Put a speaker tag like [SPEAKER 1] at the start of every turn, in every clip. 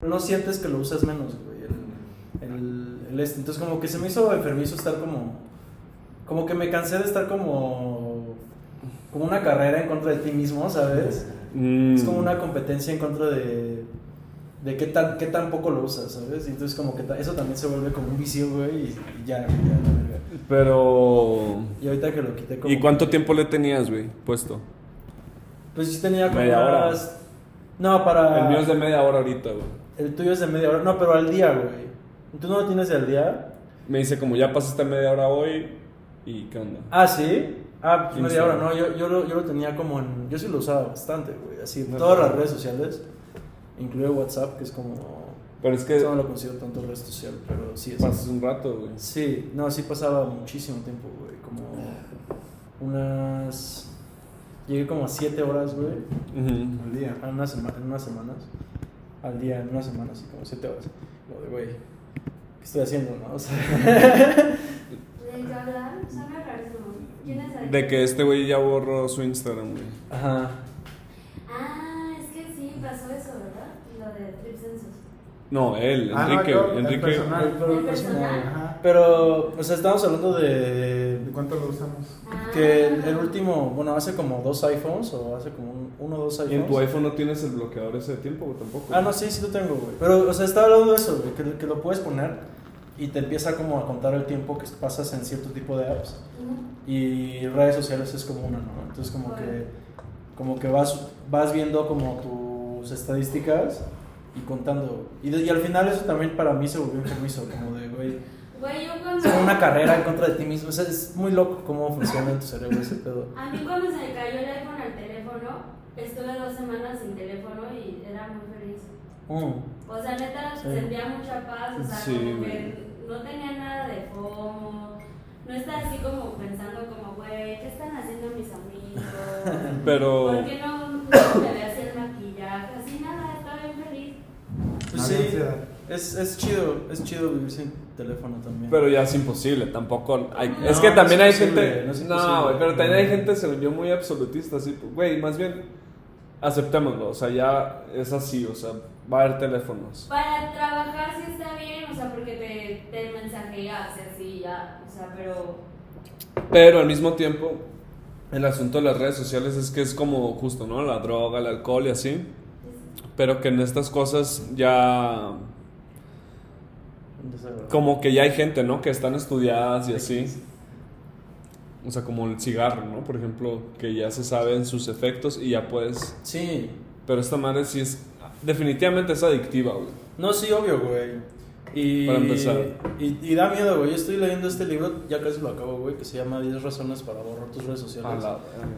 [SPEAKER 1] no sientes que lo usas menos, güey. El, el, el este. Entonces, como que se me hizo enfermizo estar como. Como que me cansé de estar como. Como una carrera en contra de ti mismo, ¿sabes?
[SPEAKER 2] Mm.
[SPEAKER 1] Es como una competencia en contra de. De qué tan, qué tan poco lo usas, ¿sabes? Y entonces, como que ta- eso también se vuelve como un vicio, güey. Y, y ya, güey, ya, la verga.
[SPEAKER 2] Pero.
[SPEAKER 1] Y ahorita que lo quité, como.
[SPEAKER 2] ¿Y cuánto tiempo le tenías, güey? Puesto.
[SPEAKER 1] Pues yo tenía como.
[SPEAKER 2] Media hora.
[SPEAKER 1] unas- No, para.
[SPEAKER 2] El mío es de media hora ahorita, güey.
[SPEAKER 1] El tuyo es de media hora. No, pero al día, güey. ¿Tú no lo tienes al día?
[SPEAKER 2] Me dice como ya pasaste media hora hoy y qué onda.
[SPEAKER 1] Ah, sí. Ah, pues
[SPEAKER 2] ¿Quién
[SPEAKER 1] media hora,
[SPEAKER 2] sabe?
[SPEAKER 1] no. Yo, yo, lo, yo lo tenía como en. Yo sí lo usaba bastante, güey. Así, en
[SPEAKER 2] No,
[SPEAKER 1] todas
[SPEAKER 2] no.
[SPEAKER 1] las redes sociales, incluido WhatsApp, que es como.
[SPEAKER 2] Pero es que
[SPEAKER 1] Yo no lo considero tanto red social, pero sí es.
[SPEAKER 2] pasas un rato, güey.
[SPEAKER 1] Sí, no, sí pasaba muchísimo tiempo, güey. Como. Unas. Llegué como a 7 horas, güey.
[SPEAKER 2] Ujú.
[SPEAKER 3] Al día.
[SPEAKER 1] A una sema- en unas semanas. Al día, en una semana, así como 7 horas. Lo de, güey, ¿qué estoy haciendo, no? O sea,
[SPEAKER 4] De hecho, hablan, suena rarísimo. ¿Quién es ahí?
[SPEAKER 2] De que este güey ya borró su Instagram, güey.
[SPEAKER 1] Ajá.
[SPEAKER 4] Ah, es que sí, pasó eso, ¿verdad? Lo de Trips Census.
[SPEAKER 2] No, él,
[SPEAKER 3] Ah, no,
[SPEAKER 2] Enrique.
[SPEAKER 3] yo, el
[SPEAKER 2] Enrique.
[SPEAKER 3] personal.
[SPEAKER 1] Pero, pero,
[SPEAKER 4] ¿El
[SPEAKER 1] pues,
[SPEAKER 4] personal?
[SPEAKER 1] no.
[SPEAKER 3] Ajá.
[SPEAKER 1] Pero, o sea, estamos hablando de
[SPEAKER 3] ¿De cuánto lo usamos?
[SPEAKER 4] Ah.
[SPEAKER 1] que el, el último, bueno, hace como dos iPhones o hace como un- uno o dos
[SPEAKER 2] ¿Y en tu
[SPEAKER 1] iPhones.
[SPEAKER 2] iPhone no tienes el bloqueador ese de tiempo güey, tampoco?
[SPEAKER 1] Ah, no, sí, sí lo tengo, güey. Pero, o sea, estaba hablando de eso, güey, que, que lo puedes poner y te empieza como a contar el tiempo que pasas en cierto tipo de apps.
[SPEAKER 4] Ujú.
[SPEAKER 1] y redes sociales es como una, ¿no? Entonces como que como que vas vas viendo como tus estadísticas y contando y, de- y al final eso también para mí se volvió un permiso como de güey
[SPEAKER 4] Güey, yo
[SPEAKER 1] es
[SPEAKER 4] cuando.
[SPEAKER 1] como una carrera en contra de ti mismo o sea, es muy loco cómo funciona en tu cerebro ese pedo
[SPEAKER 4] A mí cuando se me cayó el iPhone al teléfono, estuve dos semanas sin teléfono y era muy feliz.
[SPEAKER 1] Mm.
[SPEAKER 4] O sea, neta,
[SPEAKER 1] Sí.
[SPEAKER 4] sentía mucha paz, o sea,
[SPEAKER 2] Sí,
[SPEAKER 4] como
[SPEAKER 2] güey.
[SPEAKER 4] que no tenía nada de FOMO, no estaba así como pensando como, güey, ¿qué están haciendo mis amigos?
[SPEAKER 2] Pero.
[SPEAKER 4] ¿Por qué no, no me ve así el maquillaje? Así nada, estaba bien feliz.
[SPEAKER 1] pues
[SPEAKER 3] No había
[SPEAKER 1] sí
[SPEAKER 3] ansiedad.
[SPEAKER 1] es, es chido es chido vivir sin teléfono también
[SPEAKER 2] Pero ya es imposible, tampoco. hay-
[SPEAKER 4] No,
[SPEAKER 2] es que
[SPEAKER 1] no
[SPEAKER 2] también
[SPEAKER 1] es
[SPEAKER 2] hay
[SPEAKER 1] imposible,
[SPEAKER 2] gente.
[SPEAKER 1] no es
[SPEAKER 2] No,
[SPEAKER 1] imposible.
[SPEAKER 2] güey, pero también hay
[SPEAKER 1] No.
[SPEAKER 2] gente, según yo, muy absolutista. Así, pues, güey, más bien, aceptémoslo. O sea, ya es así, o sea, va a haber teléfonos.
[SPEAKER 4] Para trabajar sí está bien, o sea, porque te, te mensajeas y así ya, o sea, pero...
[SPEAKER 2] Pero al mismo tiempo, el asunto de las redes sociales es que es como justo, ¿no? La droga, el alcohol y así. Pero que en estas cosas ya.
[SPEAKER 1] Entonces,
[SPEAKER 2] Como que ya hay gente, ¿no? Que están estudiadas y así. O sea, como el cigarro, ¿no? Por ejemplo, que ya se saben sus efectos y ya puedes
[SPEAKER 1] sí
[SPEAKER 2] Pero esta madre sí es. Definitivamente es adictiva, güey.
[SPEAKER 1] No, sí, obvio, güey. Y,
[SPEAKER 2] Para empezar.
[SPEAKER 1] Y, y da miedo, güey. Yo estoy leyendo este libro, ya casi lo acabo, güey, que se llama 10 razones para borrar tus redes sociales.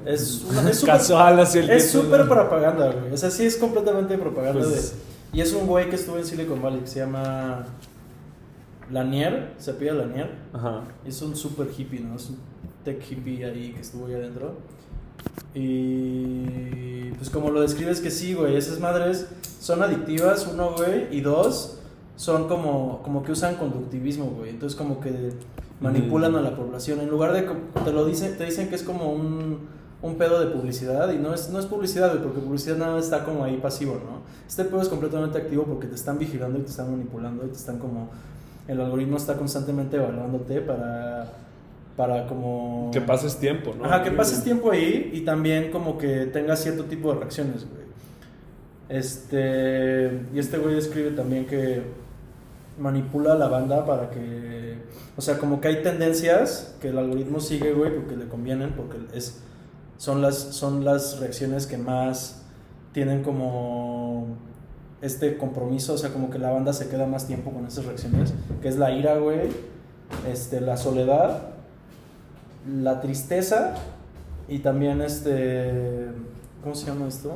[SPEAKER 1] Es una- es súper-
[SPEAKER 2] Casual así el
[SPEAKER 1] Es
[SPEAKER 2] título.
[SPEAKER 1] súper propaganda, güey. O sea, sí es completamente propaganda.
[SPEAKER 2] Pues-
[SPEAKER 1] de- y es un güey que estuvo en Silicon Valley, que se llama Lanier, se pide Lanier.
[SPEAKER 2] Ajá.
[SPEAKER 1] Es un super hippie, ¿no? Es un tech hippie ahí que estuvo ahí adentro. Y pues como lo describes que sí, güey, esas madres son adictivas, uno, güey, y dos, son como, como que usan conductivismo, güey. Entonces como que manipulan
[SPEAKER 2] Mm.
[SPEAKER 1] a la población. En lugar de, co- te lo dicen, te dicen que es como un, un pedo de publicidad y no es, no es publicidad, güey, porque publicidad nada más está como ahí pasivo, ¿no? Este pedo es completamente activo porque te están vigilando y te están manipulando y te están como el algoritmo está constantemente evaluándote para, para como...
[SPEAKER 2] Que pases tiempo, ¿no?
[SPEAKER 1] Ajá, que pases tiempo ahí y también como que tengas cierto tipo de reacciones, güey. Este, y este güey describe también que manipula a la banda para que... O sea, como que hay tendencias que el algoritmo sigue, güey, porque le convienen, porque es, son, las, son las reacciones que más tienen como este compromiso, o sea, como que la banda se queda más tiempo con esas reacciones, que es la ira, güey, este, la soledad, la tristeza y también este, ¿cómo se llama esto?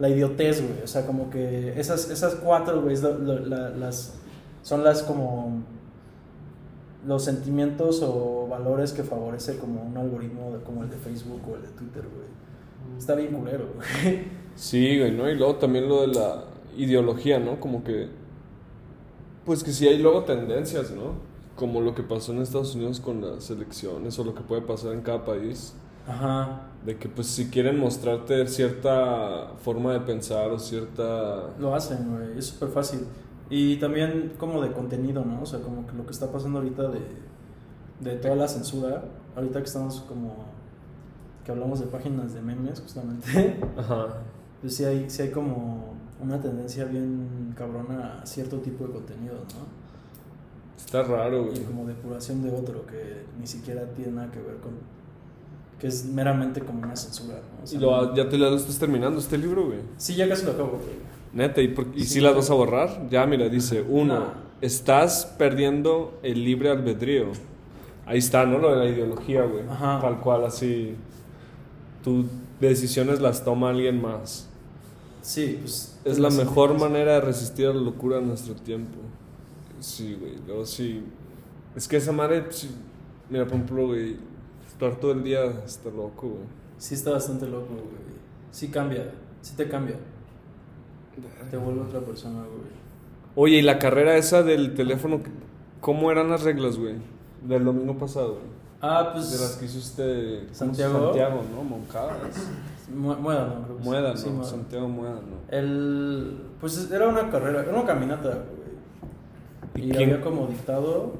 [SPEAKER 1] La idiotez, güey, o sea, como que esas, esas cuatro, güey, es lo- lo- la- las, son las como los sentimientos o valores que favorece como un algoritmo de- como el de Facebook o el de Twitter, güey. Está bien culero, güey.
[SPEAKER 2] Sí, güey, ¿no? Y luego también lo de la ideología, ¿no? Como que. Pues que sí hay luego tendencias, ¿no? Como lo que pasó en Estados Unidos con las elecciones o lo que puede pasar en cada país.
[SPEAKER 1] Ajá.
[SPEAKER 2] De que pues si quieren mostrarte cierta forma de pensar o cierta...
[SPEAKER 1] Lo hacen, güey, es súper fácil. Y también como de contenido, ¿no? O sea, como que lo que está pasando ahorita de, de toda la censura, ahorita que estamos como, que hablamos de páginas de memes justamente,
[SPEAKER 2] Ajá.
[SPEAKER 1] pues sí hay, sí hay como una tendencia bien cabrona a cierto tipo de contenido, ¿no?
[SPEAKER 2] Está raro, güey.
[SPEAKER 1] Y como depuración de otro que ni siquiera tiene nada que ver con, que es meramente como una censura, ¿no? O sea,
[SPEAKER 2] Y lo, ya te lo estás terminando este libro, güey.
[SPEAKER 1] Sí, ya casi lo acabo, güey.
[SPEAKER 2] Neta, ¿y, por- y
[SPEAKER 1] Sí.
[SPEAKER 2] si las vas a borrar? Ya, mira, dice, uno,
[SPEAKER 1] No.
[SPEAKER 2] estás perdiendo el libre albedrío. Ahí está, ¿no? Lo de la ideología, güey.
[SPEAKER 1] Ajá.
[SPEAKER 2] Tal cual, así. Tus decisiones las toma alguien más.
[SPEAKER 1] Sí, pues.
[SPEAKER 2] Es la mejor manera de resistir a la locura de nuestro tiempo. Sí, güey. Luego sí. Es que esa madre, pues, sí. mira, por ejemplo, güey, estar todo el día está loco, güey.
[SPEAKER 1] Sí, está bastante loco, güey. Sí cambia, sí te cambia. Te vuelve otra persona, güey.
[SPEAKER 2] Oye, y la carrera esa del teléfono, ¿cómo eran las reglas, güey? Del domingo pasado, güey.
[SPEAKER 1] Ah, pues.
[SPEAKER 2] De las que hizo usted ¿cómo se-
[SPEAKER 1] Santiago.
[SPEAKER 2] Santiago, ¿no? Moncadas.
[SPEAKER 1] Mu- Muédano, creo que
[SPEAKER 2] Mueda, ¿no?
[SPEAKER 1] sí. Sí, Muédano.
[SPEAKER 2] Santiago Mueda, ¿no?
[SPEAKER 1] El. Pues era una carrera, era una caminata, güey.
[SPEAKER 2] ¿Y
[SPEAKER 1] Y,
[SPEAKER 2] quién?
[SPEAKER 1] había como dictado.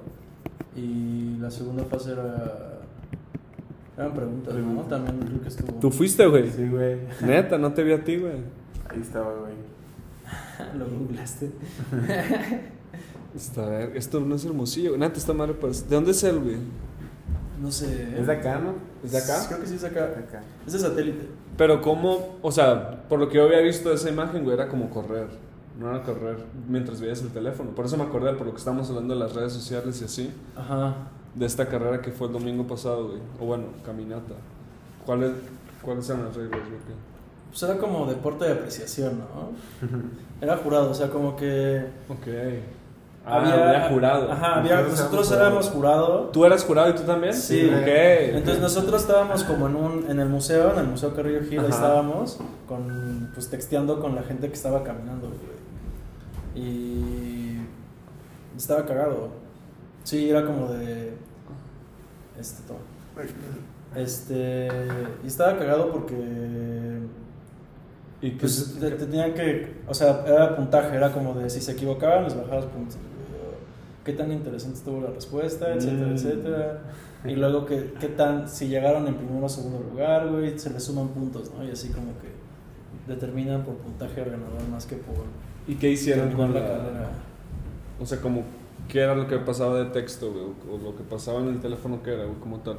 [SPEAKER 1] Y la segunda fase era. Eran preguntas, ¿no? También creo que estuvo.
[SPEAKER 2] Tú fuiste, güey.
[SPEAKER 3] Sí, güey.
[SPEAKER 2] Neta, no te vi a ti, güey.
[SPEAKER 3] Ahí estaba, güey.
[SPEAKER 1] Lo googlaste.
[SPEAKER 2] Está, a ver, esto no es hermosillo. güey. Neta, esta madre parece. ¿De dónde es él, güey?
[SPEAKER 1] No sé.
[SPEAKER 3] ¿Es de acá, no?
[SPEAKER 2] ¿Es de acá?
[SPEAKER 1] Creo que sí es de
[SPEAKER 3] De
[SPEAKER 1] acá.
[SPEAKER 3] acá.
[SPEAKER 1] Es de satélite.
[SPEAKER 2] Pero, ¿cómo? O sea, por lo que yo había visto de esa imagen, güey, era como correr. No era correr mientras veías el teléfono. Por eso me acordé, por lo que estábamos hablando de las redes sociales y así.
[SPEAKER 1] Ajá.
[SPEAKER 2] de esta carrera que fue el domingo pasado, güey. O bueno, caminata. ¿Cuáles cuáles eran las reglas, güey? ¿Qué?
[SPEAKER 1] Pues era como deporte de apreciación, ¿no? Era jurado, o sea, como que.
[SPEAKER 2] Ok. Ah, había jurado.
[SPEAKER 1] Ajá, había-
[SPEAKER 3] Nosotros
[SPEAKER 1] nosotros éramos
[SPEAKER 3] éramos
[SPEAKER 1] jurado.
[SPEAKER 2] ¿Tú eras jurado y tú también?
[SPEAKER 1] Sí.
[SPEAKER 2] Ok.
[SPEAKER 1] Entonces nosotros estábamos como en un en el museo, en el Museo Carrillo Gil, ahí
[SPEAKER 2] Ajá.
[SPEAKER 1] estábamos con pues texteando con la gente que estaba caminando, güey. Y estaba cagado. Sí, era como de este todo. Este, y estaba cagado porque
[SPEAKER 2] ¿Y qué-
[SPEAKER 1] pues te- te tenían que, o sea, era puntaje, era como de si se equivocaban les bajabas puntos. Qué tan interesante estuvo la respuesta, etcétera,
[SPEAKER 2] Mm.
[SPEAKER 1] etcétera. Y luego que, qué tan, si llegaron en primero o segundo lugar, güey, se les suman puntos, ¿no? Y así como que determinan por puntaje al ganador más que por
[SPEAKER 2] ¿Y qué hicieron
[SPEAKER 1] terminar
[SPEAKER 2] con la,
[SPEAKER 1] carrera.
[SPEAKER 2] O sea, como, ¿qué era lo que pasaba de texto, güey? O, o lo que pasaba en el teléfono, ¿qué era, güey? Como tal.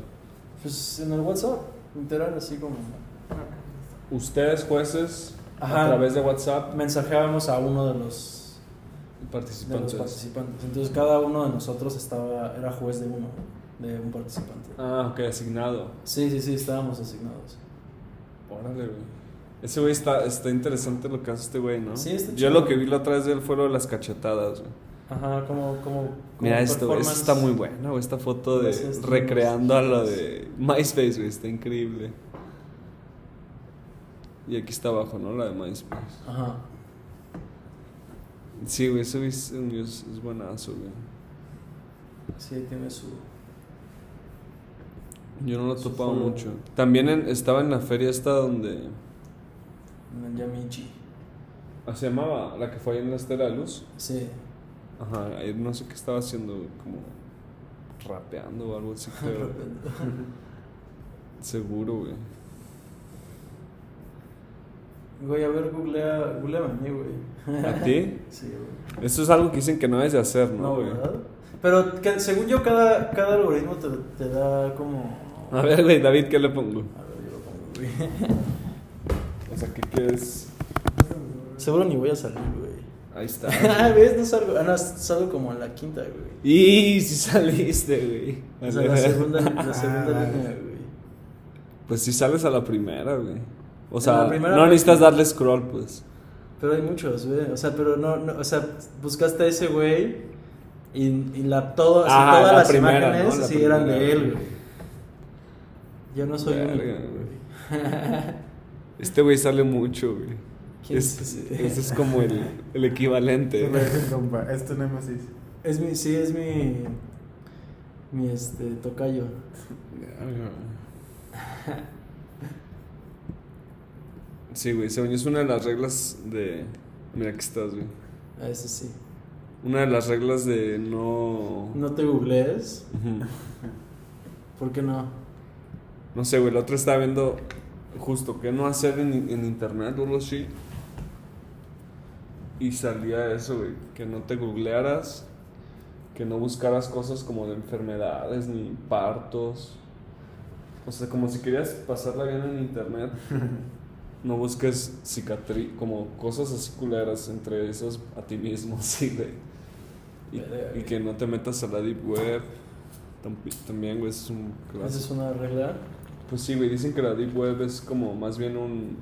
[SPEAKER 1] Pues en el WhatsApp, literal, así como
[SPEAKER 2] Ustedes, jueces,
[SPEAKER 1] Ajá.
[SPEAKER 2] a través de WhatsApp,
[SPEAKER 1] mensajeábamos a uno de los, de
[SPEAKER 2] participantes.
[SPEAKER 1] los participantes. Entonces cada uno de nosotros estaba, era juez de uno, de un participante.
[SPEAKER 2] ah, ok, asignado.
[SPEAKER 1] Sí, sí, sí, estábamos asignados.
[SPEAKER 2] Órale, güey. Ese güey está, está interesante lo que hace este güey, ¿no?
[SPEAKER 1] Sí, está
[SPEAKER 2] Yo
[SPEAKER 1] chido.
[SPEAKER 2] lo que vi la otra vez de él fue lo de las cachetadas, güey.
[SPEAKER 1] Ajá, como, como, como
[SPEAKER 2] Mira esto, güey,
[SPEAKER 1] performance.
[SPEAKER 2] esto
[SPEAKER 1] este,
[SPEAKER 2] está muy bueno, güey. Esta foto de
[SPEAKER 1] Gracias, tenemos-
[SPEAKER 2] recreando a lo de MySpace, güey. Está increíble. Y aquí está abajo, ¿no? La de MySpace.
[SPEAKER 1] Ajá.
[SPEAKER 2] Sí, güey, ese güey es, es, es buenazo, güey.
[SPEAKER 1] Sí, tiene su.
[SPEAKER 2] Yo no lo he
[SPEAKER 1] Eso
[SPEAKER 2] topado
[SPEAKER 1] fue-
[SPEAKER 2] mucho. También en- estaba en la feria esta donde...
[SPEAKER 1] Yamichi.
[SPEAKER 2] ah, Se llamaba la que fue ahí en la Estela de Luz.
[SPEAKER 1] Sí.
[SPEAKER 2] Ajá, ahí no sé qué estaba haciendo, güey, como rapeando o algo así, creo. Seguro, güey.
[SPEAKER 1] Güey, a ver, googlea, googlea a mí, güey.
[SPEAKER 2] ¿A ti?
[SPEAKER 1] Sí, güey.
[SPEAKER 2] Eso es algo que dicen que no debes de hacer,
[SPEAKER 1] No,
[SPEAKER 2] ¿no, güey?
[SPEAKER 1] ¿verdad? Pero que, según yo, cada, cada algoritmo te, te da como.
[SPEAKER 2] A ver, güey, David, ¿qué le pongo?
[SPEAKER 1] A ver, yo lo pongo, güey.
[SPEAKER 2] O sea, ¿qué quieres?
[SPEAKER 1] Seguro ni voy a salir, güey.
[SPEAKER 2] Ahí está.
[SPEAKER 1] Ah, ¿ves? No salgo. Ah, no, salgo como en la quinta, güey.
[SPEAKER 2] y si saliste, güey.
[SPEAKER 1] O sea, la segunda, la segunda línea, güey.
[SPEAKER 2] Pues si sales a la primera, güey. O sea,
[SPEAKER 1] la primera
[SPEAKER 2] no
[SPEAKER 1] vez
[SPEAKER 2] necesitas
[SPEAKER 1] que-
[SPEAKER 2] darle scroll, pues.
[SPEAKER 1] Pero hay muchos, güey. O sea, pero no, no o sea, buscaste a ese güey y, y la, todo, o sea,
[SPEAKER 2] Ah,
[SPEAKER 1] todas
[SPEAKER 2] la
[SPEAKER 1] las
[SPEAKER 2] primera,
[SPEAKER 1] imágenes
[SPEAKER 2] ¿no? La
[SPEAKER 1] sí eran de
[SPEAKER 2] primera.
[SPEAKER 1] él, güey. Yo no soy
[SPEAKER 2] Verga,
[SPEAKER 1] único,
[SPEAKER 2] güey.
[SPEAKER 1] güey.
[SPEAKER 2] Este güey sale mucho, güey.
[SPEAKER 1] ¿Quién
[SPEAKER 2] Es,
[SPEAKER 1] es ese?
[SPEAKER 2] ese es como el, el equivalente.
[SPEAKER 3] Se parece un compa. Es tu némesis.
[SPEAKER 1] Es mi, sí, es mi, mi este, tocayo.
[SPEAKER 2] Verga, güey. Sí, güey, según yo es una de las reglas de... Mira, aquí estás, güey.
[SPEAKER 1] Ah, Eso sí.
[SPEAKER 2] Una de las reglas de no... No,
[SPEAKER 1] No te googlees. ¿Por qué no?
[SPEAKER 2] no sé, güey, la otra estaba viendo justo qué no hacer en, en internet o algo así. Y salía eso, güey, que no te googlearas, que no buscaras cosas como de enfermedades ni partos. O sea, como si querías pasarla bien en internet, no busques cicatri como cosas así culeras entre esas a ti mismo, sí, güey. Y, y que no te metas a la deep web. Tampi- También, güey, eso es un
[SPEAKER 1] Esa
[SPEAKER 2] clásico.
[SPEAKER 1] es una regla.
[SPEAKER 2] Pues sí, güey, dicen que la Deep Web es como más bien un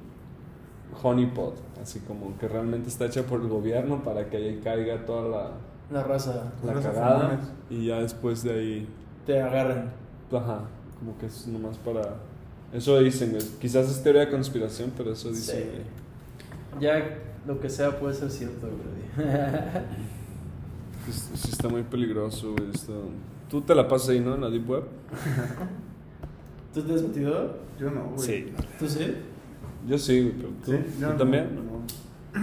[SPEAKER 2] honeypot, así como que realmente está hecha por el gobierno para que ahí caiga toda
[SPEAKER 1] La raza
[SPEAKER 2] la, la
[SPEAKER 3] Los
[SPEAKER 2] cagada
[SPEAKER 3] afanes.
[SPEAKER 2] y ya después de ahí,
[SPEAKER 1] te agarran.
[SPEAKER 2] ajá, como que es nomás para... Eso dicen, güey. Quizás es teoría de conspiración, pero eso dicen,
[SPEAKER 1] Sí.
[SPEAKER 2] Pues güey.
[SPEAKER 1] Ya lo que sea puede ser cierto, güey.
[SPEAKER 2] Que es- sí está muy peligroso, güey. está- Tú te la pasas ahí, ¿no? En la Deep Web.
[SPEAKER 1] ¿Tú te has metido?
[SPEAKER 3] Yo no, güey.
[SPEAKER 1] ¿Tú sí?
[SPEAKER 2] Yo sí, güey, pero tú,
[SPEAKER 3] ¿Sí?
[SPEAKER 2] ¿tú
[SPEAKER 3] Yo no,
[SPEAKER 2] también.
[SPEAKER 3] no.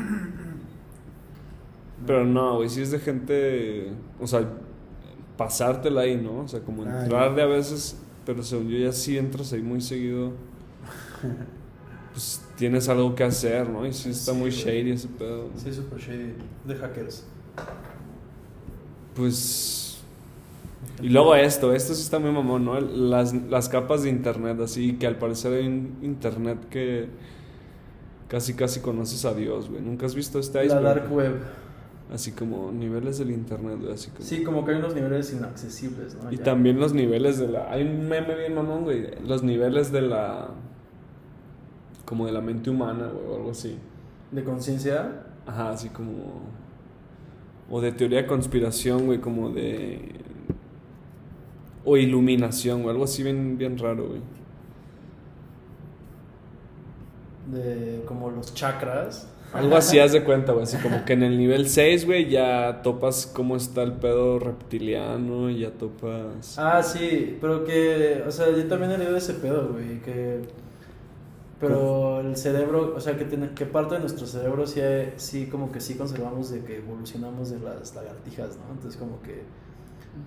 [SPEAKER 2] Pero no, güey, si es de gente, o sea, pasártela ahí, ¿no? O sea, como
[SPEAKER 3] Ah,
[SPEAKER 2] entrar
[SPEAKER 3] ya.
[SPEAKER 2] de a veces, pero según yo ya sí entras ahí muy seguido, pues tienes algo que hacer, ¿no? Y sí está
[SPEAKER 1] Sí,
[SPEAKER 2] muy
[SPEAKER 1] güey.
[SPEAKER 2] shady ese pedo.
[SPEAKER 1] Sí, super shady. De hackers.
[SPEAKER 2] Pues... Y luego esto, esto sí está muy mamón, ¿no? El- Las, las capas de internet, así que al parecer hay un internet que casi casi conoces a Dios, güey. ¿Nunca has visto este
[SPEAKER 1] La
[SPEAKER 2] iceberg?
[SPEAKER 1] dark web.
[SPEAKER 2] Así como niveles del internet, güey, así como...
[SPEAKER 1] Sí, como que hay unos niveles inaccesibles, ¿no?
[SPEAKER 2] Y
[SPEAKER 1] Ah, Ya.
[SPEAKER 2] también los niveles de la. Hay un meme bien mamón, güey. Los niveles de la. Como de la mente humana, güey, o algo así.
[SPEAKER 1] De conciencia.
[SPEAKER 2] Ajá, así como. O de teoría de conspiración, güey, como de. O iluminación, o algo así bien, bien raro, güey.
[SPEAKER 1] De como los chakras.
[SPEAKER 2] Algo así, haz de cuenta, güey. Así como que en el nivel 6, güey, ya topas cómo está el pedo reptiliano, y ya topas.
[SPEAKER 1] Ah, sí, pero que, o sea, yo también he leído ese pedo, güey, que... Pero el cerebro, o sea, que, tiene, que parte de nuestro cerebro sí, hay- sí, como que sí conservamos de que evolucionamos de las lagartijas, ¿no? Entonces como que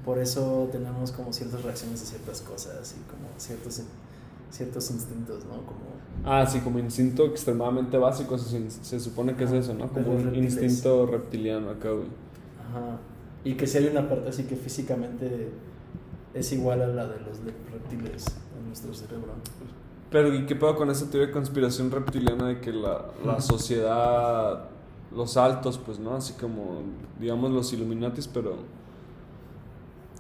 [SPEAKER 1] por eso tenemos como ciertas reacciones a ciertas cosas y como ciertos, ciertos instintos, ¿no? Como...
[SPEAKER 2] Ah, sí, como instinto extremadamente básico, se, se supone que es
[SPEAKER 1] Ajá,
[SPEAKER 2] eso, ¿no?
[SPEAKER 1] de
[SPEAKER 2] Como
[SPEAKER 1] los
[SPEAKER 2] un
[SPEAKER 1] reptiles.
[SPEAKER 2] instinto reptiliano acá, güey.
[SPEAKER 1] Ajá. Y que sí hay una parte así que físicamente es igual a la de los reptiles en nuestro cerebro.
[SPEAKER 2] Pero, ¿y qué pedo con esa teoría de conspiración reptiliana de que la, la sociedad, los altos, pues, ¿no? Así como, digamos, los Illuminatis, pero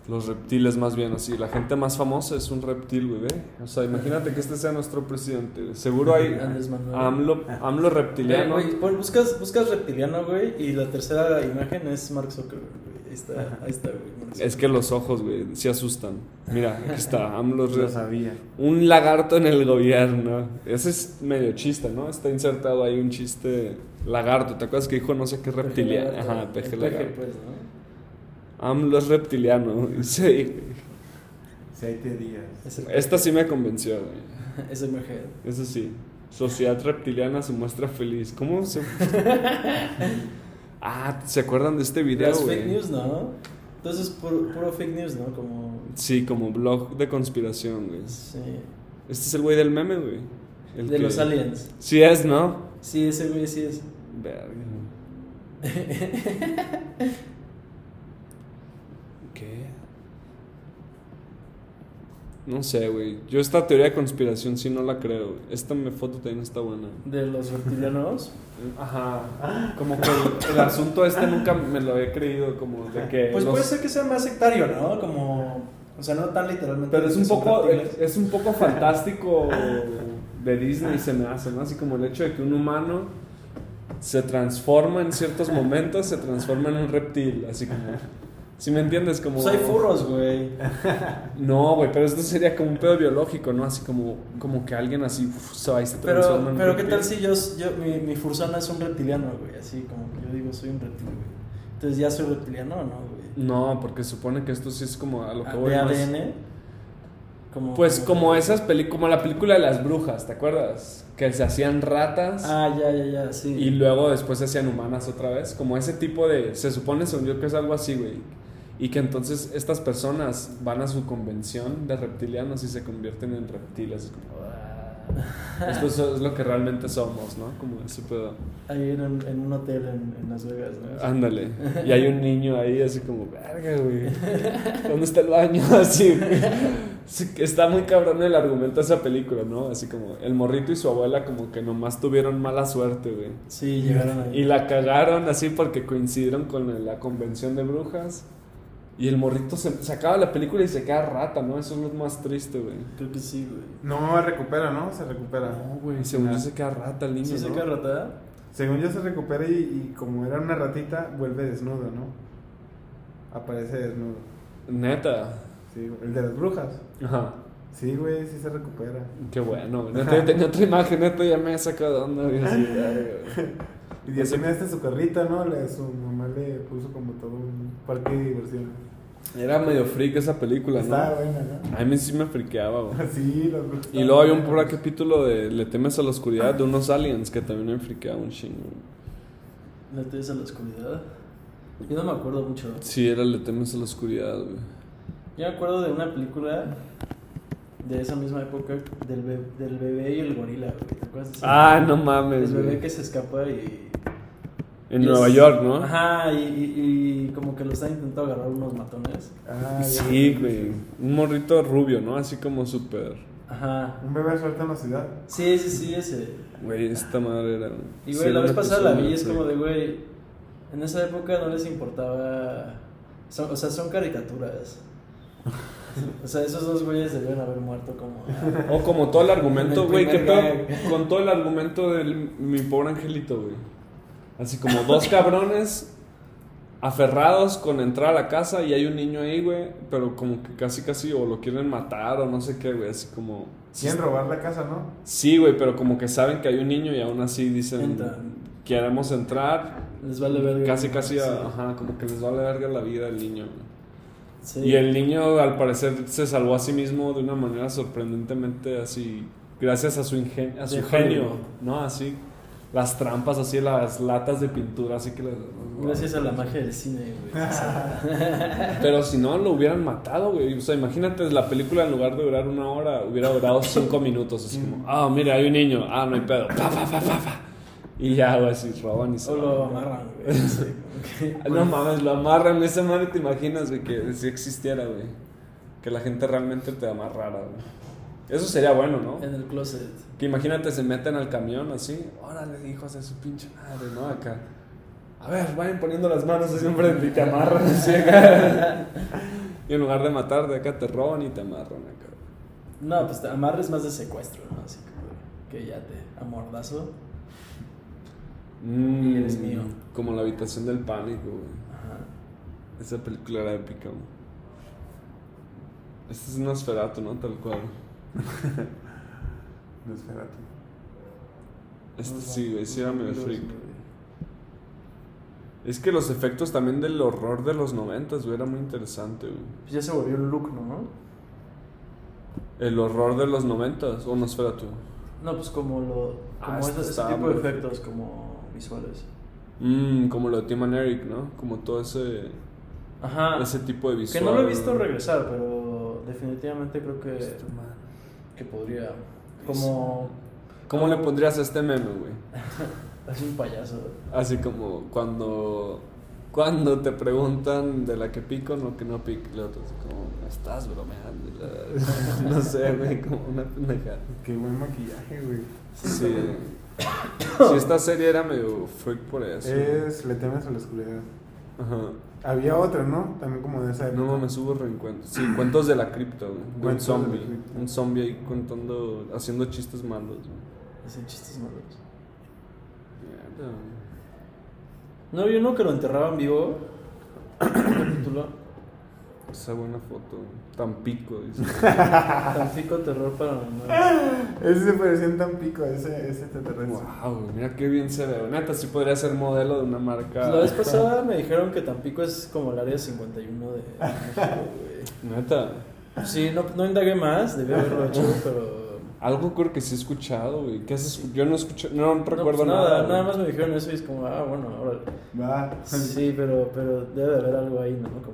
[SPEAKER 2] los reptiles más bien, así. La gente más famosa es un reptil, güey, ¿ve? O sea, imagínate que este sea nuestro presidente. Seguro hay
[SPEAKER 1] Andrés Manuel. Eh,
[SPEAKER 2] AMLO, AMLO reptiliano.
[SPEAKER 1] Ah. Güey, pon- buscas, buscas reptiliano, güey, y la tercera imagen es Mark Zuckerberg, güey. Ahí está, ahí está, güey. Mark
[SPEAKER 2] Es que los ojos, güey, se asustan. Mira, aquí está, AMLO
[SPEAKER 3] Lo
[SPEAKER 2] re-
[SPEAKER 3] sabía.
[SPEAKER 2] Un lagarto en el gobierno. Ese es medio chiste, ¿no? Está insertado ahí un chiste lagarto. ¿Te acuerdas que dijo no sé qué
[SPEAKER 1] Zuckerberg.
[SPEAKER 2] reptiliano?
[SPEAKER 1] Peje pues.
[SPEAKER 2] Ajá,
[SPEAKER 1] lagarto.
[SPEAKER 2] peje
[SPEAKER 1] El
[SPEAKER 2] lagarto.
[SPEAKER 1] pues, ¿no?
[SPEAKER 2] AMLO es reptiliano. Sí.
[SPEAKER 3] Siete días.
[SPEAKER 1] Ese,
[SPEAKER 2] Esta sí me convenció, güey.
[SPEAKER 1] ese peje.
[SPEAKER 2] Eso sí. Sociedad reptiliana se muestra feliz. ¿Cómo se.? ah, ¿se acuerdan de este video,
[SPEAKER 1] Las
[SPEAKER 2] güey?
[SPEAKER 1] fake news, ¿no? Entonces, puro, puro fake news, ¿no? Como...
[SPEAKER 2] Sí, como blog de conspiración, güey.
[SPEAKER 1] Sí.
[SPEAKER 2] Este es el güey del meme, güey. El
[SPEAKER 1] De
[SPEAKER 2] que-
[SPEAKER 1] los aliens.
[SPEAKER 2] Sí es, ¿no?
[SPEAKER 1] Sí, ese güey sí es.
[SPEAKER 2] Verga. ¿Qué? No sé, güey. Yo esta teoría de conspiración sí no la creo. güey. Esta me- foto también está buena.
[SPEAKER 1] De los reptilianos.
[SPEAKER 2] Ajá. Como que el, el asunto este nunca me lo había creído, como de que...
[SPEAKER 1] Pues
[SPEAKER 2] los-
[SPEAKER 1] puede ser que sea más sectario, ¿no? Como... O sea, no tan literalmente.
[SPEAKER 2] Pero es
[SPEAKER 1] que
[SPEAKER 2] un
[SPEAKER 1] son
[SPEAKER 2] poco,
[SPEAKER 1] reptiles.
[SPEAKER 2] es un poco fantástico de Disney, se me hace, ¿no? Así como el hecho de que un humano se transforma en ciertos momentos, se transforma en un reptil, así como... Si me entiendes, como...
[SPEAKER 1] Pues hay furros, güey.
[SPEAKER 2] No, güey, pero esto sería como un pedo biológico, ¿no? Así como, como que alguien así uf, se va y se transforma
[SPEAKER 1] Pero,
[SPEAKER 2] en
[SPEAKER 1] pero ¿qué
[SPEAKER 2] reptil.
[SPEAKER 1] tal si yo, yo mi, mi fursona es un reptiliano, güey? Así como que yo digo, soy un reptil, güey. Entonces, ¿ya soy reptiliano o no, güey? Ah,
[SPEAKER 2] No, porque supone que esto sí es como a lo que voy
[SPEAKER 1] ¿De
[SPEAKER 2] más-
[SPEAKER 1] ADN? Como,
[SPEAKER 2] Pues como esas películas, como la película de las brujas, ¿te acuerdas? Que se hacían ratas
[SPEAKER 1] Ah, ya, ya, ya, sí.
[SPEAKER 2] y luego después se hacían humanas otra vez. Como ese tipo de, se supone, según yo, que es algo así, güey. Y que entonces estas personas van a su convención de reptilianos y se convierten en reptiles. Es como, "Ah". Esto es- es lo que realmente somos, ¿no? Como ese pedo.
[SPEAKER 1] Ahí en, en un hotel en, en Las Vegas, ¿no?
[SPEAKER 2] Ándale. Y hay un niño ahí así como, verga, güey. ¿Dónde está el baño? Así. güey. Sí, que Está muy cabrón el argumento de esa película, ¿no? Así como el morrito y su abuela como que nomás tuvieron mala suerte, güey.
[SPEAKER 1] Sí, llegaron ahí.
[SPEAKER 2] Y la cagaron así porque coincidieron con la convención de brujas. Y el morrito se, se acaba la película y se queda rata, ¿no? Eso es lo más triste, güey.
[SPEAKER 1] Creo que sí, güey.
[SPEAKER 3] No, recupera, ¿no? Se recupera.
[SPEAKER 2] No, güey. Según yo se queda rata el niño,
[SPEAKER 1] ¿Sí se
[SPEAKER 2] ¿no?
[SPEAKER 1] queda ratada?
[SPEAKER 3] Según yo se recupera y, y como era una ratita, vuelve desnudo, ¿no? Aparece desnudo.
[SPEAKER 2] Neta.
[SPEAKER 3] Sí, güey. el de las brujas.
[SPEAKER 2] Ajá.
[SPEAKER 3] Sí, güey, sí se recupera.
[SPEAKER 2] Qué bueno, güey. Neta, yo tenía otra imagen, neta, ya me he sacado de onda. güey, así, verga, güey.
[SPEAKER 3] Y ya tiene este su carrito, ¿no? Le- su mamá le puso como todo un parque de diversión.
[SPEAKER 2] Era medio freak esa película,
[SPEAKER 3] Estaba
[SPEAKER 2] Pues ¿no?
[SPEAKER 3] buena, ¿no?
[SPEAKER 2] A mí sí me friqueaba, güey.
[SPEAKER 3] Sí, las brujas.
[SPEAKER 2] Y luego hay un puro capítulo de Le temes a la oscuridad de unos aliens que también me friqueaba un chingo. güey.
[SPEAKER 1] ¿No te dice la oscuridad? Yo no me acuerdo mucho.
[SPEAKER 2] Sí, era Le temes a la oscuridad, güey.
[SPEAKER 1] Yo me acuerdo de una película de esa misma época del, be- del bebé y el gorila, güey. ¿Te acuerdas? de esa?
[SPEAKER 2] Ah, no mames,
[SPEAKER 1] El bebé que
[SPEAKER 2] güey.
[SPEAKER 1] se escapa y...
[SPEAKER 2] En
[SPEAKER 1] y
[SPEAKER 2] Nueva
[SPEAKER 1] es-
[SPEAKER 2] York, ¿no?
[SPEAKER 1] Ajá, y, y- y como que lo están intentando agarrar unos matones.
[SPEAKER 3] Ah,
[SPEAKER 2] Sí,
[SPEAKER 3] ya.
[SPEAKER 2] güey. Un morrito rubio, ¿no? Así como súper.
[SPEAKER 1] Ajá.
[SPEAKER 3] Un bebé suelto en la ciudad.
[SPEAKER 1] Sí, sí, sí, ese.
[SPEAKER 2] Güey, esta madre era.
[SPEAKER 1] Y
[SPEAKER 2] sí
[SPEAKER 1] güey,
[SPEAKER 2] era
[SPEAKER 1] la vez
[SPEAKER 2] una
[SPEAKER 1] pasada la
[SPEAKER 2] persona,
[SPEAKER 1] vi y es como
[SPEAKER 2] güey.
[SPEAKER 1] de, güey, en esa época no les importaba... son- o sea, son caricaturas. O sea, esos dos güeyes debieron haber muerto como... ah,
[SPEAKER 2] O como todo el argumento,
[SPEAKER 1] El
[SPEAKER 2] güey, que
[SPEAKER 1] primer
[SPEAKER 2] pedo
[SPEAKER 1] gag.
[SPEAKER 2] con todo el argumento del mi pobre angelito, güey. Así como dos cabrones aferrados con entrar a la casa y hay un niño ahí, güey, pero como que casi casi o lo quieren matar o no sé qué, güey, así como sí,
[SPEAKER 3] Quieren robar la casa, ¿no?
[SPEAKER 2] sí, güey, pero como que saben que hay un niño y aún así dicen
[SPEAKER 1] Entran.
[SPEAKER 2] queremos entrar.
[SPEAKER 1] Les vale verga.
[SPEAKER 2] Mm, Casi
[SPEAKER 1] Sí.
[SPEAKER 2] casi, ajá, como que les vale verga la vida del niño, güey.
[SPEAKER 1] Sí.
[SPEAKER 2] Y el niño al parecer se salvó a sí mismo de una manera sorprendentemente así, gracias a su, ingen- a su
[SPEAKER 1] De
[SPEAKER 2] genio,
[SPEAKER 1] Hollywood.
[SPEAKER 2] ¿no? Así, las trampas, así, las latas de pintura, así que... las-
[SPEAKER 1] Gracias a la magia del cine, güey. O sea,
[SPEAKER 2] Pero si no, lo hubieran matado, güey. O sea, imagínate, la película en lugar de durar una hora, hubiera durado cinco minutos. Así
[SPEAKER 1] Mm.
[SPEAKER 2] como, ah, mira, hay un niño, ah, no hay pedo, pa, pa, pa, pa, pa. Y ya, güey, así roban y se
[SPEAKER 1] o lo
[SPEAKER 2] van.
[SPEAKER 1] amarran, güey. no sé, como que-
[SPEAKER 2] No mames, lo amarran, esa madre te imaginas, güey, que si existiera, güey. Que la gente realmente te amarrara, güey. Eso sería bueno, ¿no?
[SPEAKER 1] En el closet.
[SPEAKER 2] Que imagínate, se meten al camión así, órale, hijos de su pinche madre, ¿no? Acá. A ver, vayan poniendo las manos así enfrente y te amarran así acá. Y en lugar de matarte acá te roban y te amarran acá.
[SPEAKER 1] No, pues te amarres más de secuestro, ¿no? Así como que ya te amordazo.
[SPEAKER 2] Mm,
[SPEAKER 1] Y eres mío.
[SPEAKER 2] Como la habitación del pánico, güey.
[SPEAKER 1] Ajá.
[SPEAKER 2] Esa película era épica, güey. Este es un Nosferatu, ¿no? Tal cual.
[SPEAKER 3] No, espérate.
[SPEAKER 2] Este
[SPEAKER 1] Unos
[SPEAKER 2] sí, güey,
[SPEAKER 1] vampiros,
[SPEAKER 2] sí era medio
[SPEAKER 1] unos
[SPEAKER 2] freak.
[SPEAKER 1] vampiros,
[SPEAKER 2] Es que los efectos también del horror de los noventas, güey, era muy interesante, güey.
[SPEAKER 1] Pues ya se volvió un look, ¿no?
[SPEAKER 2] El horror de los noventas, o Nosferatu.
[SPEAKER 1] No, pues como lo.
[SPEAKER 2] Ah,
[SPEAKER 1] Como
[SPEAKER 2] esto
[SPEAKER 1] ese, ese
[SPEAKER 2] está
[SPEAKER 1] tipo
[SPEAKER 2] muy
[SPEAKER 1] de efectos como visuales.
[SPEAKER 2] Mmm, como lo de Tim and Eric, ¿no? Como todo ese,
[SPEAKER 1] Ajá.
[SPEAKER 2] ese tipo de
[SPEAKER 1] Ah, que
[SPEAKER 2] visual. Este.
[SPEAKER 1] no lo he visto regresar, pero definitivamente creo que.
[SPEAKER 2] Esto, man.
[SPEAKER 1] Que podría.
[SPEAKER 2] Este.
[SPEAKER 1] Como.
[SPEAKER 2] ¿Cómo le pondrías a este meme, güey?
[SPEAKER 1] Es un payaso.
[SPEAKER 2] Así como cuando cuando te preguntan de la que pico o no que no pico, y el otro así como, "Me estás bromeando. y la- no sé, güey, como una pendejada.
[SPEAKER 3] Qué buen maquillaje, güey.
[SPEAKER 2] Sí. Sí, esta serie era medio freak por eso.
[SPEAKER 3] Es Le temes a la oscuridad.
[SPEAKER 2] Ajá.
[SPEAKER 3] Había otra, ¿no? También como de esa época.
[SPEAKER 2] No me subo reencuentro. Sí, cuentos de la cripta, güey. De Un
[SPEAKER 3] Cuentos de la
[SPEAKER 2] zombie.
[SPEAKER 3] cripta.
[SPEAKER 2] Un zombie ahí contando, haciendo chistes malos, güey.
[SPEAKER 1] Hacen chistes malos.
[SPEAKER 2] Mierda, güey.
[SPEAKER 1] No, yo no que lo enterraban vivo. Un capítulo.
[SPEAKER 2] Esa buena foto, güey. Tan pico, dice.
[SPEAKER 1] Tampico terror paranormal.
[SPEAKER 3] Ese se parecía en Tampico, ese, ese extraterrestre.
[SPEAKER 2] wow, güey, mira qué bien se ve. güey. Neta, sí podría ser modelo de una marca.
[SPEAKER 1] Pues La vez pasada me dijeron que Tampico es como el área 51 de México, güey.
[SPEAKER 2] Neta.
[SPEAKER 1] Sí, no, no indagué más, debí haberlo hecho, pero.
[SPEAKER 2] Algo creo que sí he escuchado, güey. ¿Qué has escu- Yo no escuché, no,
[SPEAKER 1] No,
[SPEAKER 2] recuerdo
[SPEAKER 1] pues nada.
[SPEAKER 2] nada.
[SPEAKER 1] Nada
[SPEAKER 2] güey.
[SPEAKER 1] más me dijeron eso y es como, ah, bueno, órale.
[SPEAKER 3] Va.
[SPEAKER 1] Sí, pero, pero debe de haber algo ahí, ¿no? Como,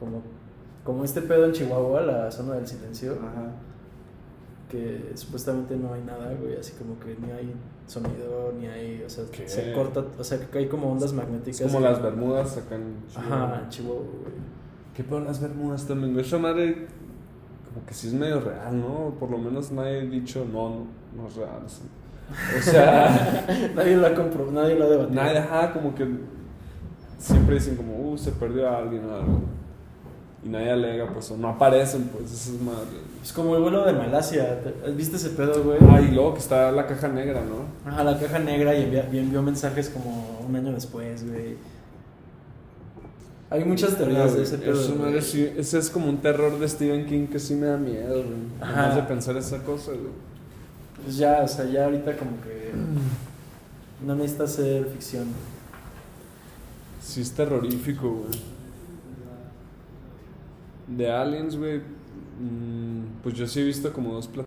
[SPEAKER 1] como, como, como este pedo en Chihuahua, la zona del silencio,
[SPEAKER 3] Ajá.
[SPEAKER 1] que supuestamente no hay nada, güey, así como que ni hay sonido, ni hay, o sea,
[SPEAKER 2] ¿Qué?
[SPEAKER 1] se corta, o sea, que hay como ondas magnéticas.
[SPEAKER 2] Es como
[SPEAKER 1] y-
[SPEAKER 2] las Bermudas acá en Chile.
[SPEAKER 1] Ajá, en Chihuahua, güey.
[SPEAKER 2] ¿Qué pedo las Bermudas también? güey? Esa madre, como que sí es medio real, ¿no? Por lo menos nadie ha dicho, no, no, no es real. sí". O sea,
[SPEAKER 1] Nadie lo ha comprobado, nadie lo ha debatido.
[SPEAKER 2] nadie, ajá, como que siempre dicen como, uh, se perdió a alguien o algo. Y nadie alega, pues, o no aparecen, pues, esas madres.
[SPEAKER 1] Es como el vuelo de Malasia, ¿te- ¿viste ese pedo, güey?
[SPEAKER 2] Ah, y luego que está la caja negra, ¿no?
[SPEAKER 1] A la caja negra y envia- y envió mensajes como un año después, güey. Hay muchas teorías de ese pedo.
[SPEAKER 2] Eso,
[SPEAKER 1] güey.
[SPEAKER 2] madre, sí, ese es como un terror de Stephen King que sí me da miedo, güey.
[SPEAKER 1] Ajá.
[SPEAKER 2] Además de pensar esa cosa, güey.
[SPEAKER 1] Pues ya, o sea, ya ahorita como que no necesita hacer ficción.
[SPEAKER 2] Sí es terrorífico, güey. De Aliens, güey. mm, Pues yo sí he visto como dos platos.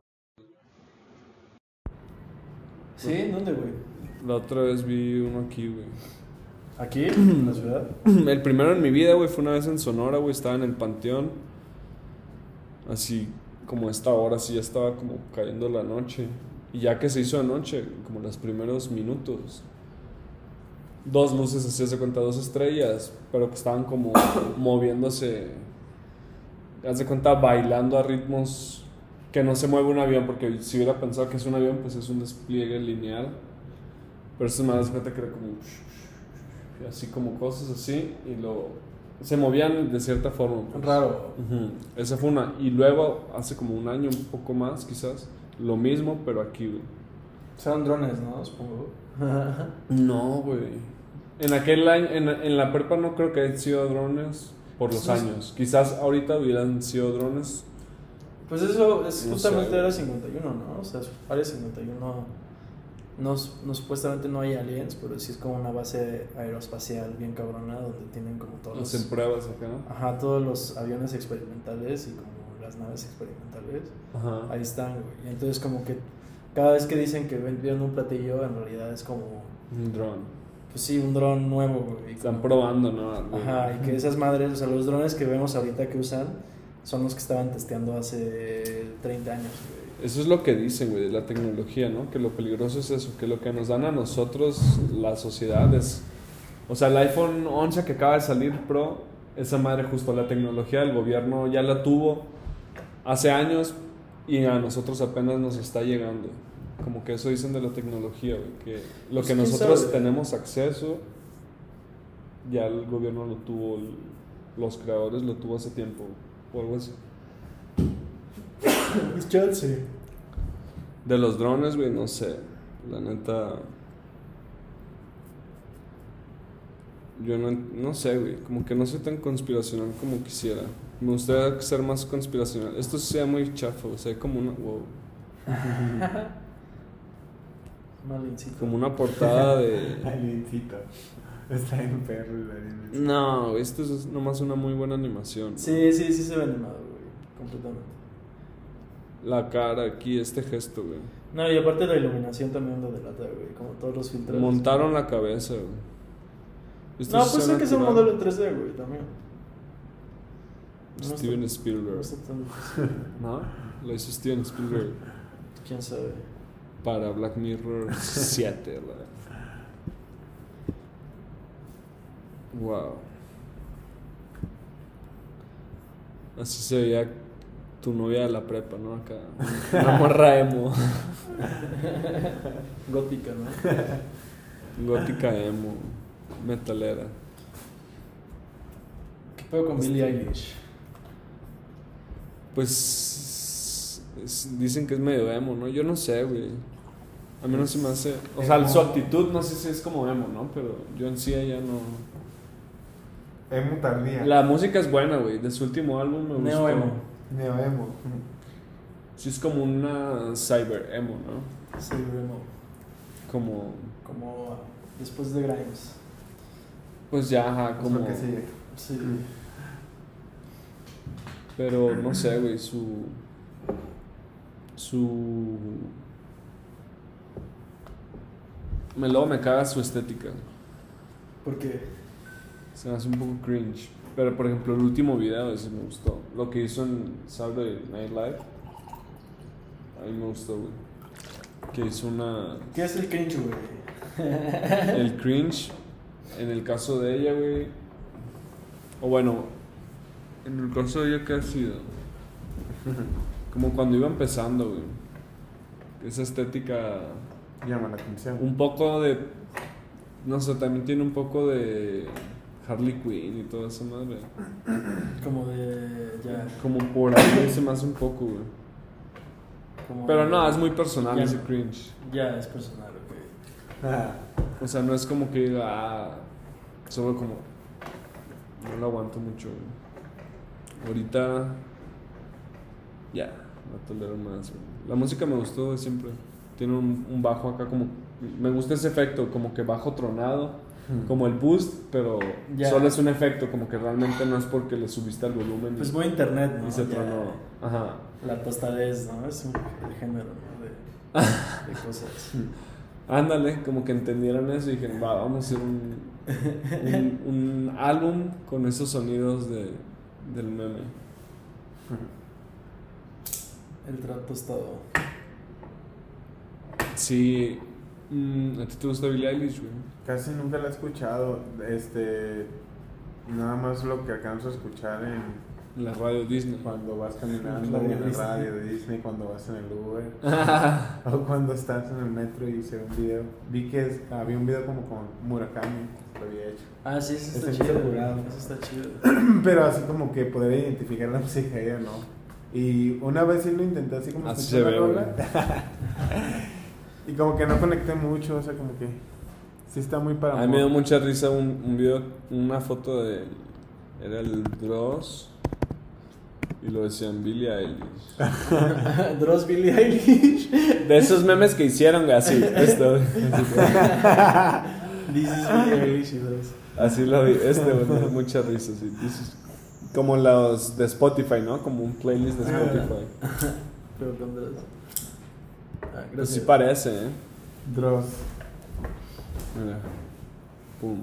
[SPEAKER 1] ¿Sí? ¿Dónde, güey?
[SPEAKER 2] La otra vez vi uno aquí, güey.
[SPEAKER 1] ¿Aquí? ¿En la ciudad?
[SPEAKER 2] El primero en mi vida, güey, fue una vez en Sonora, güey. Estaba en el panteón. Así como a esta hora, sí, ya estaba como cayendo la noche. Y ya que se hizo anoche, como los primeros minutos. Dos luces, así se cuenta, dos estrellas. Pero que estaban como moviéndose. Haz de cuenta bailando a ritmos que no se mueve un avión. Porque si hubiera pensado que es un avión, pues es un despliegue lineal. Pero eso me das cuenta que era como y así como cosas así y lo se movían de cierta forma. pues.
[SPEAKER 1] Raro.
[SPEAKER 2] Ujú, Esa fue una y luego hace como un año un poco más quizás lo mismo pero aquí güey.
[SPEAKER 1] Son drones, ¿no? Supongo.
[SPEAKER 2] No, güey. En aquel año en, en la prepa no creo que hayan sido drones por los
[SPEAKER 1] Pues,
[SPEAKER 2] años. Quizás ahorita hubieran sido drones.
[SPEAKER 1] Pues eso es
[SPEAKER 2] No sé,
[SPEAKER 1] justamente
[SPEAKER 2] güey.
[SPEAKER 1] era 51, ¿no? O sea, área 51 no, no supuestamente no hay aliens, pero sí es como una base aeroespacial bien cabrona donde tienen como todos los-
[SPEAKER 2] Hacen pruebas acá, ¿no?
[SPEAKER 1] Ajá, todos los aviones experimentales y como las naves experimentales.
[SPEAKER 2] Ajá.
[SPEAKER 1] Ahí están, güey. Y Entonces como que cada vez que dicen que ven- vieron un platillo, en realidad es como,
[SPEAKER 2] Un dron.
[SPEAKER 1] pues sí, un dron nuevo, güey.
[SPEAKER 2] Están probando, ¿no? Güey.
[SPEAKER 1] Ajá, y que esas madres, o sea, los drones que vemos ahorita que usan son los que estaban testeando hace 30 años, güey.
[SPEAKER 2] Eso es lo que dicen, güey, de la tecnología, ¿no? Que lo peligroso es eso, que lo que nos dan a nosotros las sociedades. O sea, el iPhone 11 que acaba de salir Pro, esa madre justo la tecnología del gobierno ya la tuvo hace años y a nosotros apenas nos está llegando. Como que eso dicen de la tecnología, güey, que lo
[SPEAKER 1] Pues,
[SPEAKER 2] que
[SPEAKER 1] ¿quién
[SPEAKER 2] nosotros
[SPEAKER 1] sabe?
[SPEAKER 2] tenemos acceso ya el gobierno lo tuvo, el- los creadores lo tuvo hace tiempo o algo así.
[SPEAKER 1] Pues chance.
[SPEAKER 2] De los drones, güey, no sé. La neta. Yo no, no sé, güey. Como que no soy tan conspiracional como quisiera. Me gustaría ser más conspiracional. Esto sea muy chafa, o sea, como una, wow,
[SPEAKER 1] Malincito.
[SPEAKER 2] como una portada de.
[SPEAKER 3] Aliencito. Está en perro el aliencito.
[SPEAKER 2] No, güey, esto es nomás una muy buena animación.
[SPEAKER 1] Sí, sí, sí se ve animado, güey. Completamente.
[SPEAKER 2] La cara aquí, este gesto, güey.
[SPEAKER 1] No, y aparte la iluminación también lo delata, güey. Como todos los filtros.
[SPEAKER 2] Montaron la cabeza, güey. Esto
[SPEAKER 1] No,
[SPEAKER 2] sí
[SPEAKER 1] pues
[SPEAKER 2] sea
[SPEAKER 1] hay que ser un
[SPEAKER 2] natural.
[SPEAKER 1] modelo 3D, güey, también. No está-
[SPEAKER 2] Steven
[SPEAKER 1] no
[SPEAKER 2] Spielberg.
[SPEAKER 1] está tan-
[SPEAKER 2] ¿No? Lo hizo Steven Spielberg.
[SPEAKER 1] ¿Quién sabe?
[SPEAKER 2] para Black Mirror 7. wow. Así se veía tu novia de la prepa, ¿no? Acá. Una morra emo.
[SPEAKER 1] Gótica, ¿no?
[SPEAKER 2] Gótica emo. Metalera.
[SPEAKER 1] ¿Qué pedo con Billie Eilish?
[SPEAKER 2] Pues. es- dicen que es medio emo, ¿no? Yo no sé, güey. A mí no se me hace. O sea, su actitud no sé si es como emo, ¿no? Pero yo en sí ella no.
[SPEAKER 3] Emo tardía.
[SPEAKER 2] La música es buena, güey. De su último álbum me gustó.
[SPEAKER 1] Neo emo.
[SPEAKER 3] Neo emo.
[SPEAKER 2] Sí, es como una cyber emo, ¿no?
[SPEAKER 1] Sí, emo.
[SPEAKER 2] Como.
[SPEAKER 1] Como ah, después de Grimes.
[SPEAKER 2] Pues ya, ajá,
[SPEAKER 3] Es lo
[SPEAKER 2] como.
[SPEAKER 3] que sigue.
[SPEAKER 1] Sí.
[SPEAKER 2] Pero no sé, güey, su. Su. Me luego me caga su estética.
[SPEAKER 1] Porque
[SPEAKER 2] Se me hace un poco cringe. Pero por ejemplo, el último video, ese me gustó. Lo que hizo en Saturday Night Live. A mí me gustó, güey. Que hizo una.
[SPEAKER 1] ¿Qué es el cringe, güey?
[SPEAKER 2] el cringe en el caso de ella, güey. O bueno, en el caso de ella, ¿qué ha sido? Como cuando iba empezando, güey. Esa estética,
[SPEAKER 3] Llama la atención.
[SPEAKER 2] un poco de. No sé, también tiene un poco de Harley Quinn y toda esa madre.
[SPEAKER 1] Como de. Ya.
[SPEAKER 2] Como por ahí se me hace un poco, güey.
[SPEAKER 1] como
[SPEAKER 2] Pero
[SPEAKER 1] de-
[SPEAKER 2] no, es muy personal
[SPEAKER 1] Ya.
[SPEAKER 2] ese cringe.
[SPEAKER 1] Ya, es personal, ok.
[SPEAKER 3] Ah,
[SPEAKER 2] O sea, no es como que diga, ah, solo como. No lo aguanto mucho, güey. Ahorita. Ya, la tolero más, güey. La música me gustó de siempre. Tiene un, un bajo acá como. Me gusta ese efecto, como que bajo tronado. Como el boost, pero
[SPEAKER 1] Ya.
[SPEAKER 2] solo es un efecto, como que realmente no es porque le subiste al volumen y,
[SPEAKER 1] Pues muy internet, ¿no?
[SPEAKER 2] y se
[SPEAKER 1] Ya.
[SPEAKER 2] tronó. Ajá.
[SPEAKER 1] La tostadez, ¿no? Es un el género, ¿no? De, de cosas.
[SPEAKER 2] Ándale, como que entendieron eso y dijeron, va, vamos a hacer un, un, un álbum con esos sonidos de, del meme.
[SPEAKER 1] El trato tostado.
[SPEAKER 2] Sí, mm, ¿a ti te gusta Billie Eilish, güey?
[SPEAKER 3] casi nunca la he escuchado. Este. Nada más lo que alcanzo a escuchar en
[SPEAKER 2] En la radio Disney.
[SPEAKER 3] cuando vas caminando
[SPEAKER 1] Radio
[SPEAKER 3] en el
[SPEAKER 1] Disney.
[SPEAKER 3] radio de Disney, cuando vas en el Uber. O cuando estás en el metro y se ve un video. Vi que es- había un video como con Murakami, lo había hecho.
[SPEAKER 1] Ah, sí, eso está
[SPEAKER 3] Este
[SPEAKER 1] chido.
[SPEAKER 3] chido,
[SPEAKER 1] güey.
[SPEAKER 3] güey.
[SPEAKER 1] Eso está chido.
[SPEAKER 3] Pero así como que poder identificar la música de ella, ¿no? Y una vez sí lo intenté así como
[SPEAKER 2] Así
[SPEAKER 3] escuchar
[SPEAKER 2] se ve,
[SPEAKER 3] la rola. y como que no conecté mucho, o sea, como que sí está muy para
[SPEAKER 2] A mí me dio
[SPEAKER 3] amor.
[SPEAKER 2] mucha risa un, un video, una foto de... Era el Dross y lo decían Billie Eilish.
[SPEAKER 1] Dross Billie Eilish.
[SPEAKER 2] De esos memes que hicieron, güey, así, esto.
[SPEAKER 1] This is Billie Eilish y Dross.
[SPEAKER 2] Así lo vi, este güey, me da mucha risa, sí. This is- Como los de Spotify, ¿no? Como un playlist de Spotify.
[SPEAKER 1] Pero con Dross. Ah,
[SPEAKER 2] Pero Pues sí
[SPEAKER 1] gracias.
[SPEAKER 2] parece, ¿eh?
[SPEAKER 3] Dross.
[SPEAKER 2] Mira. Pum.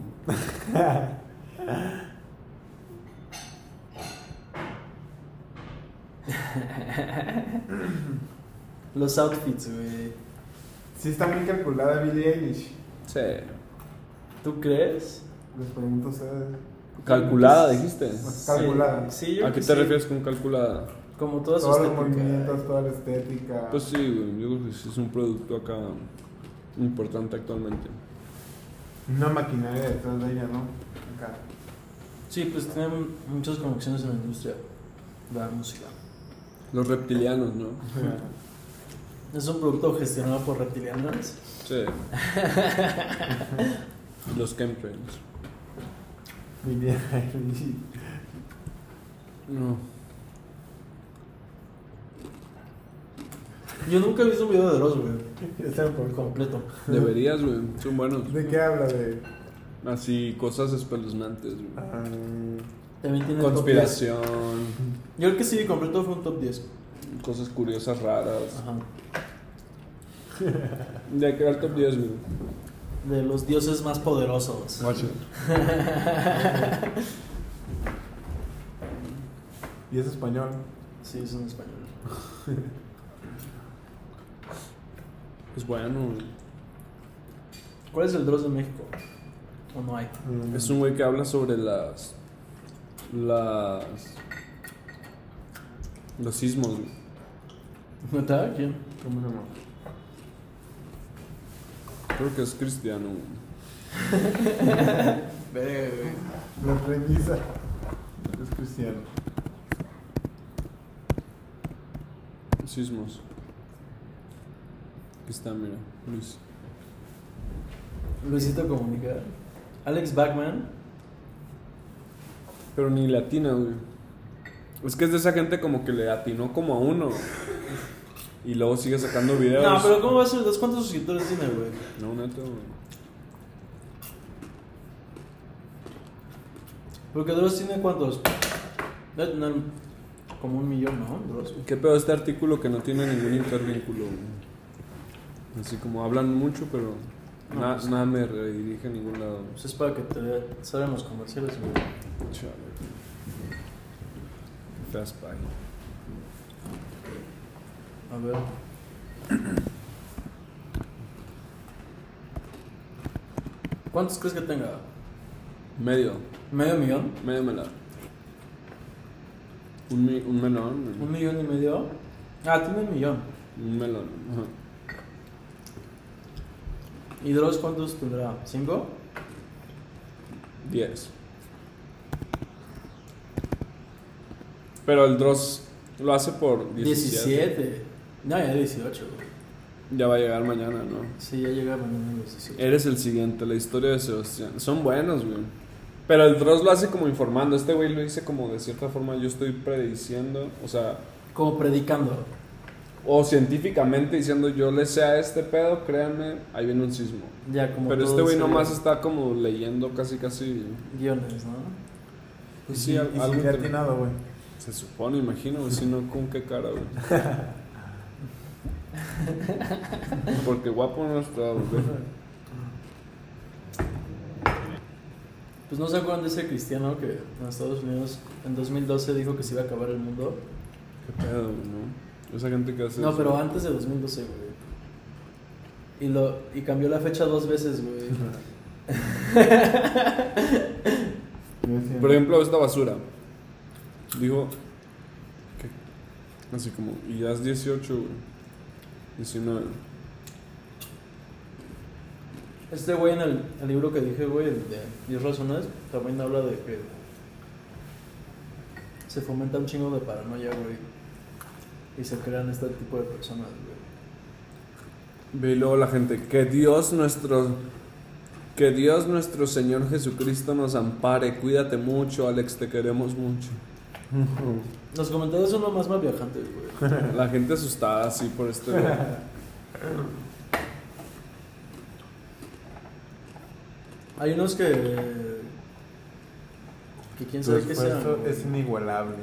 [SPEAKER 1] Los outfits, güey.
[SPEAKER 3] Sí está muy calculada Billie Eilish.
[SPEAKER 2] Sí.
[SPEAKER 1] ¿Tú crees?
[SPEAKER 3] Les pregunto a ustedes.
[SPEAKER 2] Calculada, dijiste.
[SPEAKER 3] Calculada.
[SPEAKER 1] Sí, sí, yo Pues, creo
[SPEAKER 2] ¿A qué
[SPEAKER 1] que
[SPEAKER 2] te
[SPEAKER 1] sí.
[SPEAKER 2] refieres con calculada?
[SPEAKER 1] Como todas
[SPEAKER 3] Todos los
[SPEAKER 1] estética.
[SPEAKER 3] movimientos, toda la estética.
[SPEAKER 2] Pues sí, güey, yo creo que sí es un producto acá importante actualmente.
[SPEAKER 3] Una maquinaria detrás de ella, ¿no? Acá.
[SPEAKER 1] Sí, pues tienen muchas conexiones en la industria de la música.
[SPEAKER 2] Los reptilianos, ¿no?
[SPEAKER 1] Es un producto gestionado por reptilianos.
[SPEAKER 2] Sí. Los chemtrails.
[SPEAKER 3] Billie Eilish.
[SPEAKER 2] No.
[SPEAKER 1] Yo nunca he visto un video de Dross, güey,
[SPEAKER 3] Ya saben por
[SPEAKER 1] por
[SPEAKER 3] cómo.
[SPEAKER 1] completo.
[SPEAKER 2] Deberías, güey. Son buenos.
[SPEAKER 3] ¿De qué habla? De.
[SPEAKER 2] Así, cosas espeluznantes, güey.
[SPEAKER 3] Ah,
[SPEAKER 1] También tiene top 10.
[SPEAKER 2] Conspiración,
[SPEAKER 1] Yo el que sí vi completo fue un top 10.
[SPEAKER 2] cosas curiosas raras.
[SPEAKER 1] Ajá.
[SPEAKER 2] De crear top 10, güey.
[SPEAKER 1] De los dioses más poderosos.
[SPEAKER 3] y es español.
[SPEAKER 1] Sí, es en español.
[SPEAKER 2] Es bueno, güey.
[SPEAKER 1] ¿Cuál es el Dross de México? ¿O no hay?
[SPEAKER 3] Mm.
[SPEAKER 2] Es un güey que habla sobre las. Las. Los sismos, güey.
[SPEAKER 1] ¿No está? ¿Quién?
[SPEAKER 3] ¿Cómo se llama?
[SPEAKER 2] Creo que es cristiano, güey.
[SPEAKER 3] La premisa. Es cristiano.
[SPEAKER 2] Sismos. Aquí está, mira, Luis.
[SPEAKER 1] Luisito Comunica. Alex Bachman.
[SPEAKER 2] Pero ni latina, güey. Es que es de esa gente como que le atinó como a uno. Y luego sigue sacando videos.
[SPEAKER 1] No, pero ¿cómo va a ser Dross? ¿Cuántos suscriptores tiene, güey?
[SPEAKER 2] No, neto, güey.
[SPEAKER 1] Porque Dross tiene cuántos? Debe tener como un millón, ¿no? Dos.
[SPEAKER 2] ¿Qué pedo este artículo que no tiene ningún intervínculo? güey? Así como hablan mucho, pero
[SPEAKER 1] No,
[SPEAKER 2] na-
[SPEAKER 1] pues-
[SPEAKER 2] nada me redirige a ningún lado.
[SPEAKER 1] Pues es para que te salgan los comerciales, güey.
[SPEAKER 2] Chale. Feas páginas.
[SPEAKER 1] A ver. ¿Cuántos crees que tenga?
[SPEAKER 2] Medio,
[SPEAKER 1] ¿Medio millón?
[SPEAKER 2] medio melón. Un, mi- un melón, güey.
[SPEAKER 1] ¿Un millón y medio? Ah, tiene un millón.
[SPEAKER 2] un melón. ajá.
[SPEAKER 1] ¿Y Dross cuántos tendrá? ¿Cinco?
[SPEAKER 2] Diez. Pero el Dross lo hace por 17.
[SPEAKER 1] Diecisiete. No, ya 18, güey.
[SPEAKER 2] Ya va a llegar mañana, ¿no?
[SPEAKER 1] Sí, ya llega mañana los 18.
[SPEAKER 2] Eres el siguiente, la historia de Sebastián. Son buenos, güey. Pero el Dross lo hace como informando. Este güey lo dice como de cierta forma, yo estoy prediciendo, o sea,
[SPEAKER 1] Como predicando.
[SPEAKER 2] o científicamente diciendo, yo le sé a este pedo, créanme, ahí viene un sismo.
[SPEAKER 1] Ya, como
[SPEAKER 2] Pero
[SPEAKER 1] todo
[SPEAKER 2] este güey
[SPEAKER 1] ese
[SPEAKER 2] nomás está como leyendo casi, casi.
[SPEAKER 1] Guiones, ¿no?
[SPEAKER 2] Pues
[SPEAKER 3] y,
[SPEAKER 2] sí, al-
[SPEAKER 3] y
[SPEAKER 2] algo
[SPEAKER 3] si le ha
[SPEAKER 2] inter-
[SPEAKER 3] atinado, güey.
[SPEAKER 2] Se supone, imagino, güey, si no, ¿con qué cara, güey? Porque guapo no está, güey.
[SPEAKER 1] Pues no se acuerdan de ese cristiano que en Estados Unidos en 2012 dijo que se iba a acabar el mundo.
[SPEAKER 2] Qué pedo, güey, ¿no? Esa gente que hace.
[SPEAKER 1] No,
[SPEAKER 2] eso.
[SPEAKER 1] pero antes de 2012, güey. Y, lo, y cambió la fecha dos veces, güey.
[SPEAKER 3] Yo decía,
[SPEAKER 2] Por ejemplo, esta basura. Digo. que- Así como, y ya es 18, güey. 19.
[SPEAKER 1] Este güey en el, el libro que dije, güey, el de 10 razones, también habla de que se fomenta un chingo de paranoia, güey. Y se crean este tipo de personas, güey.
[SPEAKER 2] Ve y luego la gente, que Dios nuestro. Que Dios nuestro Señor Jesucristo nos ampare. Cuídate mucho, Alex, te queremos mucho.
[SPEAKER 1] Los comentarios son lo más más viajantes, güey.
[SPEAKER 2] La gente asustada así por este. güey.
[SPEAKER 1] Hay unos que. que quién
[SPEAKER 3] Tu
[SPEAKER 1] sabe qué sean.
[SPEAKER 3] esfuerzo
[SPEAKER 1] güey.
[SPEAKER 3] Pues, es inigualable.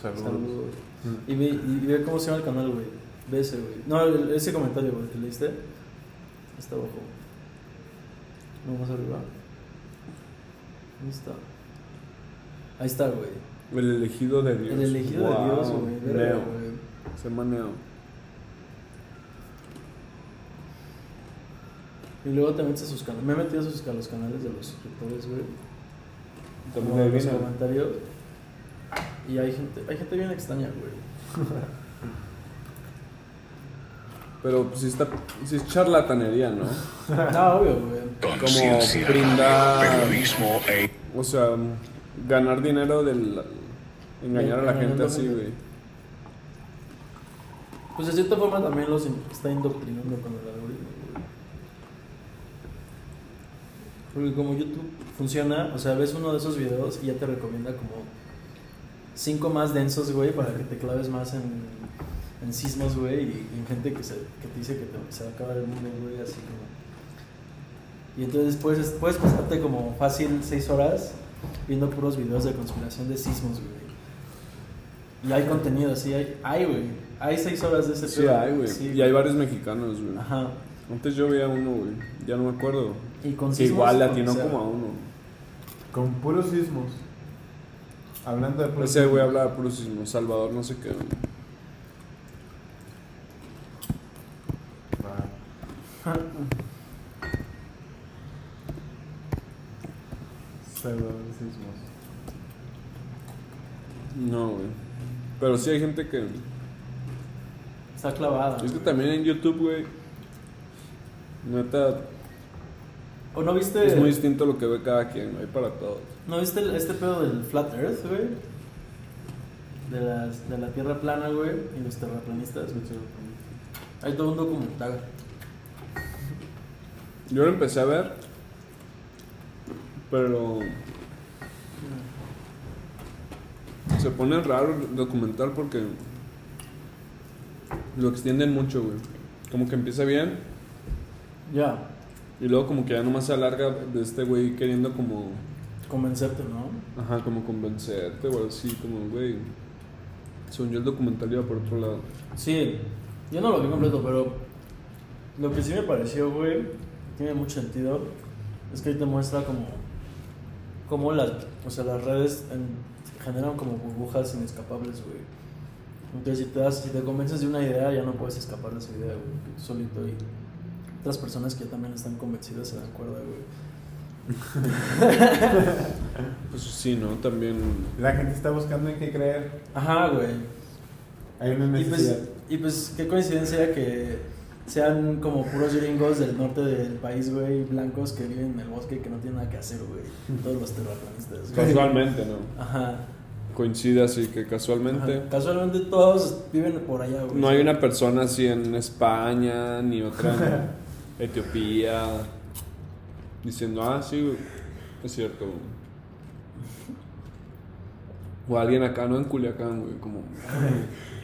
[SPEAKER 3] Saludos.
[SPEAKER 1] Saludos. Y ve, y ve cómo se llama el canal, güey. Ve ese, güey. No, el- ese comentario, güey, que leíste. Está abajo. No, más arriba. ¿Dónde está? Ahí está, güey.
[SPEAKER 2] El elegido de Dios.
[SPEAKER 1] El elegido de
[SPEAKER 2] Wow,
[SPEAKER 1] Dios, güey. Verga,
[SPEAKER 2] Neo.
[SPEAKER 1] güey.
[SPEAKER 2] Se llama Neo.
[SPEAKER 1] Y luego te metes a sus canales. Me he metido a, sus, a los canales de los suscriptores, güey.
[SPEAKER 2] También
[SPEAKER 1] Como
[SPEAKER 2] le
[SPEAKER 1] los
[SPEAKER 2] vino.
[SPEAKER 1] comentarios. Y hay gente, hay gente bien extraña, güey.
[SPEAKER 2] Pero pues, sí, está, sí es charlatanería, ¿no?
[SPEAKER 1] No, obvio, güey.
[SPEAKER 2] Como brindar. O sea, ganar dinero del. Engañar a la gente así, güey.
[SPEAKER 1] Pues de cierta forma también los in- está indoctrinando con el algoritmo, güey. Porque como YouTube funciona, o sea, ves uno de esos videos y ya te recomienda como cinco más densos, güey, para que te claves más en, en sismos, güey, y en gente que, se, que te dice que te- se va a acabar el mundo, güey, así como... Y entonces puedes, puedes pasarte como fácil seis horas viendo puros videos de conspiración de sismos, güey. Y hay contenido, sí, hay, hay, güey. Hay seis horas de ese
[SPEAKER 2] Sí,
[SPEAKER 1] pedo,
[SPEAKER 2] hay, güey.
[SPEAKER 1] sí,
[SPEAKER 2] y hay varios mexicanos, güey.
[SPEAKER 1] Ajá.
[SPEAKER 2] Antes yo veía uno, güey. Ya no me acuerdo.
[SPEAKER 1] Y con
[SPEAKER 2] Que
[SPEAKER 1] sismos,
[SPEAKER 2] igual le
[SPEAKER 1] con- o
[SPEAKER 2] atinó
[SPEAKER 1] sea,
[SPEAKER 2] como a uno.
[SPEAKER 3] Con puros sismos. Hablando de puros
[SPEAKER 2] Ese güey
[SPEAKER 3] sismos.
[SPEAKER 2] hablaba puro sismo. Salvador, no sé qué. güey.
[SPEAKER 3] Va. Saludos, sismos.
[SPEAKER 2] No, güey. Pero sí hay gente que.
[SPEAKER 1] Está clavada.
[SPEAKER 2] Es que
[SPEAKER 1] güey.
[SPEAKER 2] también en YouTube, güey. Neta,
[SPEAKER 1] ¿O no viste,
[SPEAKER 2] es muy distinto lo que ve cada quien, güey, para todos.
[SPEAKER 1] ¿no viste el- este pedo del Flat Earth, güey? De, las- de la Tierra plana, güey, y los terraplanistas. güey. Hay todo un documental.
[SPEAKER 2] Yo lo empecé a ver, pero se pone raro el documental porque lo extienden mucho, güey. Como que empieza bien
[SPEAKER 1] Ya,
[SPEAKER 2] y luego como que ya nomás se alarga de este güey queriendo como,
[SPEAKER 1] convencerte, ¿no?
[SPEAKER 2] ajá, como convencerte o algo así, como, güey, Según yo, el documental iba por otro lado.
[SPEAKER 1] Sí, yo no lo vi completo, pero lo que sí me pareció, güey, tiene mucho sentido, es que ahí te muestra como, como las, o sea, las redes en- generan como burbujas inescapables, güey. Entonces, si te, das, si te convences de una idea, ya no puedes escapar de esa idea, güey, que tú solito y otras personas que también están convencidas se dan cuerda, güey.
[SPEAKER 2] Pues sí, ¿no? También.
[SPEAKER 3] La gente está buscando en qué creer.
[SPEAKER 1] Ajá, güey.
[SPEAKER 3] Hay una
[SPEAKER 1] Y
[SPEAKER 3] necesidad.
[SPEAKER 1] pues, y pues qué coincidencia que sean como puros gringos del norte del país, güey, blancos que viven en el bosque y que no tienen nada que hacer, güey. Todos los terraplanistas, güey.
[SPEAKER 2] Casualmente, ¿no?
[SPEAKER 1] Ajá.
[SPEAKER 2] Coincide así que casualmente.
[SPEAKER 1] Ajá. Casualmente todos viven por allá, güey.
[SPEAKER 2] No hay una persona así en España, ni otra en Etiopía, diciendo, ah, sí, güey, es cierto. güey". O alguien acá, ¿no? En Culiacán, güey, como...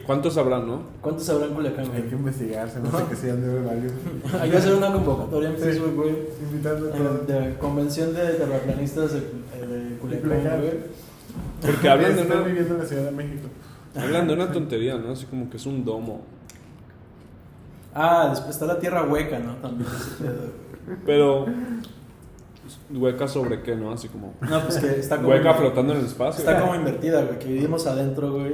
[SPEAKER 2] ¿Cuántos habrán, no?
[SPEAKER 1] ¿Cuántos habrá en Culiacán,
[SPEAKER 3] Hay que
[SPEAKER 1] güey?
[SPEAKER 3] investigar, se me hace que sean de varios.
[SPEAKER 1] Hay que hacer una convocatoria en
[SPEAKER 3] Sí.
[SPEAKER 1] Facebook, güey.
[SPEAKER 3] Invitando a
[SPEAKER 1] eh,
[SPEAKER 3] todos.
[SPEAKER 1] De convención de terraplanistas de, eh, de Culiacán,
[SPEAKER 3] Culiacán.
[SPEAKER 1] güey.
[SPEAKER 2] Porque hablan de
[SPEAKER 3] Están
[SPEAKER 2] una,
[SPEAKER 3] viviendo en la Ciudad de México.
[SPEAKER 2] hablan de una tontería, ¿no? Así como que es un domo.
[SPEAKER 1] Ah, después está la tierra hueca, ¿no? También ese pedo, güey.
[SPEAKER 2] Pero... Hueca sobre qué, ¿no? Así como...
[SPEAKER 1] No, pues que está como-
[SPEAKER 2] Hueca flotando en el espacio.
[SPEAKER 1] Está como invertida, güey, que vivimos adentro, güey,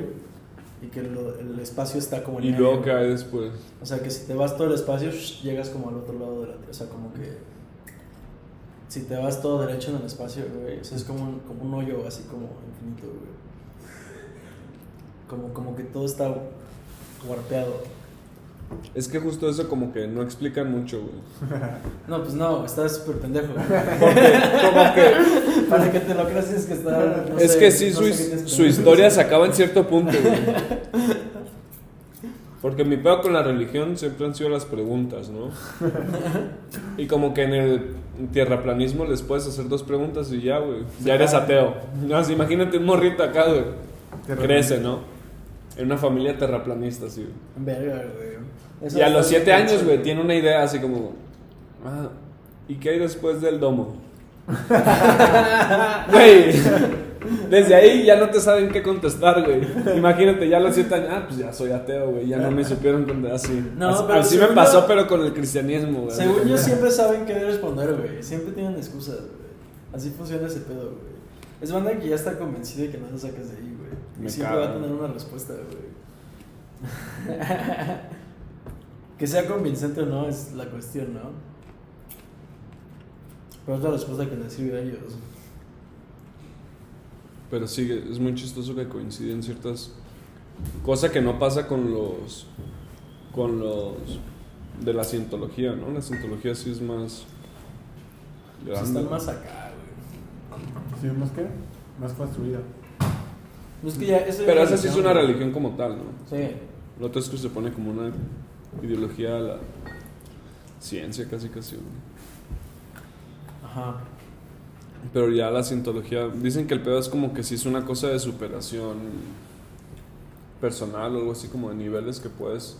[SPEAKER 1] y que lo- el espacio está como en
[SPEAKER 2] Y
[SPEAKER 1] medio,
[SPEAKER 2] luego
[SPEAKER 1] güey.
[SPEAKER 2] qué hay después.
[SPEAKER 1] O sea, que si te vas todo el espacio, shh, llegas como al otro lado de la O sea, como que. Si te vas todo derecho en el espacio, güey, o sea, es como un, como un hoyo así como infinito, güey. Como, como que todo está warpeado.
[SPEAKER 2] Es que justo eso como que no explican mucho, güey.
[SPEAKER 1] No, pues no, estás súper pendejo. güey.
[SPEAKER 2] Porque como que...
[SPEAKER 1] Para que te lo creas tienes que estar. no
[SPEAKER 2] es
[SPEAKER 1] sé,
[SPEAKER 2] que sí,
[SPEAKER 1] no
[SPEAKER 2] su,
[SPEAKER 1] sé
[SPEAKER 2] his-
[SPEAKER 1] qué tienes que
[SPEAKER 2] su
[SPEAKER 1] tener.
[SPEAKER 2] historia se acaba en cierto punto, güey. Porque mi peor con la religión siempre han sido las preguntas, ¿no? Y como que en el tierraplanismo les puedes hacer dos preguntas y ya, güey. Ya eres ateo. No, así, imagínate un morrito acá, güey. Crece, ¿no? En una familia terraplanista, sí. güey.
[SPEAKER 1] Verga, güey. Eso
[SPEAKER 2] Y a
[SPEAKER 1] está
[SPEAKER 2] los siete
[SPEAKER 1] bien
[SPEAKER 2] años,
[SPEAKER 1] cacho,
[SPEAKER 2] güey, tiene una idea así como... Ah, ¿y qué hay después del domo? Güey, desde ahí ya no te saben qué contestar, güey. Imagínate, ya a los siete años... Ah, pues ya soy ateo, güey. Ya no me supieron contestar así.
[SPEAKER 1] No,
[SPEAKER 2] así
[SPEAKER 1] pero
[SPEAKER 2] así me
[SPEAKER 1] según
[SPEAKER 2] pasó,
[SPEAKER 1] yo-
[SPEAKER 2] pero con el cristianismo, güey.
[SPEAKER 1] Según yo siempre saben qué responder, güey. Siempre tienen excusas, güey. Así funciona ese pedo, güey. Es banda que ya está convencida y que no te sacas de ahí, güey.
[SPEAKER 2] Me
[SPEAKER 1] Y siempre va
[SPEAKER 2] caga.
[SPEAKER 1] a tener una respuesta, güey. que sea convincente o no es la cuestión, ¿no? Pero es la respuesta que les sirve a ellos.
[SPEAKER 2] Pero sí, es muy chistoso que coinciden ciertas... Cosa que no pasa con los... Con los... De la cientología, ¿no? La cientología sí es más...
[SPEAKER 1] Pues
[SPEAKER 2] grande.
[SPEAKER 1] están más acá, güey.
[SPEAKER 3] ¿Sí más qué? Más construida.
[SPEAKER 1] No, es que ya- eso ya
[SPEAKER 2] Pero esa sí es una
[SPEAKER 1] güey.
[SPEAKER 2] religión como tal, ¿no?
[SPEAKER 1] Sí.
[SPEAKER 2] Lo otro es que se pone como una ideología a la ciencia, casi casi. ¿no?
[SPEAKER 1] Ajá.
[SPEAKER 2] Pero ya la cientología, dicen que el pedo es como que sí es una cosa de superación personal o algo así como de niveles que puedes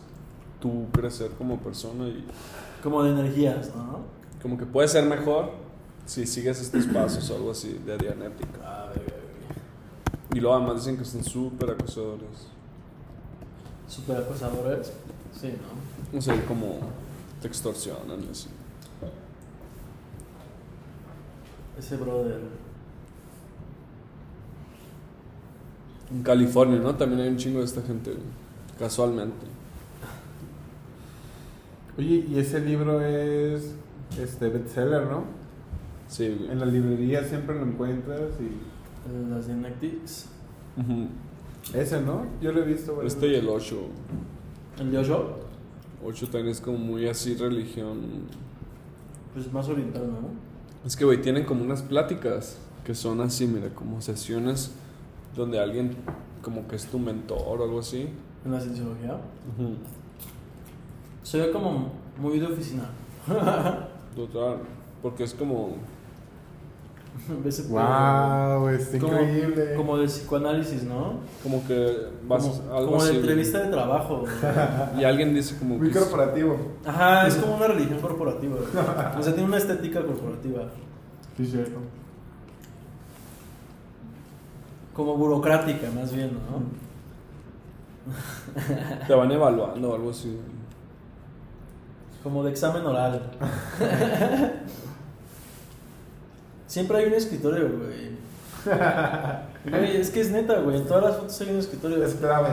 [SPEAKER 2] tú crecer como persona y
[SPEAKER 1] Como de energías, ¿no?
[SPEAKER 2] como que puedes ser mejor si sigues estos pasos o algo así de dianética.
[SPEAKER 1] Ah, verga, güey.
[SPEAKER 2] Y luego además dicen que son súper acosadores.
[SPEAKER 1] Super acosadores. Sí, ¿no?
[SPEAKER 2] No sé, como te extorsionan y así.
[SPEAKER 1] Ese brother.
[SPEAKER 2] En California, ¿no? También hay un chingo de esta gente, güey. casualmente.
[SPEAKER 3] Oye, y ese libro es este bestseller, ¿no?
[SPEAKER 2] Sí, güey.
[SPEAKER 3] En la librería siempre lo encuentras y
[SPEAKER 1] el- Las Inactics.
[SPEAKER 2] Ujú.
[SPEAKER 3] ese, ¿no? Yo lo he visto. varias
[SPEAKER 2] Este y
[SPEAKER 3] veces.
[SPEAKER 2] el 8.
[SPEAKER 1] El de Osho,
[SPEAKER 2] 8 también es como muy así religión.
[SPEAKER 1] pues más oriental, ¿no?
[SPEAKER 2] Es que, güey, tienen como unas pláticas que son así, mira, como sesiones donde alguien como que es tu mentor o algo así.
[SPEAKER 1] En la cienciología. Se ve como muy de oficina.
[SPEAKER 2] Total. Porque es como...
[SPEAKER 1] Ese pedo.
[SPEAKER 3] Wow, está
[SPEAKER 1] Como-
[SPEAKER 3] increíble.
[SPEAKER 1] Como de psicoanálisis, ¿no?
[SPEAKER 2] Como que vas
[SPEAKER 1] como
[SPEAKER 2] algo
[SPEAKER 1] como
[SPEAKER 2] así.
[SPEAKER 1] de
[SPEAKER 2] güey.
[SPEAKER 1] entrevista de trabajo. güey.
[SPEAKER 2] Y alguien dice como que...
[SPEAKER 3] Muy
[SPEAKER 2] es-
[SPEAKER 3] corporativo.
[SPEAKER 1] Ajá, es como una religión corporativa. güey. O sea, tiene una estética corporativa.
[SPEAKER 3] Sí, cierto.
[SPEAKER 1] Como burocrática, más bien, ¿no?
[SPEAKER 2] Te van evaluando o algo así.
[SPEAKER 1] Como de examen oral. Siempre hay un escritorio, güey. Güey, es que es neta, güey. En todas las fotos hay un escritorio.
[SPEAKER 3] Es clave.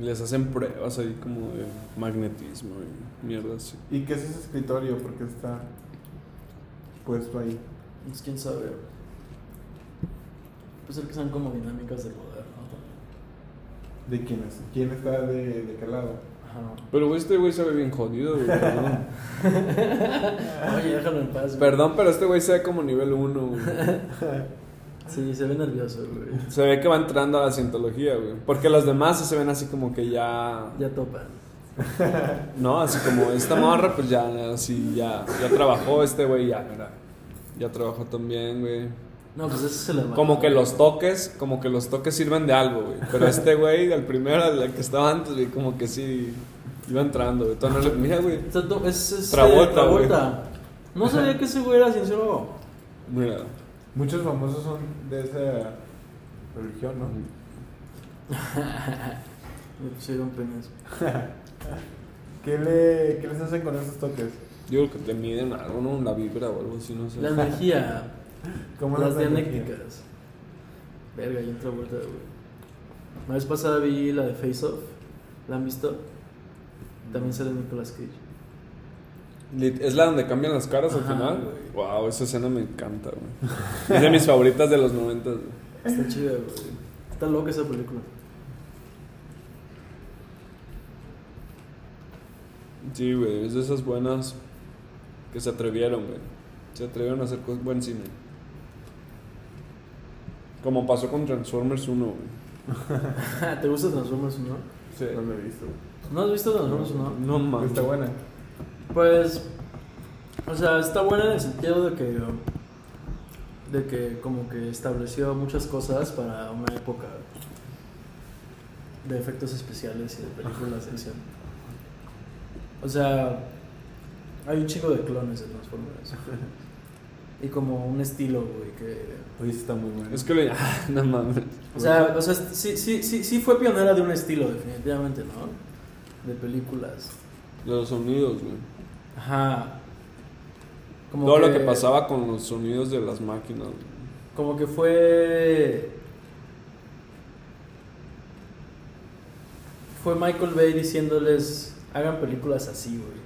[SPEAKER 2] Les hacen pruebas ahí como de magnetismo y mierda así.
[SPEAKER 3] ¿Y qué es ese escritorio? Porque está puesto ahí.
[SPEAKER 1] Pues quién sabe. Puede ser que sean como dinámicas de poder, ¿no?
[SPEAKER 3] ¿De quién es? ¿Quién está de, de qué lado?
[SPEAKER 1] Ajá.
[SPEAKER 2] Pero güey, este güey se ve bien jodido, güey. Perdón,
[SPEAKER 1] Oye, déjalo en paz, güey.
[SPEAKER 2] Perdón, pero este güey se ve como nivel 1,
[SPEAKER 1] Sí, se ve nervioso, güey.
[SPEAKER 2] Se ve que va entrando a la cientología, güey. Porque los demás sí se ven así como que ya.
[SPEAKER 1] Ya topan.
[SPEAKER 2] No, así como esta morra, pues ya, así, ya, ya trabajó este güey, ya, ¿verdad? Ya trabajó también, güey.
[SPEAKER 1] No, pues eso se le va.
[SPEAKER 2] Como que los toques, como que los toques sirven de algo, güey. Pero este güey, del primero, al que estaba antes, güey, como que sí iba entrando, güey. Todavía no le- Mira, güey.
[SPEAKER 1] Está to- Es, es
[SPEAKER 2] Travolta,
[SPEAKER 1] No sabía que ese güey era sincero.
[SPEAKER 2] Mira.
[SPEAKER 3] Muchos famosos son de esa religión, ¿no?
[SPEAKER 1] Me pusieron penas.
[SPEAKER 3] ¿Qué, le, ¿Qué les hacen con esos toques?
[SPEAKER 2] Yo creo que te miden algo, ¿no? La vibra o algo así, no sé.
[SPEAKER 1] La energía.
[SPEAKER 3] ¿Cómo
[SPEAKER 1] las
[SPEAKER 3] hacen aquí?
[SPEAKER 1] dianécticas. Verga, yo entra vuelta, güey. La vez pasada vi la de Face Off. ¿La han visto? También sale Nicolas Cage.
[SPEAKER 2] Lit- Es la donde cambian las caras
[SPEAKER 1] Ajá,
[SPEAKER 2] al final. Wow, esa escena me encanta, güey. Es de mis favoritas de los 90, güey.
[SPEAKER 1] Está chida, güey. Está loca esa película.
[SPEAKER 2] Sí, güey, es de esas buenas que se atrevieron, güey. Se atrevieron a hacer cos- buen cine. Como pasó con Transformers 1, güey.
[SPEAKER 1] ¿Te gusta Transformers 1?
[SPEAKER 2] Sí.
[SPEAKER 3] No lo he visto.
[SPEAKER 1] ¿No has visto Transformers 1?
[SPEAKER 2] No mames.
[SPEAKER 3] Está buena.
[SPEAKER 1] Pues, o sea, está buena en el sentido de que, de que como que estableció muchas cosas para una época de efectos especiales y de películas de acción. O sea, hay un chico de clones de Transformers. Y como un estilo, güey, que...
[SPEAKER 3] Oye, está muy buena.
[SPEAKER 2] Es que le. ah, no mames.
[SPEAKER 1] O sea, o
[SPEAKER 2] Pues,
[SPEAKER 1] sea sí, sí, sí, sí fue pionera de un estilo, definitivamente, ¿no? De películas.
[SPEAKER 2] De los sonidos, güey.
[SPEAKER 1] Ajá. Como
[SPEAKER 2] Todo lo que pasaba con los sonidos de las máquinas, güey.
[SPEAKER 1] Como que fue. Fue Michael Bay diciéndoles: hagan películas así, güey.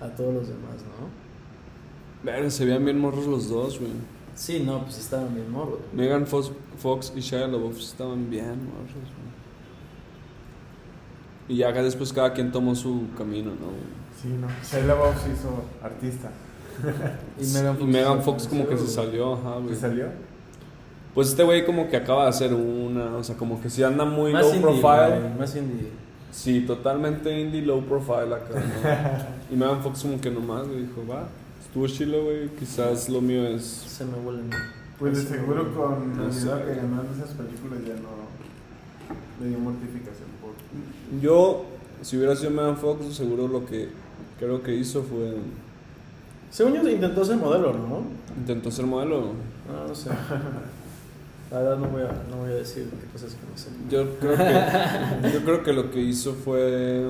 [SPEAKER 1] A todos los demás, ¿no?
[SPEAKER 2] Verga, se veían bien morros los dos, güey.
[SPEAKER 1] Sí, no, pues estaban bien morros. güey.
[SPEAKER 2] Megan Fox, Fox y Shia LaBeouf estaban bien morros, güey. Y ya acá después cada quien tomó su camino, ¿no? güey?
[SPEAKER 3] Sí, no. Shayla Bob se hizo artista.
[SPEAKER 1] Y Megan Fox.
[SPEAKER 2] Fox como que se
[SPEAKER 1] Sí, güey.
[SPEAKER 2] salió, ajá, güey.
[SPEAKER 3] ¿Se salió?
[SPEAKER 2] Pues este güey como que acaba de hacer una, o sea, como que sí anda muy
[SPEAKER 1] Más
[SPEAKER 2] low
[SPEAKER 1] indie,
[SPEAKER 2] profile.
[SPEAKER 1] güey, más indie.
[SPEAKER 2] Sí, totalmente indie low profile acá. ¿no? y Megan Fox como que nomás güey, dijo, va, estuvo chilo, güey, quizás lo mío es...
[SPEAKER 1] Se me vuelven.
[SPEAKER 3] Pues de
[SPEAKER 1] Sí,
[SPEAKER 3] seguro
[SPEAKER 1] güey.
[SPEAKER 3] con
[SPEAKER 2] No
[SPEAKER 3] el
[SPEAKER 2] sé.
[SPEAKER 3] dinero que ganó en esas películas ya no le dio mortificación por...
[SPEAKER 2] Yo, si hubiera sido Megan Fox, seguro lo que creo que hizo fue...
[SPEAKER 1] Según yo, intentó ser modelo, ¿no?
[SPEAKER 2] Intentó ser modelo.
[SPEAKER 1] No, no sé. La verdad no voy a, no voy a decir qué cosas que no sé.
[SPEAKER 2] Yo creo que, yo creo que lo que hizo fue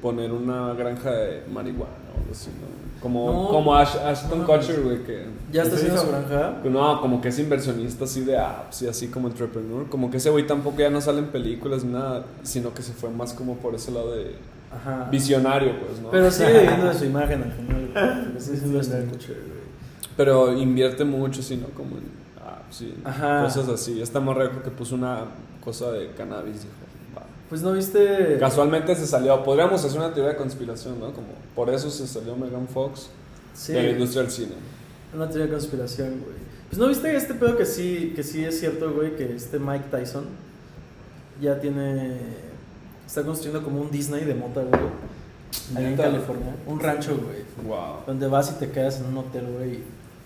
[SPEAKER 2] poner una granja de marihuana o algo así, ¿no? Como,
[SPEAKER 1] No.
[SPEAKER 2] como Ash- Ashton
[SPEAKER 1] No.
[SPEAKER 2] Kutcher, güey, que...
[SPEAKER 1] ¿Ya está
[SPEAKER 3] ¿Sí
[SPEAKER 1] haciendo
[SPEAKER 3] hizo?
[SPEAKER 1] su granja?
[SPEAKER 2] que No, como que es inversionista así de apps y así como entrepreneur. Como que ese güey tampoco ya no sale en películas ni nada, sino que se fue más como por ese lado de
[SPEAKER 1] Ajá.
[SPEAKER 2] visionario, pues, ¿no?
[SPEAKER 1] Ah. Pero sigue viviendo de su imagen al final. güey, porque sí, sí lo está escuchando, güey.
[SPEAKER 2] Pero invierte mucho, sino como en apps y en
[SPEAKER 1] Ajá.
[SPEAKER 2] cosas así. Esta morra creo que puso una cosa de cannabis, dijo, va.
[SPEAKER 1] Pues no viste.
[SPEAKER 2] Casualmente se salió, podríamos hacer una teoría de conspiración, ¿no? Como por eso se salió Megan Fox
[SPEAKER 1] Sí,
[SPEAKER 2] de la industria del cine.
[SPEAKER 1] una teoría de conspiración, güey. Pues no viste este pedo que sí, que sí es cierto, güey, que este Mike Tyson ya tiene. Está construyendo como un Disney de mota, güey. Allá en
[SPEAKER 2] Neta.
[SPEAKER 1] California. Un rancho, güey.
[SPEAKER 2] Wow.
[SPEAKER 1] Donde vas y te quedas en un hotel, güey, y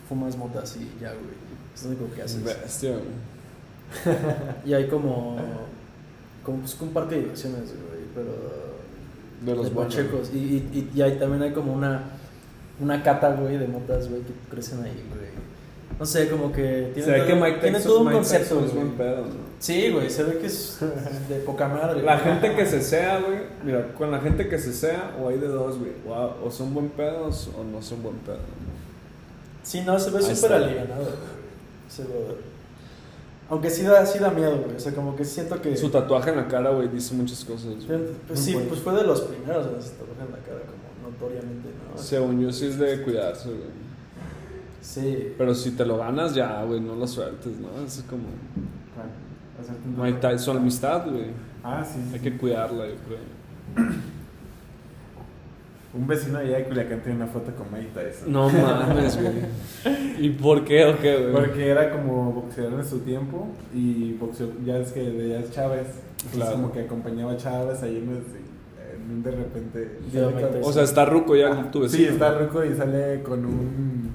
[SPEAKER 1] fumas mota así, ya, güey. Es lo único que haces.
[SPEAKER 2] Bestia, güey.
[SPEAKER 1] Y hay como. como pues, un parque de diversiones, güey, pero.
[SPEAKER 2] De los buenos.
[SPEAKER 1] pachecos. Y, y, y- y ahí también hay como una. Una cata, güey, de motas, güey, que crecen ahí, güey. No sé, como que tiene,
[SPEAKER 2] Se ve
[SPEAKER 1] todo,
[SPEAKER 2] que Mike
[SPEAKER 1] tiene
[SPEAKER 2] Tyson-
[SPEAKER 1] todo un
[SPEAKER 2] Mike
[SPEAKER 1] concepto.
[SPEAKER 2] Tyson es
[SPEAKER 1] güey.
[SPEAKER 2] buen pedo, ¿no?
[SPEAKER 1] Sí, güey, se ve que es de poca madre.
[SPEAKER 2] La
[SPEAKER 1] güey.
[SPEAKER 2] gente que se sea, güey, mira, con la gente que se sea, o hay de dos, güey, o, a- o son buen pedos o no son buen pedo. ¿no?
[SPEAKER 1] Sí, no, se ve
[SPEAKER 2] Ahí
[SPEAKER 1] súper
[SPEAKER 2] está.
[SPEAKER 1] alivianado. güey. Se ve- Aunque sí da, sí da miedo, güey. O sea, como que siento que.
[SPEAKER 2] Su tatuaje en la cara, güey, dice muchas cosas. güey.
[SPEAKER 1] Pues sí, pues fue de los primeros en se tatuaje en la cara, como notoriamente, ¿no?
[SPEAKER 2] Según yo, sí es de cuidarse, güey.
[SPEAKER 1] Sí.
[SPEAKER 2] Pero si te lo ganas, ya, güey, no lo sueltes, ¿no? Es como
[SPEAKER 3] Claro,
[SPEAKER 2] Ah.
[SPEAKER 3] hacerte un
[SPEAKER 2] Mike
[SPEAKER 3] tatuaje.
[SPEAKER 2] Tyson, amistad, güey.
[SPEAKER 3] Ah, sí. sí,
[SPEAKER 2] Hay
[SPEAKER 3] sí.
[SPEAKER 2] que cuidarla, yo creo.
[SPEAKER 3] Un vecino allá de Culiacán tiene una foto con Mike Tyson.
[SPEAKER 2] No mames, güey. ¿Y por qué o qué, güey?
[SPEAKER 3] Porque era como boxeador en su tiempo y boxeó, ya es que veías Chávez. Entonces
[SPEAKER 2] Claro.
[SPEAKER 3] como que acompañaba a Chávez ahí en, los- en un de repente.
[SPEAKER 1] Ya,
[SPEAKER 3] sale
[SPEAKER 1] Mike
[SPEAKER 3] con-
[SPEAKER 2] O sea, está ruco ya tu vecino.
[SPEAKER 3] Sí, está rico y sale con un.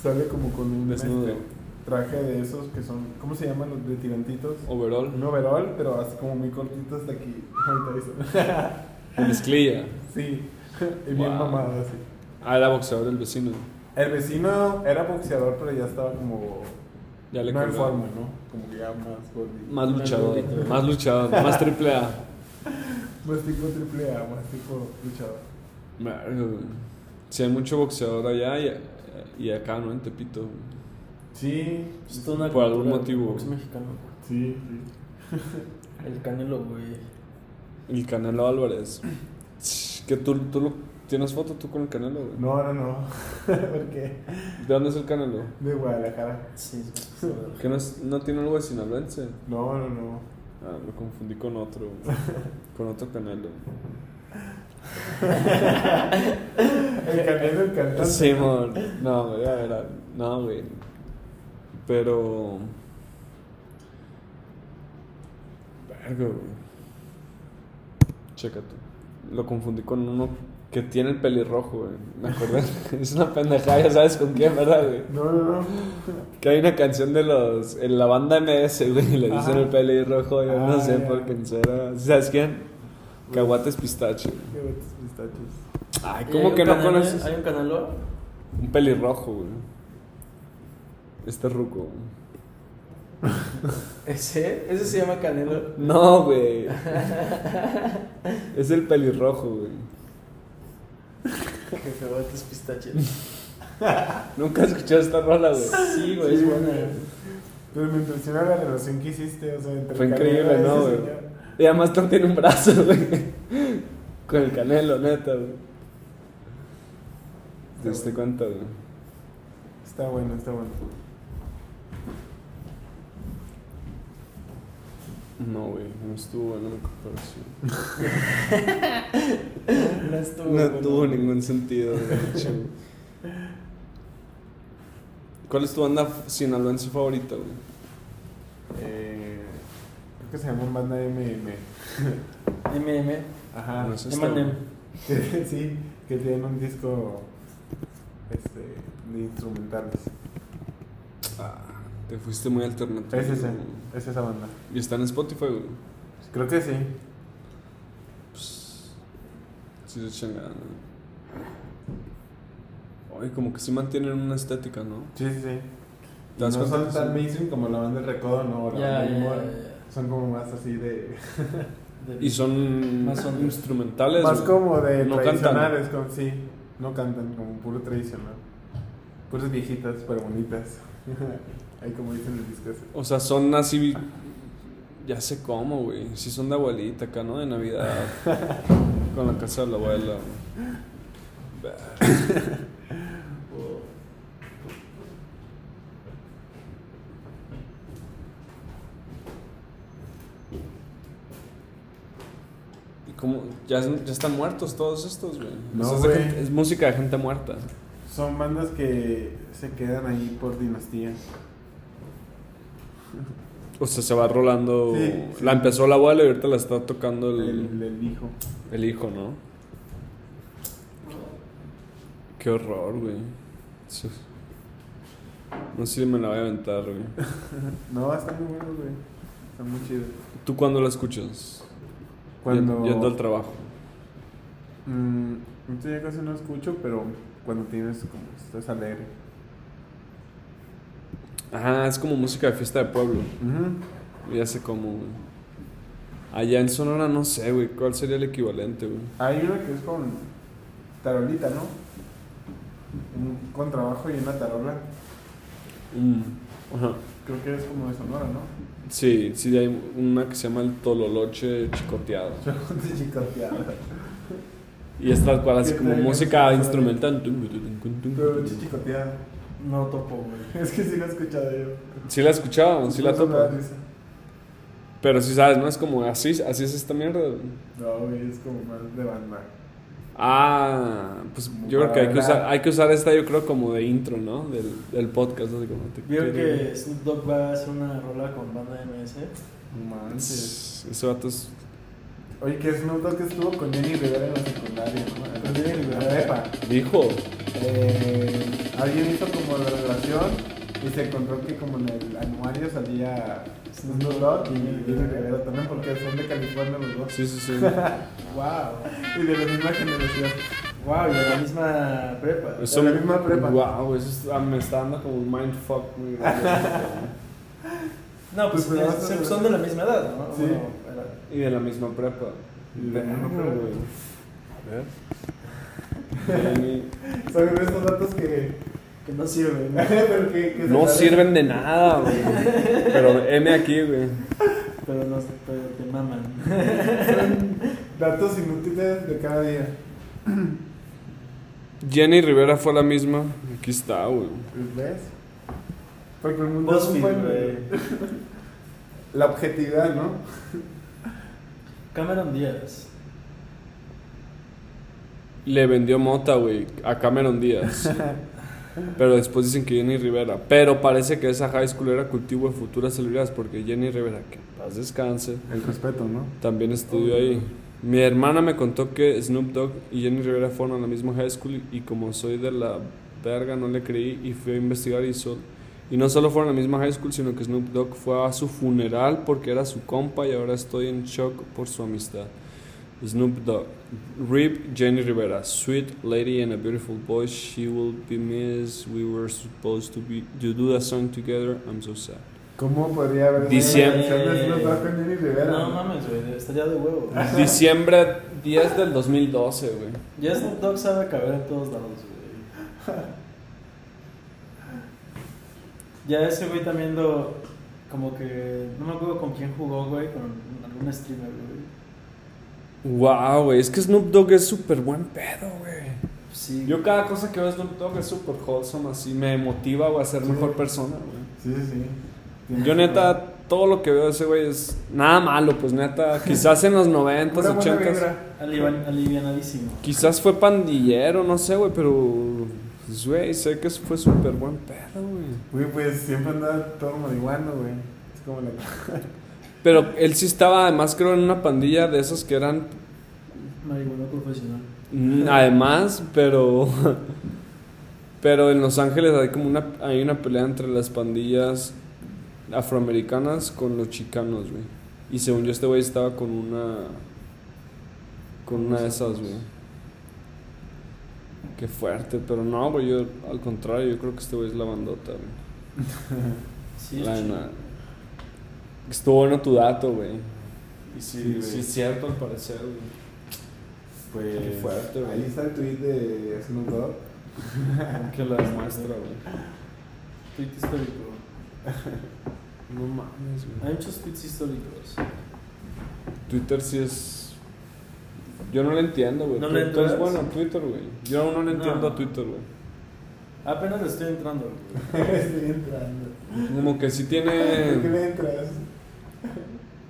[SPEAKER 3] sale como con un
[SPEAKER 2] Desnudo.
[SPEAKER 3] este, traje de esos que son. ¿Cómo se llaman los de tirantitos? Un
[SPEAKER 2] Overall.
[SPEAKER 3] overall, pero así como muy cortito hasta aquí. Mike Tyson.
[SPEAKER 2] de Mezclilla.
[SPEAKER 3] sí, y bien
[SPEAKER 2] Wow.
[SPEAKER 3] mamado así.
[SPEAKER 2] Ah, era boxeador el vecino.
[SPEAKER 3] El vecino era boxeador, pero ya estaba como.
[SPEAKER 2] Ya le
[SPEAKER 3] no en
[SPEAKER 2] colgó.
[SPEAKER 3] forma, ¿no? Como que ya más gordito.
[SPEAKER 2] Más luchador.
[SPEAKER 1] gordito.
[SPEAKER 2] Más luchador. Más triple A.
[SPEAKER 3] Más tipo triple A, más tipo luchador.
[SPEAKER 2] Verga, güey. Sí, hay mucho boxeador allá y, y acá, ¿no? En Tepito. güey.
[SPEAKER 3] Sí,
[SPEAKER 1] pues, toda una
[SPEAKER 2] Por algún
[SPEAKER 1] cultura
[SPEAKER 2] motivo.
[SPEAKER 1] del box mexicano.
[SPEAKER 3] sí, sí.
[SPEAKER 1] El canelo, güey.
[SPEAKER 2] El Canelo Álvarez. Ch, Que tú, tú lo- ¿Tienes foto tú con el Canelo, güey?
[SPEAKER 3] No, no, no. ¿Por qué?
[SPEAKER 2] ¿De dónde es el Canelo?
[SPEAKER 3] De Guadalajara.
[SPEAKER 1] Sí, sí, sí.
[SPEAKER 2] Que no, es- no tiene algo de sinaloense.
[SPEAKER 3] No, no, no.
[SPEAKER 2] Ah, lo confundí con otro. güey. con otro Canelo.
[SPEAKER 3] El canelo, el cantante.
[SPEAKER 2] Sí, amor. No, güey, a ver, a- no, güey. Pero. Verga, güey. Checa tú. Lo confundí con uno que tiene el pelirrojo, güey. Me acordé. es una pendejada, ya sabes con quién, ¿verdad, güey?
[SPEAKER 3] No, no, no.
[SPEAKER 2] Que hay una canción de los. En la banda MS, güey, le dicen
[SPEAKER 3] Ajá.
[SPEAKER 2] el pelirrojo, yo no
[SPEAKER 3] Ah,
[SPEAKER 2] sé
[SPEAKER 3] ya.
[SPEAKER 2] por qué será. ¿Sabes quién? Caguates pistache. güey.
[SPEAKER 3] Qué bonitos pistachos.
[SPEAKER 2] Ay,
[SPEAKER 1] ¿Hay
[SPEAKER 2] ¿cómo
[SPEAKER 1] un
[SPEAKER 2] que no
[SPEAKER 1] canelo-
[SPEAKER 2] conoces?
[SPEAKER 1] ¿Hay un canelo?
[SPEAKER 2] Un pelirrojo, güey. Este ruco. güey.
[SPEAKER 1] ¿Ese? ¿Ese se llama canelo?
[SPEAKER 2] No, güey. es el pelirrojo, güey.
[SPEAKER 1] Que se va tus pistaches.
[SPEAKER 2] Nunca has escuchado esta rola, güey. eh.
[SPEAKER 1] Sí, güey, es
[SPEAKER 3] Sí,
[SPEAKER 1] buena.
[SPEAKER 3] güey. Pero me impresiona la relación que hiciste, o sea, entre
[SPEAKER 2] Fue
[SPEAKER 3] el Canelo
[SPEAKER 2] increíble,
[SPEAKER 3] y ese
[SPEAKER 2] ¿no, güey?
[SPEAKER 3] señor.
[SPEAKER 2] Y además tú tiene un brazo, güey. Con el canelo, neta, güey. ¿Te diste cuenta, güey?
[SPEAKER 3] Está bueno, está bueno.
[SPEAKER 2] No, güey. No estuvo buena la comparación.
[SPEAKER 1] No estuvo.
[SPEAKER 2] No
[SPEAKER 1] buena.
[SPEAKER 2] tuvo ningún sentido, de hecho. güey. ¿Cuál es tu banda f- sinaloense favorita, güey?
[SPEAKER 3] Eh, creo que se llama Banda MM.
[SPEAKER 1] MM.
[SPEAKER 3] Ajá.
[SPEAKER 2] No sé. Eso está
[SPEAKER 1] Eminem.
[SPEAKER 2] bueno.
[SPEAKER 3] sí, que tienen un disco este, de instrumentales.
[SPEAKER 2] Ah, Te fuiste muy alternativo.
[SPEAKER 3] Es ese,
[SPEAKER 2] güey.
[SPEAKER 3] es esa banda.
[SPEAKER 2] Y está en Spotify, güey.
[SPEAKER 3] Creo que sí.
[SPEAKER 2] Pues, sí, se chingan. Oye, como que sí mantienen una estética, ¿no?
[SPEAKER 3] Sí, sí, sí.
[SPEAKER 2] ¿Te das
[SPEAKER 3] no
[SPEAKER 2] cuenta
[SPEAKER 3] son
[SPEAKER 2] que
[SPEAKER 3] tan
[SPEAKER 2] son-
[SPEAKER 3] mainstream como la banda del recodo, no, o la
[SPEAKER 1] Ya,
[SPEAKER 3] banda
[SPEAKER 1] ya,
[SPEAKER 3] del humor.
[SPEAKER 1] ya, ya.
[SPEAKER 3] Son como más así de.
[SPEAKER 1] De-
[SPEAKER 2] Y son
[SPEAKER 1] Más son-
[SPEAKER 2] instrumentales.
[SPEAKER 3] más
[SPEAKER 2] güey.
[SPEAKER 3] como de
[SPEAKER 2] No
[SPEAKER 3] tradicionales, con, sí. No cantan, como puro tradicional. Puras viejitas, pero bonitas. Ahí como dicen en el disco ese.
[SPEAKER 2] O sea, son así. vi- Ya sé cómo, güey. Sí, son de abuelita acá, ¿no? De Navidad. con la casa de la abuela. güey. Ver- ¿Y cómo? ¿Ya, ya están muertos todos estos, güey.
[SPEAKER 3] No,
[SPEAKER 2] es, de
[SPEAKER 3] güey.
[SPEAKER 2] gente- es música de gente muerta.
[SPEAKER 3] Son bandas que se quedan ahí por dinastía.
[SPEAKER 2] O sea, se va rolando.
[SPEAKER 3] Sí, sí.
[SPEAKER 2] La empezó la abuela y ahorita la está tocando el,
[SPEAKER 3] El, el hijo.
[SPEAKER 2] El hijo, ¿no? Qué horror, güey. Sí. No sé si me la voy a aventar, güey.
[SPEAKER 3] No, están muy buenos, güey. Están muy chidos.
[SPEAKER 2] ¿Tú cuándo la escuchas?
[SPEAKER 3] Cuando.
[SPEAKER 2] Yendo- Yendo al trabajo.
[SPEAKER 3] Mm, ahorita ya casi no escucho, pero cuando tienes como. Estás alegre.
[SPEAKER 2] Ajá, es como música de fiesta de pueblo. Ya sé cómo, güey. Allá en Sonora no sé, güey, cuál sería el equivalente, güey.
[SPEAKER 3] Hay una que es con tarolita, ¿no? Un contrabajo y una tarola.
[SPEAKER 2] Mm, Ajá.
[SPEAKER 3] Creo que es como de Sonora, ¿no?
[SPEAKER 2] Sí, sí, hay una que se llama el tololoche chicoteado.
[SPEAKER 3] De chicoteada.
[SPEAKER 2] Y es tal cual, así
[SPEAKER 3] Sí,
[SPEAKER 2] como
[SPEAKER 3] sí,
[SPEAKER 2] música
[SPEAKER 3] sí.
[SPEAKER 2] instrumental.
[SPEAKER 3] Pero chicoteada.
[SPEAKER 1] No topo, güey.
[SPEAKER 3] Es que sí lo he escuchado yo. Pues
[SPEAKER 2] Sí la escuchábamos, sí la
[SPEAKER 3] Eso me da
[SPEAKER 2] topo.
[SPEAKER 3] risa.
[SPEAKER 2] Pero sí sabes, ¿no? Es como así, así es esta mierda. güey.
[SPEAKER 3] No, güey, es como más de banda.
[SPEAKER 2] Ah, pues yo creo que hay que usar, hay que usar esta, yo creo, como de intro, ¿no? Del, del podcast, ¿no? Así como te-
[SPEAKER 1] Vieron que Snoop Dogg va a hacer una rola con banda MS.
[SPEAKER 3] No
[SPEAKER 2] Tss,
[SPEAKER 3] manches.
[SPEAKER 2] Ese vato es...
[SPEAKER 3] Oye, que Snoop Dogg estuvo con Jenny Rivera en la secundaria, ¿no?
[SPEAKER 1] Con Jenny Rivera.
[SPEAKER 3] En la prepa.
[SPEAKER 2] Dijo,
[SPEAKER 3] Eh, alguien hizo como la relación y se encontró que como en el anuario salía Snoop Dogg y Jenny Rivera también porque son de California los dos.
[SPEAKER 2] sí, sí, sí.
[SPEAKER 1] Wow.
[SPEAKER 3] Y de la misma generación.
[SPEAKER 1] Wow, y de la misma prepa.
[SPEAKER 2] Pues
[SPEAKER 3] Es- la misma prepa.
[SPEAKER 2] Wow, eso es- ah, me está dando como un mindfuck muy grande.
[SPEAKER 1] No, pues,
[SPEAKER 3] Pues, pero-
[SPEAKER 1] es- se- son de la misma edad, ¿no?
[SPEAKER 3] Sí.
[SPEAKER 1] Bueno, era-
[SPEAKER 2] y de la misma prepa.
[SPEAKER 3] Y de la misma
[SPEAKER 2] Verga, güey.
[SPEAKER 3] prepa.
[SPEAKER 2] A ver. Jenny-
[SPEAKER 3] Son de esos datos que,
[SPEAKER 1] que no sirven. ¿no?
[SPEAKER 3] pero que- que se
[SPEAKER 2] No
[SPEAKER 3] saben.
[SPEAKER 2] sirven de nada, güey. Pero M aquí, güey.
[SPEAKER 1] Pero, no, pero te maman.
[SPEAKER 3] Datos inútiles de cada día.
[SPEAKER 2] Jenny Rivera fue la misma. Aquí está, güey.
[SPEAKER 3] Pues, ¿Ves? Porque el mundo es
[SPEAKER 1] BuzzFeed,
[SPEAKER 3] un buen-
[SPEAKER 1] güey.
[SPEAKER 3] La objetividad, ¿no?
[SPEAKER 1] Cameron Díaz.
[SPEAKER 2] Le vendió mota, güey, a Cameron Díaz. Pero después dicen que Jenny Rivera. Pero parece que esa high school era cultivo de futuras celebridades porque Jenny Rivera, que en paz descanse,
[SPEAKER 3] El respeto, ¿no?
[SPEAKER 2] también estudió ahí. Mi hermana me contó que Snoop Dogg y Jenny Rivera fueron a la misma high school y como soy de la verga no le creí y fui a investigar y sol y no solo fueron a la misma high school sino que Snoop Dogg fue a su funeral porque era su compa y ahora estoy en shock por su amistad. Snoop Dogg, Rip Jenny Rivera, sweet lady and a beautiful boy, she will be missed. We were supposed to be to do that song together. I'm so sad.
[SPEAKER 3] ¿Cómo podría haber una
[SPEAKER 2] Diciembre.
[SPEAKER 3] canción de Snoop Dogg con Jenny Rivera?
[SPEAKER 1] No mames, güey, estaría de huevo.
[SPEAKER 2] Diciembre 10 del 2012, güey.
[SPEAKER 1] Ya Snoop Dogg sabe caber en todos lados, güey. Ya ese güey también lo. Como que. No me acuerdo con quién jugó, güey, con algún streamer, güey.
[SPEAKER 2] Wow, güey, es que Snoop Dogg es súper buen pedo, güey.
[SPEAKER 1] Sí.
[SPEAKER 2] Yo cada cosa que veo de Snoop Dogg es súper wholesome, así me motiva güey, a ser
[SPEAKER 3] Sí.
[SPEAKER 2] mejor persona, güey.
[SPEAKER 3] Sí, sí, sí. Tiene
[SPEAKER 2] Yo
[SPEAKER 3] que-
[SPEAKER 2] neta, todo lo que veo de ese güey es nada malo, pues neta, quizás en los 90s,
[SPEAKER 3] Pura buena
[SPEAKER 2] 80s.
[SPEAKER 3] vibra.
[SPEAKER 1] alivian- alivianadísimo.
[SPEAKER 2] Quizás fue pandillero, no sé, güey, pero... pues, Güey, sé que fue súper buen pedo, güey.
[SPEAKER 3] Güey, pues siempre andaba todo marihuano, güey. Es como la.
[SPEAKER 2] Pero él sí estaba, además, creo, en una pandilla de esas que eran
[SPEAKER 1] Marihuana profesional.
[SPEAKER 2] Mm, Además, pero. Pero en Los Ángeles hay como una, hay una pelea entre las pandillas afroamericanas con los chicanos, güey. Y según yo, este güey estaba con una. Con una de esas, güey. Qué fuerte, pero no, güey. Yo, al contrario, yo creo que este güey es la bandota, güey.
[SPEAKER 1] Sí,
[SPEAKER 2] La
[SPEAKER 1] es chido.
[SPEAKER 2] neta. Estuvo bueno tu dato, güey. Y
[SPEAKER 3] sí, güey.
[SPEAKER 2] es cierto, al parecer, güey.
[SPEAKER 3] Pues.
[SPEAKER 2] Qué fuerte, güey.
[SPEAKER 3] Ahí está el tweet de Snoop Dogg.
[SPEAKER 2] Que la demuestra, güey.
[SPEAKER 1] Tweet histórico.
[SPEAKER 2] No mames, güey.
[SPEAKER 1] Hay muchos tweets históricos.
[SPEAKER 2] Twitter sí es. Yo no le entiendo, güey.
[SPEAKER 1] ¿No
[SPEAKER 2] Tú-
[SPEAKER 1] le
[SPEAKER 2] tú eres
[SPEAKER 1] entras?
[SPEAKER 2] bueno en Twitter, güey. Yo no le entiendo
[SPEAKER 1] No.
[SPEAKER 2] a Twitter, güey.
[SPEAKER 1] Apenas le estoy entrando, güey.
[SPEAKER 3] Estoy entrando.
[SPEAKER 2] Como que sí
[SPEAKER 3] ¿Por qué
[SPEAKER 2] tiene.
[SPEAKER 3] le entras?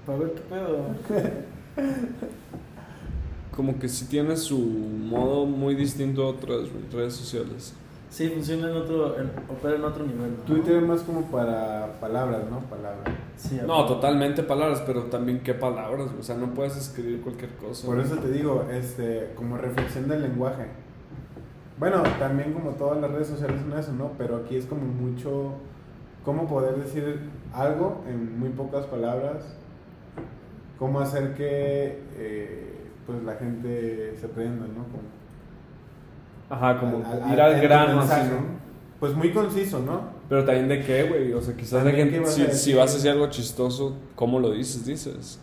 [SPEAKER 1] Para ver qué pedo.
[SPEAKER 2] Como que sí tiene su modo muy distinto a otras güey, redes sociales.
[SPEAKER 1] Sí, funciona en otro. en- opera en otro nivel. ¿no?
[SPEAKER 3] Twitter es más como para palabras, ¿no? Palabras.
[SPEAKER 1] Sí,
[SPEAKER 2] No,
[SPEAKER 1] aparte.
[SPEAKER 2] totalmente palabras, pero también qué palabras, güey. O sea, no puedes escribir cualquier cosa.
[SPEAKER 3] Por
[SPEAKER 2] güey.
[SPEAKER 3] eso te digo, este, como reflexión del lenguaje. Bueno, también como todas las redes sociales son eso, ¿no? Pero aquí es como mucho cómo poder decir algo en muy pocas palabras, cómo hacer que eh, pues la gente se prenda, ¿no? Como,
[SPEAKER 2] Ajá, como
[SPEAKER 3] al- al-
[SPEAKER 2] Ah, ir al
[SPEAKER 3] en tu
[SPEAKER 2] grano,
[SPEAKER 3] mensaje.
[SPEAKER 2] así, ¿no?
[SPEAKER 3] Pues muy conciso, ¿no?
[SPEAKER 2] Pero también de qué, güey. O sea, quizás la
[SPEAKER 3] También
[SPEAKER 2] gente,
[SPEAKER 3] qué vas
[SPEAKER 2] si,
[SPEAKER 3] a decir.
[SPEAKER 2] si vas a decir algo chistoso, ¿cómo lo dices? Dices.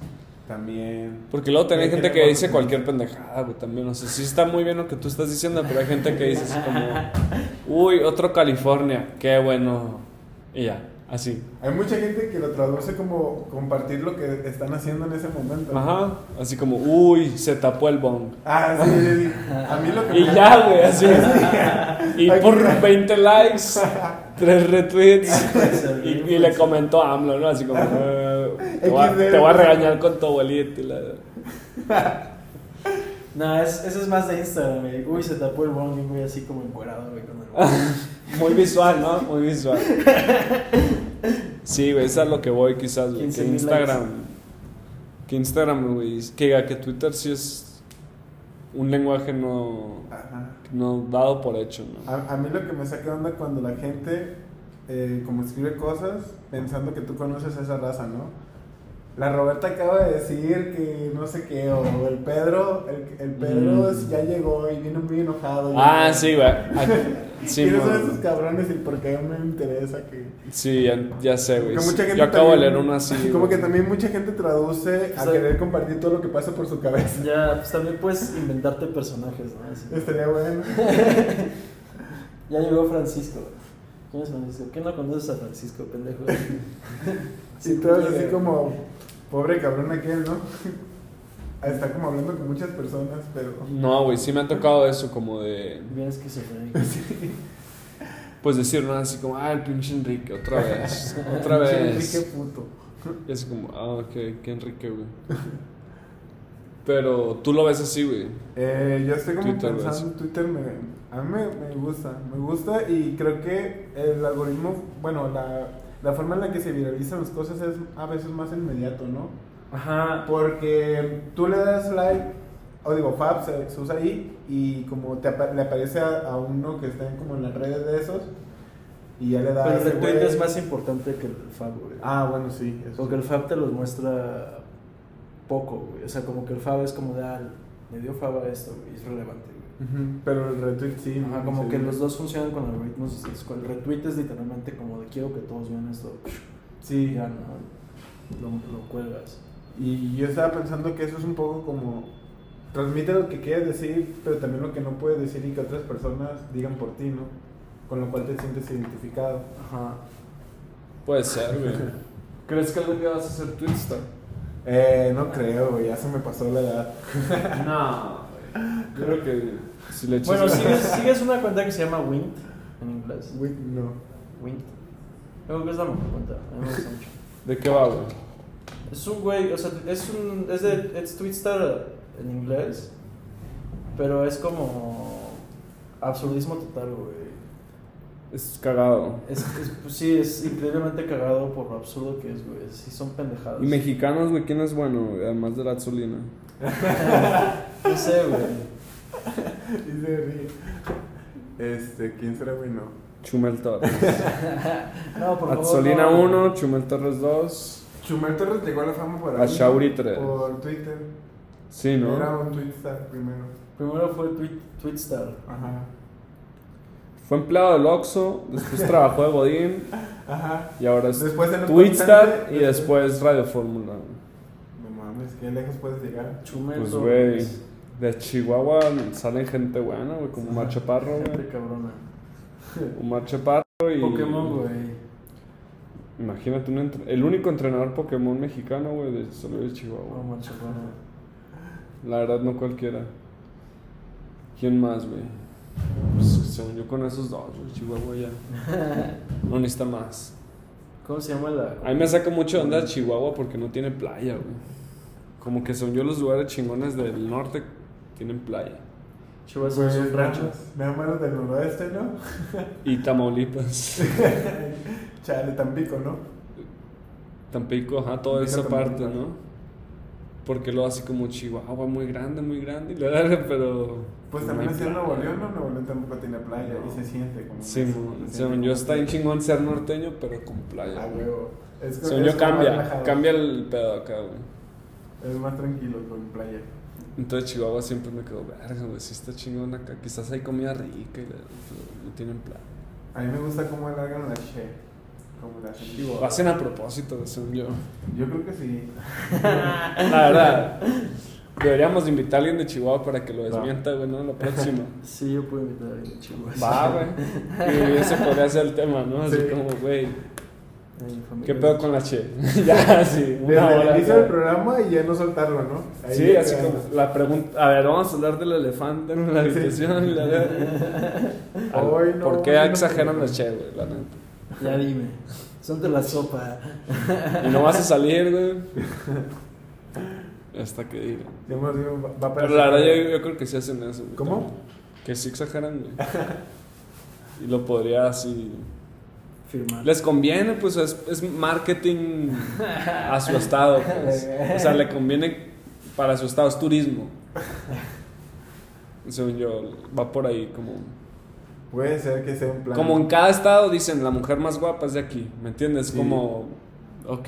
[SPEAKER 3] También.
[SPEAKER 2] Porque luego también hay
[SPEAKER 3] Pero
[SPEAKER 2] gente
[SPEAKER 3] tiene
[SPEAKER 2] que dice
[SPEAKER 3] cuatro
[SPEAKER 2] cualquier pendejada, güey, también. O sea, sí está muy bien lo que tú estás diciendo, pero hay gente que dice así como, uy, otro California, qué bueno. Y ya, así.
[SPEAKER 3] Hay mucha gente que lo traduce como compartir lo que están haciendo en ese momento.
[SPEAKER 2] Ajá, así como, uy, se tapó el bong.
[SPEAKER 3] Ah, sí, sí, sí. A mí lo que
[SPEAKER 2] Y
[SPEAKER 3] me-
[SPEAKER 2] ya, güey, así. Y
[SPEAKER 3] Aquí-
[SPEAKER 2] por 20 likes, 3 retweets. Y,
[SPEAKER 1] Y,
[SPEAKER 2] y le comentó a AMLO, ¿no? Así como, eh, te, voy a,
[SPEAKER 3] XD.
[SPEAKER 2] te voy a regañar con tu abuelita. y la-
[SPEAKER 1] No, es- eso es más de Instagram, güey. Uy, se tapó el bong, güey, así como encuerado, güey, con el bong.
[SPEAKER 2] Muy visual, ¿no? Muy visual. Sí, güey, es a lo que voy quizás, güey.
[SPEAKER 1] 15
[SPEAKER 2] Que
[SPEAKER 1] mil
[SPEAKER 2] Instagram, que Instagram, güey, que diga que Twitter sí es un lenguaje no,
[SPEAKER 3] Ajá.
[SPEAKER 2] no dado por hecho, ¿no?
[SPEAKER 3] A, a mí lo que me saca de onda cuando la gente eh, como escribe cosas pensando que tú conoces a esa raza, ¿no? La Roberta acaba de decir que no sé qué, o el Pedro, el, el Pedro
[SPEAKER 2] Mm.
[SPEAKER 3] ya llegó y vino muy enojado.
[SPEAKER 2] Ah,
[SPEAKER 3] Y-
[SPEAKER 2] sí, güey. Ah, Sí,
[SPEAKER 3] ¿Quiénes
[SPEAKER 2] mo-
[SPEAKER 3] son esos cabrones y por qué me interesa que...
[SPEAKER 2] sí, ya, ya sé, güey.
[SPEAKER 3] que mucha gente
[SPEAKER 2] Yo acabo de
[SPEAKER 3] también-
[SPEAKER 2] leer uno así.
[SPEAKER 3] Como
[SPEAKER 2] güey.
[SPEAKER 3] que también mucha gente traduce a
[SPEAKER 1] O sea-
[SPEAKER 3] querer compartir todo lo que pasa por su cabeza.
[SPEAKER 1] Ya, pues también puedes inventarte personajes, ¿no? Así.
[SPEAKER 3] Estaría bueno.
[SPEAKER 1] Ya llegó Francisco. ¿Quién es Francisco? ¿Quién no conoces a Francisco, pendejo?
[SPEAKER 3] Sí, todo es así como, pobre cabrón aquel, ¿no? Está como hablando con muchas personas, pero...
[SPEAKER 2] No, güey, sí me ha tocado eso, como de.
[SPEAKER 1] Bien esquizofrénico.
[SPEAKER 2] Pues decir, ¿no? Así como, ah, el pinche Enrique, otra vez, otra
[SPEAKER 3] Pinche
[SPEAKER 2] vez.
[SPEAKER 3] Enrique puto.
[SPEAKER 2] Y así como, ah, ok, qué Enrique, güey. Pero tú lo ves así, güey.
[SPEAKER 3] Eh, yo estoy como
[SPEAKER 2] Twitter,
[SPEAKER 3] pensando, Twitter me, a mí me, me gusta, me gusta y creo que el algoritmo, bueno, la, la forma en la que se viralizan las cosas es a veces más inmediato, ¿no?
[SPEAKER 1] Ajá.
[SPEAKER 3] Porque tú le das like, o digo, Fab se, se usa ahí y como te apa- le aparece a, a uno que está en como en las redes de esos y ya le das...
[SPEAKER 1] Pero el de
[SPEAKER 3] güey.
[SPEAKER 1] Twitter es más importante que el del Fab, güey.
[SPEAKER 3] Ah, bueno, sí. eso
[SPEAKER 1] Porque
[SPEAKER 3] sí.
[SPEAKER 1] el Fab te los muestra poco, güey. O sea, como que el Fab es como de, ah, me dio Fab a esto, güey. Es relevante, güey.
[SPEAKER 3] Ujú, Pero el retweet sí.
[SPEAKER 1] Ajá,
[SPEAKER 3] no
[SPEAKER 1] como
[SPEAKER 3] sé.
[SPEAKER 1] que los dos funcionan con algoritmos distintos. El retweet es literalmente como de quiero que todos vean esto. Y
[SPEAKER 3] Sí.
[SPEAKER 1] ya, ¿no? Lo, lo cuelgas.
[SPEAKER 3] Y yo estaba pensando que eso es un poco como transmite lo que quieres decir, pero también lo que no puedes decir y que otras personas digan por ti, ¿no? Con lo cual te sientes identificado.
[SPEAKER 1] Ajá.
[SPEAKER 2] Puede ser, güey. ¿Crees que algún día vas a ser twitster?
[SPEAKER 3] Eh, no creo, güey, ya se me pasó la edad.
[SPEAKER 2] No, Yo creo que si le echas
[SPEAKER 1] Bueno,
[SPEAKER 2] ganas-
[SPEAKER 1] sigues, sigues una cuenta que se llama Wint en inglés.
[SPEAKER 3] Güey, no.
[SPEAKER 1] Wint. Creo que es la mejor cuenta. A mí me gusta mucho.
[SPEAKER 2] ¿De qué va, güey?
[SPEAKER 1] Es un güey, o sea, es un. Es de. Es Twitstar en inglés. Pero es como. Absurdismo total, güey.
[SPEAKER 2] Es cagado.
[SPEAKER 1] Es, es- pues sí, es increíblemente cagado por lo absurdo que es, güey. Sí, son pendejadas.
[SPEAKER 2] ¿Y mexicanos, güey? ¿Quién es bueno, güey? Además de la azulina.
[SPEAKER 1] No sé, güey.
[SPEAKER 3] Y se ríe. Este, ¿quién será bueno?
[SPEAKER 2] Chumel Torres.
[SPEAKER 1] No, por favor.
[SPEAKER 2] Atzolina
[SPEAKER 1] no.
[SPEAKER 2] 1, Chumel Torres 2.
[SPEAKER 3] Chumel Torres llegó a la fama por
[SPEAKER 2] A
[SPEAKER 3] ahí,
[SPEAKER 2] Shauri tres.
[SPEAKER 3] Por Twitter.
[SPEAKER 2] Sí,
[SPEAKER 3] Era
[SPEAKER 2] ¿no?
[SPEAKER 3] un Twitter primero.
[SPEAKER 1] Primero fue Tweet, Twitstar.
[SPEAKER 3] Ajá.
[SPEAKER 2] Fue empleado del Oxxo, después trabajó de Godín
[SPEAKER 3] Ajá.
[SPEAKER 2] y ahora es
[SPEAKER 3] Después en un call
[SPEAKER 2] Twitstar
[SPEAKER 3] center,
[SPEAKER 2] y después Radio Fórmula. güey.
[SPEAKER 3] No mames, qué lejos puedes llegar.
[SPEAKER 1] Chumel.
[SPEAKER 2] Pues, güey,
[SPEAKER 1] Torres.
[SPEAKER 2] de Chihuahua salen gente buena, güey, como Omar Chaparro,
[SPEAKER 1] Gente
[SPEAKER 2] güey.
[SPEAKER 1] cabrona.
[SPEAKER 2] Omar Chaparro y...
[SPEAKER 1] Pokémon, güey.
[SPEAKER 2] Imagínate, un entre- el único entrenador Pokémon mexicano, güey, de salió de Chihuahua.
[SPEAKER 1] Oh, macho, bueno.
[SPEAKER 2] La verdad, no cualquiera. ¿Quién más, güey? Pues, según yo, con esos dos, güey, Chihuahua ya. No necesita más.
[SPEAKER 1] ¿Cómo se llama la.?
[SPEAKER 2] A mí me saca mucho de onda Chihuahua porque no tiene playa, güey. Como que son yo los lugares chingones del norte tienen playa. Pues,
[SPEAKER 1] Chihuahua
[SPEAKER 3] Pues,
[SPEAKER 1] es un rancho.
[SPEAKER 3] Nada más del noroeste, ¿no?
[SPEAKER 2] Y Tamaulipas,
[SPEAKER 3] Chale, Tampico, ¿no?
[SPEAKER 2] Tampico, ajá, toda
[SPEAKER 3] Tampico,
[SPEAKER 2] esa parte,
[SPEAKER 3] Tamaulipas.
[SPEAKER 2] ¿no? Porque lo hace como Chihuahua, muy grande, muy grande, y la verdad, pero...
[SPEAKER 3] Pues
[SPEAKER 2] no
[SPEAKER 3] también
[SPEAKER 2] hay
[SPEAKER 3] es en
[SPEAKER 2] playa.
[SPEAKER 3] Nuevo León, ¿no? Nuevo León tampoco tiene playa
[SPEAKER 2] No.
[SPEAKER 3] y se siente como...
[SPEAKER 2] Sí,
[SPEAKER 3] se
[SPEAKER 2] mon,
[SPEAKER 3] siente
[SPEAKER 2] según
[SPEAKER 3] como-
[SPEAKER 2] yo está bien chingón ser norteño, pero con playa.
[SPEAKER 3] A
[SPEAKER 2] güey.
[SPEAKER 3] huevo. Ah, Es
[SPEAKER 2] Según yo
[SPEAKER 3] es como más
[SPEAKER 2] cambia,
[SPEAKER 3] relajado.
[SPEAKER 2] cambia el pedo acá, güey.
[SPEAKER 3] Es más tranquilo con playa.
[SPEAKER 2] Entonces Chihuahua siempre me quedó, verga, güey, sí está chingón acá. Quizás hay comida rica y la- pero no tienen playa.
[SPEAKER 3] A mí me gusta cómo alargan la she. Como la she.
[SPEAKER 2] Lo hacen a propósito, según yo.
[SPEAKER 3] Yo creo que sí.
[SPEAKER 2] La verdad. Deberíamos de invitar a alguien de Chihuahua para que lo
[SPEAKER 3] Va.
[SPEAKER 2] desmienta, güey, ¿no? La próxima.
[SPEAKER 1] Sí, yo puedo invitar a alguien de Chihuahua.
[SPEAKER 2] Va, güey. Y ese podría ser el tema, ¿no? Así
[SPEAKER 1] Sí.
[SPEAKER 2] como, güey,
[SPEAKER 1] A mi familia.
[SPEAKER 2] ¿qué pedo con la che? ya, sí.
[SPEAKER 3] Desde
[SPEAKER 2] Una hora.
[SPEAKER 3] el inicio del
[SPEAKER 2] güey.
[SPEAKER 3] programa y ya no soltarlo, ¿no? Ahí
[SPEAKER 2] Sí, así
[SPEAKER 3] quedamos.
[SPEAKER 2] como la pregunta. A ver, vamos a hablar del elefante en la habitación. y la verga. Al-
[SPEAKER 3] Hoy no,
[SPEAKER 2] ¿Por
[SPEAKER 3] hoy
[SPEAKER 2] qué
[SPEAKER 3] no
[SPEAKER 2] exageran la
[SPEAKER 3] podemos.
[SPEAKER 2] che, güey? La neta.
[SPEAKER 1] Ya dime. Son de la sopa.
[SPEAKER 2] Y no vas a salir, güey. Hasta que diga.
[SPEAKER 3] Ya hemos dicho, va- va para
[SPEAKER 2] Pero la verdad, yo, yo creo que sí hacen eso. güey,
[SPEAKER 3] ¿Cómo?
[SPEAKER 2] también. Que sí exageran, güey. Y lo podría así.
[SPEAKER 1] Firmar.
[SPEAKER 2] Les conviene, pues es, es marketing a su estado. Pues. O sea, le conviene para su estado, es turismo. Según yo, va por ahí como...
[SPEAKER 3] Puede ser que sea un plan.
[SPEAKER 2] Como en cada estado dicen, la mujer más guapa es de aquí, ¿me entiendes?
[SPEAKER 3] Sí.
[SPEAKER 2] Como, ok,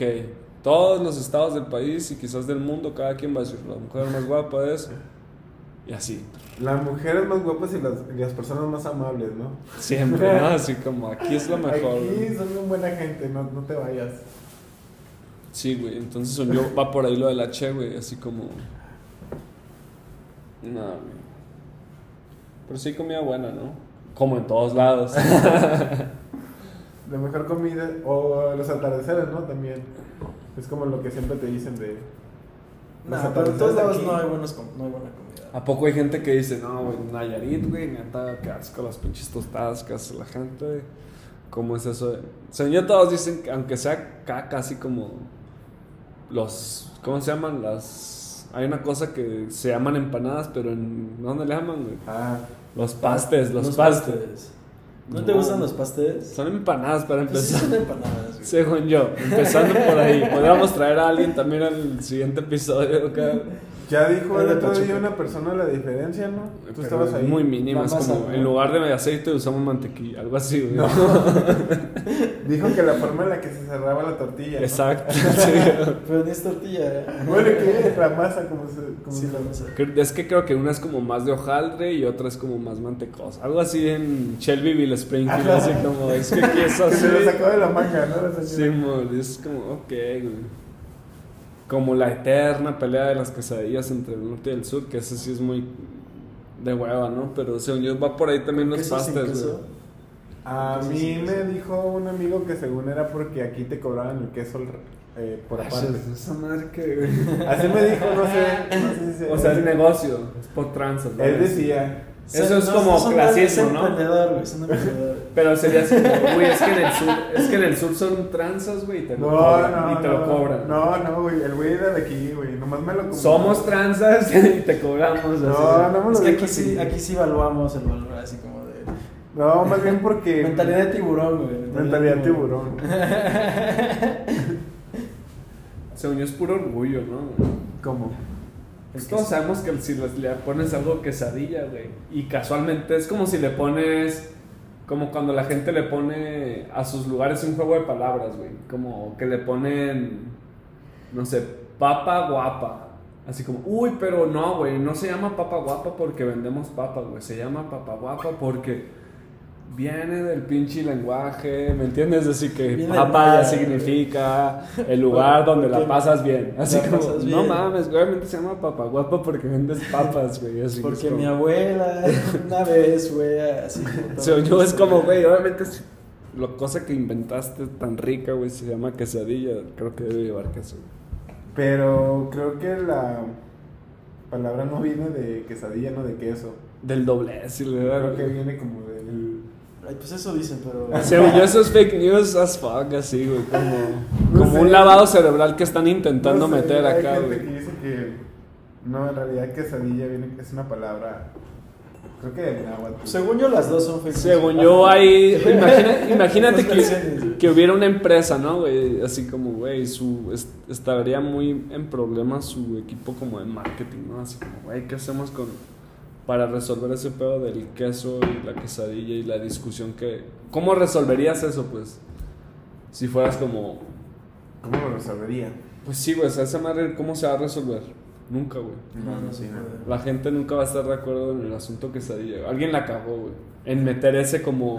[SPEAKER 2] todos los estados del país y quizás del mundo, cada quien va a decir, la mujer más guapa es... Y así,
[SPEAKER 3] Las mujeres más guapas y las, y las personas más amables, ¿no?
[SPEAKER 2] siempre, ¿no? Así como, aquí es lo mejor.
[SPEAKER 3] Aquí
[SPEAKER 2] güey.
[SPEAKER 3] son muy buena gente, no, no te vayas.
[SPEAKER 2] Sí, güey, entonces según yo va por ahí lo de la che, güey, así como... No, güey. Pero sí comida buena, ¿no? Como en todos lados.
[SPEAKER 3] La mejor comida, o los atardeceres, ¿no? También. Es como lo que siempre te dicen de...
[SPEAKER 1] No,
[SPEAKER 3] Los
[SPEAKER 1] pero en todos
[SPEAKER 3] atardeceres
[SPEAKER 1] lados
[SPEAKER 3] aquí.
[SPEAKER 1] no hay, buenos com- no hay buena comida.
[SPEAKER 2] ¿A poco hay gente que dice, no, güey, Nayarit, güey, neta, qué asco las pinches tostadas que hace la gente, güey"? ¿Cómo es eso? de- Según yo, todos dicen, que aunque sea acá casi como los, ¿cómo se llaman? Las... Hay una cosa que se llaman empanadas, pero en... ¿Dónde le llaman, güey?
[SPEAKER 3] Ah,
[SPEAKER 2] Los pastes, los, pastes.
[SPEAKER 1] ¿No, te
[SPEAKER 2] No.
[SPEAKER 1] gustan los pasteles?
[SPEAKER 2] Son empanadas para
[SPEAKER 1] Pues sí, son
[SPEAKER 2] empezar.
[SPEAKER 1] empanadas, güey.
[SPEAKER 2] Según yo, empezando por ahí. Podríamos traer a alguien también al siguiente episodio. acá.
[SPEAKER 3] ya dijo el
[SPEAKER 1] Era
[SPEAKER 3] otro día
[SPEAKER 1] Pachuca.
[SPEAKER 3] una persona la diferencia, ¿no? Tú
[SPEAKER 2] Pero
[SPEAKER 3] estabas
[SPEAKER 2] es
[SPEAKER 3] ahí.
[SPEAKER 2] Muy mínima,
[SPEAKER 1] La
[SPEAKER 2] es
[SPEAKER 1] masa,
[SPEAKER 2] como
[SPEAKER 1] ¿no?
[SPEAKER 2] en lugar de aceite usamos mantequilla, algo así. güey.
[SPEAKER 3] No. Dijo que la forma en la que se cerraba la tortilla. ¿no?
[SPEAKER 2] Exacto. sí.
[SPEAKER 1] Pero ni es tortilla, ¿eh?
[SPEAKER 3] Bueno, ¿qué es? La masa, como se... Como
[SPEAKER 1] Sí,
[SPEAKER 3] se-
[SPEAKER 1] la masa.
[SPEAKER 2] Cre- Es que creo que una es como más de hojaldre y otra es como más mantecosa. Algo así en Shelbyville Springfield, así como es que aquí es
[SPEAKER 3] Que
[SPEAKER 2] así.
[SPEAKER 3] se lo sacó de la manga, ¿no? La
[SPEAKER 2] Sí,
[SPEAKER 3] señora.
[SPEAKER 2] mon, es como, ok, güey. Como la eterna pelea de las quesadillas entre el norte y el sur, que eso sí es muy de hueva, ¿no? Pero según yo va por ahí también los
[SPEAKER 1] ¿Queso sin
[SPEAKER 2] pastes,
[SPEAKER 1] queso?
[SPEAKER 2] güey.
[SPEAKER 3] A
[SPEAKER 1] Entonces,
[SPEAKER 3] mí
[SPEAKER 1] sí,
[SPEAKER 3] me
[SPEAKER 1] sí.
[SPEAKER 3] dijo un amigo que según era porque aquí te cobraban el queso eh, por aparte.
[SPEAKER 2] Esa madre que-
[SPEAKER 3] Así me dijo, no sé. No sé si
[SPEAKER 2] O sea, es negocio, es por tranzas. ¿no?
[SPEAKER 3] Él decía,
[SPEAKER 2] Eso
[SPEAKER 1] Son-
[SPEAKER 2] es
[SPEAKER 1] no,
[SPEAKER 2] como
[SPEAKER 1] son- Es
[SPEAKER 2] clasismo, ¿no?
[SPEAKER 1] emprendedor, güey, son emprendedor.
[SPEAKER 2] Pero sería así, como, güey, es que en el sur, es que en el sur son tranzas, güey, y te lo
[SPEAKER 3] no,
[SPEAKER 2] cobran.
[SPEAKER 3] no,
[SPEAKER 2] y te
[SPEAKER 3] no,
[SPEAKER 2] lo cobran.
[SPEAKER 3] No, no, güey, el güey era de aquí, güey, nomás me lo compró.
[SPEAKER 2] Somos tranzas y te cobramos.
[SPEAKER 3] No,
[SPEAKER 2] así.
[SPEAKER 3] no me lo
[SPEAKER 1] Es que
[SPEAKER 3] dijo
[SPEAKER 1] aquí sí,
[SPEAKER 3] así.
[SPEAKER 1] aquí sí evaluamos el valor así como de...
[SPEAKER 3] No, más bien porque...
[SPEAKER 1] Mentalidad de tiburón, güey.
[SPEAKER 3] Mentalidad de tiburón.
[SPEAKER 2] Según yo es puro orgullo, ¿no?
[SPEAKER 3] ¿Cómo?
[SPEAKER 2] Pues todos sabemos que si les- le pones algo quesadilla, güey, y casualmente es como si le pones, como cuando la gente le pone a sus lugares un juego de palabras, güey, como que le ponen, no sé, papa guapa. Así como, uy, pero no, güey, no se llama papa guapa porque vendemos papa, güey, se llama papa guapa porque viene del pinche lenguaje, ¿me entiendes? Así que
[SPEAKER 1] Viene del
[SPEAKER 2] papa ya
[SPEAKER 1] maya,
[SPEAKER 2] significa el lugar donde la
[SPEAKER 1] porque-
[SPEAKER 2] pasas bien. Así
[SPEAKER 1] La
[SPEAKER 2] como,
[SPEAKER 1] pasas
[SPEAKER 2] no
[SPEAKER 1] bien".
[SPEAKER 2] mames, obviamente se llama papaguapa porque vendes papas, güey. Así es
[SPEAKER 1] Porque
[SPEAKER 2] como-
[SPEAKER 1] mi abuela una vez, güey, así como... todo
[SPEAKER 2] Según yo es
[SPEAKER 1] triste.
[SPEAKER 2] como, güey, obviamente es la cosa que inventaste tan rica, güey, se llama quesadilla. Creo que debe llevar queso.
[SPEAKER 3] Pero creo que la palabra no viene de quesadilla, no de queso.
[SPEAKER 2] Del doble, si le
[SPEAKER 3] Creo
[SPEAKER 2] da.
[SPEAKER 3] que viene como del...
[SPEAKER 1] Ay, pues eso dicen, pero...
[SPEAKER 2] Según yo eso es fake news as fuck, así, güey. Como,
[SPEAKER 3] No
[SPEAKER 2] como
[SPEAKER 3] sé.
[SPEAKER 2] un lavado cerebral que están intentando
[SPEAKER 3] No sé,
[SPEAKER 2] meter
[SPEAKER 3] hay
[SPEAKER 2] acá,
[SPEAKER 3] gente
[SPEAKER 2] güey.
[SPEAKER 3] que dice que... No, en realidad quesadilla viene, es una palabra... Creo que del náhuatl.
[SPEAKER 1] Según yo las dos son fake news.
[SPEAKER 2] Según yo, hay. imagina- imagínate
[SPEAKER 1] Dos versiones,
[SPEAKER 2] que,
[SPEAKER 1] güey.
[SPEAKER 2] que hubiera una empresa, ¿no? güey? Así como, güey, su, est- estaría muy en problemas su equipo como de marketing, ¿no? Así como, güey, ¿qué hacemos con. para resolver ese pedo del queso y la quesadilla y la discusión que. ¿Cómo resolverías eso, pues? Si fueras como.
[SPEAKER 3] ¿Cómo lo resolvería?
[SPEAKER 2] Pues sí, güey, o sea, esa madre, ¿cómo se va a resolver? Nunca, güey.
[SPEAKER 1] No, no sé.
[SPEAKER 2] La gente nunca va a estar de acuerdo en el asunto quesadilla. Alguien la cagó, güey. En meter ese como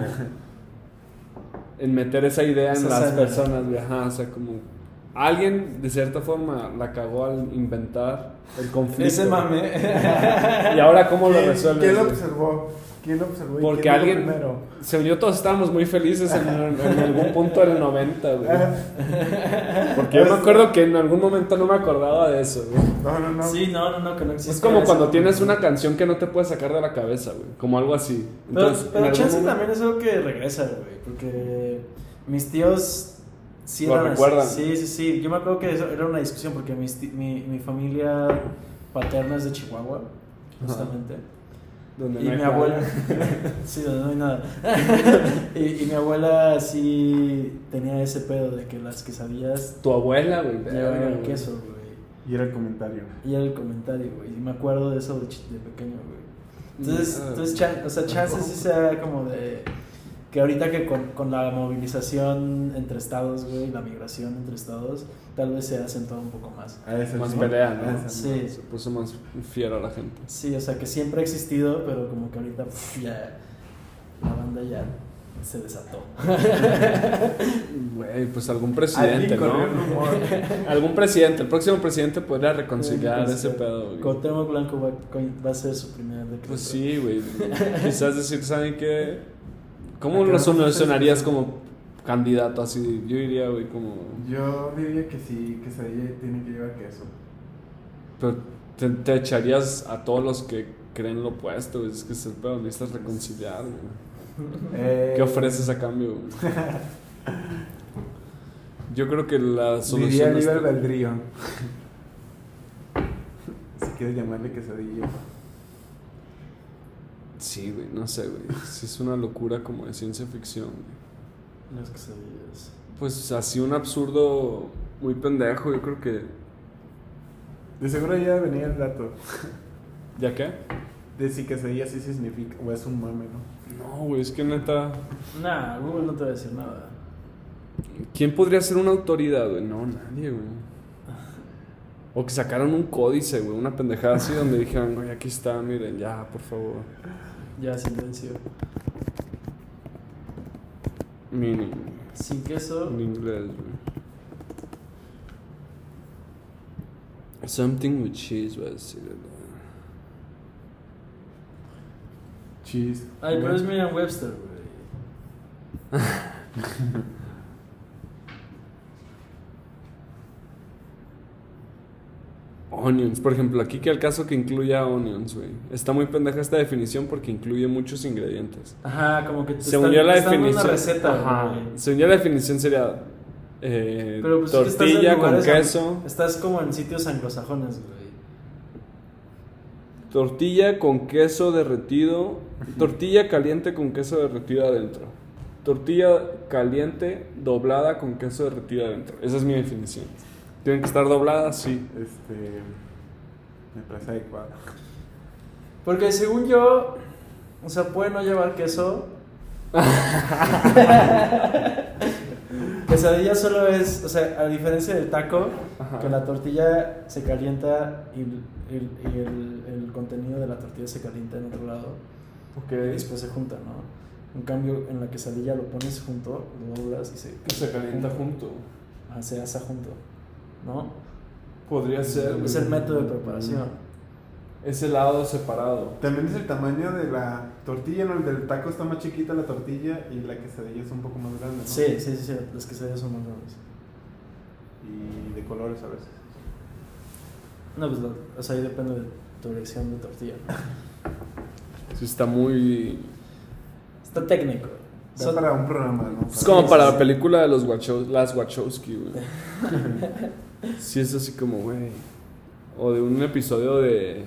[SPEAKER 2] en meter esa idea en
[SPEAKER 1] Esa
[SPEAKER 2] las
[SPEAKER 1] hazaña.
[SPEAKER 2] personas, güey. Ajá, o sea, como alguien de cierta forma la cagó al inventar el conflicto.
[SPEAKER 1] Ese mame.
[SPEAKER 2] Y ahora cómo lo
[SPEAKER 3] ¿Quién-
[SPEAKER 2] resuelves.
[SPEAKER 3] ¿Quién lo
[SPEAKER 2] güey?
[SPEAKER 3] observó? ¿Quién lo observó? y
[SPEAKER 2] Porque
[SPEAKER 3] quién dijo
[SPEAKER 2] alguien,
[SPEAKER 3] primero?
[SPEAKER 2] según yo, todos estábamos muy felices en, en algún punto del 90, güey. Porque yo me acuerdo que en algún momento no me acordaba de eso, güey.
[SPEAKER 3] No, no, no.
[SPEAKER 1] Sí, no, no, no, que no existe.
[SPEAKER 2] Es como
[SPEAKER 1] eso.
[SPEAKER 2] cuando tienes una canción que no te puedes sacar de la cabeza, güey. Como algo así.
[SPEAKER 1] Pero,
[SPEAKER 2] Entonces,
[SPEAKER 1] pero
[SPEAKER 2] en algún
[SPEAKER 1] chance
[SPEAKER 2] momento-
[SPEAKER 1] también es algo que regresa, güey. Porque mis tíos sí
[SPEAKER 2] Lo
[SPEAKER 1] eran así.
[SPEAKER 2] recuerdan.
[SPEAKER 1] Sí, sí, sí. Yo me acuerdo que eso era una discusión porque mis ti- mi, mi familia paterna es de Chihuahua, justamente.
[SPEAKER 2] donde
[SPEAKER 1] Y
[SPEAKER 2] no hay
[SPEAKER 1] mi
[SPEAKER 2] playa.
[SPEAKER 1] abuela. sí, donde no hay nada. y, y mi abuela sí tenía ese pedo de que las quesadillas
[SPEAKER 2] Tu abuela, güey. verga,
[SPEAKER 1] llevaban
[SPEAKER 2] güey.
[SPEAKER 1] queso, güey.
[SPEAKER 3] Y era el comentario.
[SPEAKER 1] Y era el comentario, güey. Y me acuerdo de eso de, ch- de pequeño, güey. Entonces,
[SPEAKER 2] Ah.
[SPEAKER 1] entonces chan- o sea, chances sí sea como de. Que ahorita que con, con la movilización entre estados, güey, la migración entre estados, tal vez se ha acentuado un poco más.
[SPEAKER 3] A Ah, ese
[SPEAKER 2] Más
[SPEAKER 3] sí.
[SPEAKER 2] pelea,
[SPEAKER 3] A
[SPEAKER 2] Ah, ¿no?
[SPEAKER 3] ese
[SPEAKER 1] Sí.
[SPEAKER 2] Se puso más fiera la gente.
[SPEAKER 1] Sí, o sea, que siempre ha existido, pero como que ahorita pf, ya. La banda ya se desató.
[SPEAKER 2] Güey, pues algún
[SPEAKER 3] Alguien
[SPEAKER 2] presidente,
[SPEAKER 3] corrió el
[SPEAKER 2] ¿no?
[SPEAKER 3] rumor.
[SPEAKER 2] Algún presidente, el próximo presidente podría reconciliar
[SPEAKER 1] Entonces,
[SPEAKER 2] ese pedo, güey.
[SPEAKER 1] Cuauhtémoc Blanco va, va a ser su primer decreto.
[SPEAKER 2] Pues sí, güey. Quizás decir, ¿saben qué? ¿Cómo
[SPEAKER 3] Acá
[SPEAKER 2] lo
[SPEAKER 3] no se
[SPEAKER 2] solucionarías como candidato así? Yo diría, güey, como...
[SPEAKER 3] Yo diría que sí, que se tiene que llevar queso.
[SPEAKER 2] Pero te, te echarías a todos los que creen lo opuesto, güey. Es que es el pedo, necesitas reconciliar, güey.
[SPEAKER 3] Eh,
[SPEAKER 2] ¿Qué ofreces a cambio, güey? Yo creo que la
[SPEAKER 3] Diría
[SPEAKER 2] solución
[SPEAKER 3] libre
[SPEAKER 2] está-
[SPEAKER 3] albedrío. si quieres llamarle quesadilla.
[SPEAKER 2] Sí, güey, no sé, güey. Sí es una locura como de ciencia ficción, güey.
[SPEAKER 1] Las quesadillas.
[SPEAKER 2] Pues así un absurdo muy pendejo, yo creo que...
[SPEAKER 3] De seguro ya venía el dato
[SPEAKER 2] ¿Ya qué?
[SPEAKER 3] de si quesadilla sí significa o es un mame, ¿no?
[SPEAKER 2] No, güey, es que neta...
[SPEAKER 1] Nah, Google no te va a decir nada.
[SPEAKER 2] ¿Quién podría ser una autoridad, güey? No, nadie, güey. O que sacaron un códice, güey, una pendejada así donde dijeron, güey, aquí está, miren, ya, por favor.
[SPEAKER 1] Ya, silencio.
[SPEAKER 2] Miren,
[SPEAKER 1] Sin queso.
[SPEAKER 2] en inglés, güey. Something with cheese, va a decir. el-
[SPEAKER 3] Cheese.
[SPEAKER 1] Ay, pero es Miriam Webster, güey.
[SPEAKER 2] Onions, por ejemplo, aquí que el caso que incluya onions, güey. Está muy pendeja esta definición porque incluye muchos ingredientes.
[SPEAKER 1] Ajá, como que te
[SPEAKER 2] Según
[SPEAKER 1] están-
[SPEAKER 2] yo la
[SPEAKER 1] te están dando
[SPEAKER 2] definición.
[SPEAKER 1] una receta,
[SPEAKER 2] ajá,
[SPEAKER 1] güey.
[SPEAKER 2] según yo la definición sería eh,
[SPEAKER 1] Pero pues es que estás en
[SPEAKER 2] tortilla con
[SPEAKER 1] lugares
[SPEAKER 2] queso.
[SPEAKER 1] donde- Estás como en sitios anglosajones, güey.
[SPEAKER 2] Tortilla con queso derretido. Tortilla caliente con queso derretido adentro. Tortilla caliente doblada con queso derretido adentro. Esa es mi definición. Tienen que estar dobladas, sí.
[SPEAKER 3] Ah, Este. Me parece adecuado.
[SPEAKER 1] Porque según yo, o sea, puede no llevar queso. Quesadilla solo es, o sea, a diferencia del taco,
[SPEAKER 2] Ajá.
[SPEAKER 1] que la tortilla se calienta y, el- el- y el- el contenido de la tortilla se calienta en otro lado. y
[SPEAKER 2] Ok.
[SPEAKER 1] después se junta, ¿no? En cambio, en la quesadilla lo pones junto, lo doblas y se,
[SPEAKER 2] Se calienta junto.
[SPEAKER 1] ah, se asa junto, ¿no?
[SPEAKER 2] Podría ser.
[SPEAKER 1] Es el método de preparación.
[SPEAKER 2] Es helado separado.
[SPEAKER 3] También es el tamaño de la tortilla, ¿no? El del taco está más chiquita la tortilla y la quesadilla es un poco más grande, ¿no?
[SPEAKER 1] Sí, sí, sí, sí, las quesadillas son más grandes.
[SPEAKER 3] Y de colores a veces.
[SPEAKER 1] No, pues, lo- o sea, ahí depende de tu elección de tortilla. ¿no?
[SPEAKER 2] Sí, está muy.
[SPEAKER 1] Está técnico.
[SPEAKER 3] Da
[SPEAKER 1] Son-
[SPEAKER 3] para un programa, ¿no?
[SPEAKER 2] Es como
[SPEAKER 1] Sí,
[SPEAKER 2] para
[SPEAKER 1] sí,
[SPEAKER 2] la
[SPEAKER 1] sí.
[SPEAKER 2] película de los Wachow- las Wachowski, güey. sí, es así como, güey. O de un episodio de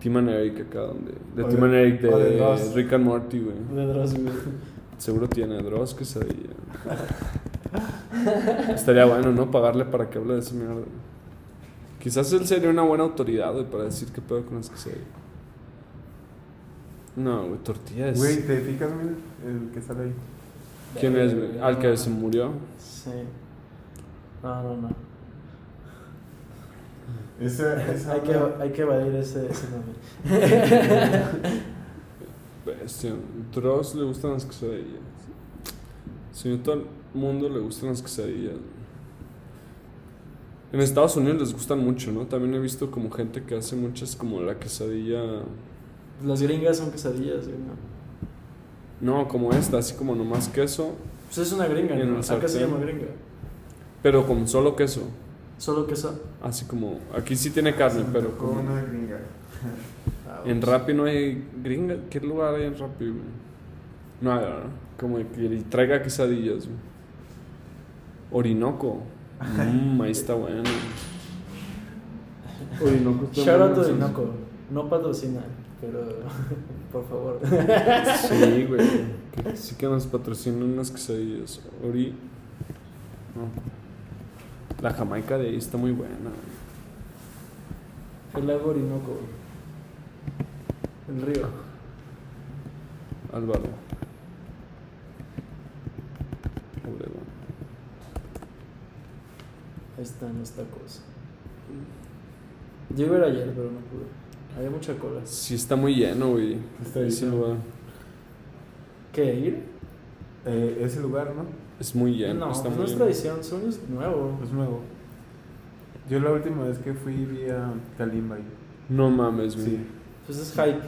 [SPEAKER 2] Tim and Eric acá, donde. De
[SPEAKER 3] O
[SPEAKER 2] Tim
[SPEAKER 3] de-
[SPEAKER 2] and Eric de,
[SPEAKER 3] o de Dross.
[SPEAKER 2] Rick and Morty, güey.
[SPEAKER 1] De Dross, güey.
[SPEAKER 2] Seguro tiene Dross, quesadilla. Estaría bueno, ¿no? Pagarle para que hable de esa mierda. Quizás él sería una buena autoridad, güey, para decir qué pedo con las quesadillas. No, güey, tortilla es.
[SPEAKER 3] Güey, ¿te fijas, mira? El que sale ahí.
[SPEAKER 2] ¿Quién es, güey? Al que se murió.
[SPEAKER 1] Sí. No, no, no.
[SPEAKER 3] Ese, esa
[SPEAKER 1] Hay que,
[SPEAKER 3] habla-
[SPEAKER 1] hay que evadir ese, ese nombre.
[SPEAKER 2] Este, Bestia, Dross le gustan las quesadillas. Si a todo el mundo le gustan las quesadillas. En Estados Unidos les gustan mucho, ¿no? También he visto como gente que hace muchas como la quesadilla.
[SPEAKER 1] Las gringas son quesadillas, güey, ¿no?
[SPEAKER 2] No, como esta, así como nomás queso,
[SPEAKER 1] Pues es una gringa,
[SPEAKER 2] En
[SPEAKER 1] ¿no?
[SPEAKER 2] el
[SPEAKER 1] Acá se
[SPEAKER 2] sartén.
[SPEAKER 1] llama gringa.
[SPEAKER 2] pero con solo queso.
[SPEAKER 1] Solo queso.
[SPEAKER 2] Así como, aquí sí tiene carne, pero
[SPEAKER 3] Con
[SPEAKER 2] como.
[SPEAKER 3] una gringa.
[SPEAKER 1] Ah,
[SPEAKER 2] En
[SPEAKER 1] pues.
[SPEAKER 2] Rappi no hay gringa. ¿Qué lugar hay en Rappi, güey? No hay, ¿verdad? Como que traiga quesadillas, güey. Orinoco. Mmm, ahí está bueno. Orinoco está
[SPEAKER 1] Shout out
[SPEAKER 2] bueno,
[SPEAKER 1] a
[SPEAKER 2] sí.
[SPEAKER 1] Orinoco. No patrocina, pero por favor.
[SPEAKER 2] Sí, güey. Que sí que nos patrocinan unas quesadillas. Ori. no. La Jamaica de ahí está muy buena. güey.
[SPEAKER 1] El lago Orinoco. El río.
[SPEAKER 2] Álvaro. Obregón.
[SPEAKER 1] Ahí están los tacos. Yo iba a ir ayer, pero no pude. Había mucha cola.
[SPEAKER 2] Sí está muy lleno, güey.
[SPEAKER 3] Está
[SPEAKER 2] Ese
[SPEAKER 3] lleno.
[SPEAKER 2] lugar
[SPEAKER 1] ¿Qué? ¿Ir?
[SPEAKER 3] Eh, ese lugar, ¿no?
[SPEAKER 2] Es muy lleno.
[SPEAKER 1] no,
[SPEAKER 2] está
[SPEAKER 1] pues
[SPEAKER 2] muy
[SPEAKER 1] no es
[SPEAKER 2] lleno.
[SPEAKER 1] tradición, son es nuevo.
[SPEAKER 3] Es nuevo. Yo la última vez que fui vi a Kalimba ahí.
[SPEAKER 2] No mames, güey.
[SPEAKER 3] Sí.
[SPEAKER 1] Pues es hype.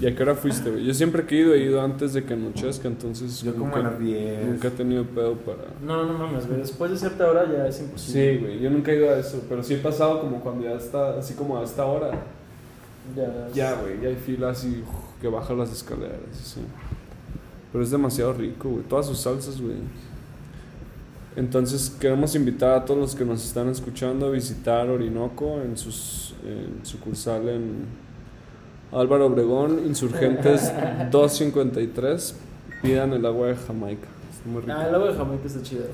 [SPEAKER 2] ¿Y a qué hora fuiste, güey? Yo siempre que he ido, he ido antes de que anochezca, entonces.
[SPEAKER 3] Yo como a
[SPEAKER 2] que
[SPEAKER 3] las 10.
[SPEAKER 2] Nunca he tenido pedo para.
[SPEAKER 1] No, no mames, güey. Después de cierta hora ya es imposible.
[SPEAKER 2] Sí, güey, yo nunca he ido a eso, pero sí he pasado como cuando ya está, así como a esta hora.
[SPEAKER 1] Ya.
[SPEAKER 2] Ya, güey, ya hay filas y uf, que baja las escaleras, sí. Pero es demasiado rico, güey, todas sus salsas, güey. Entonces queremos invitar a todos los que nos están escuchando a visitar Orinoco en sus en sucursal en Álvaro Obregón, Insurgentes 253. Pidan el agua de Jamaica. Está muy rico.
[SPEAKER 1] Ah, el agua de Jamaica está chida.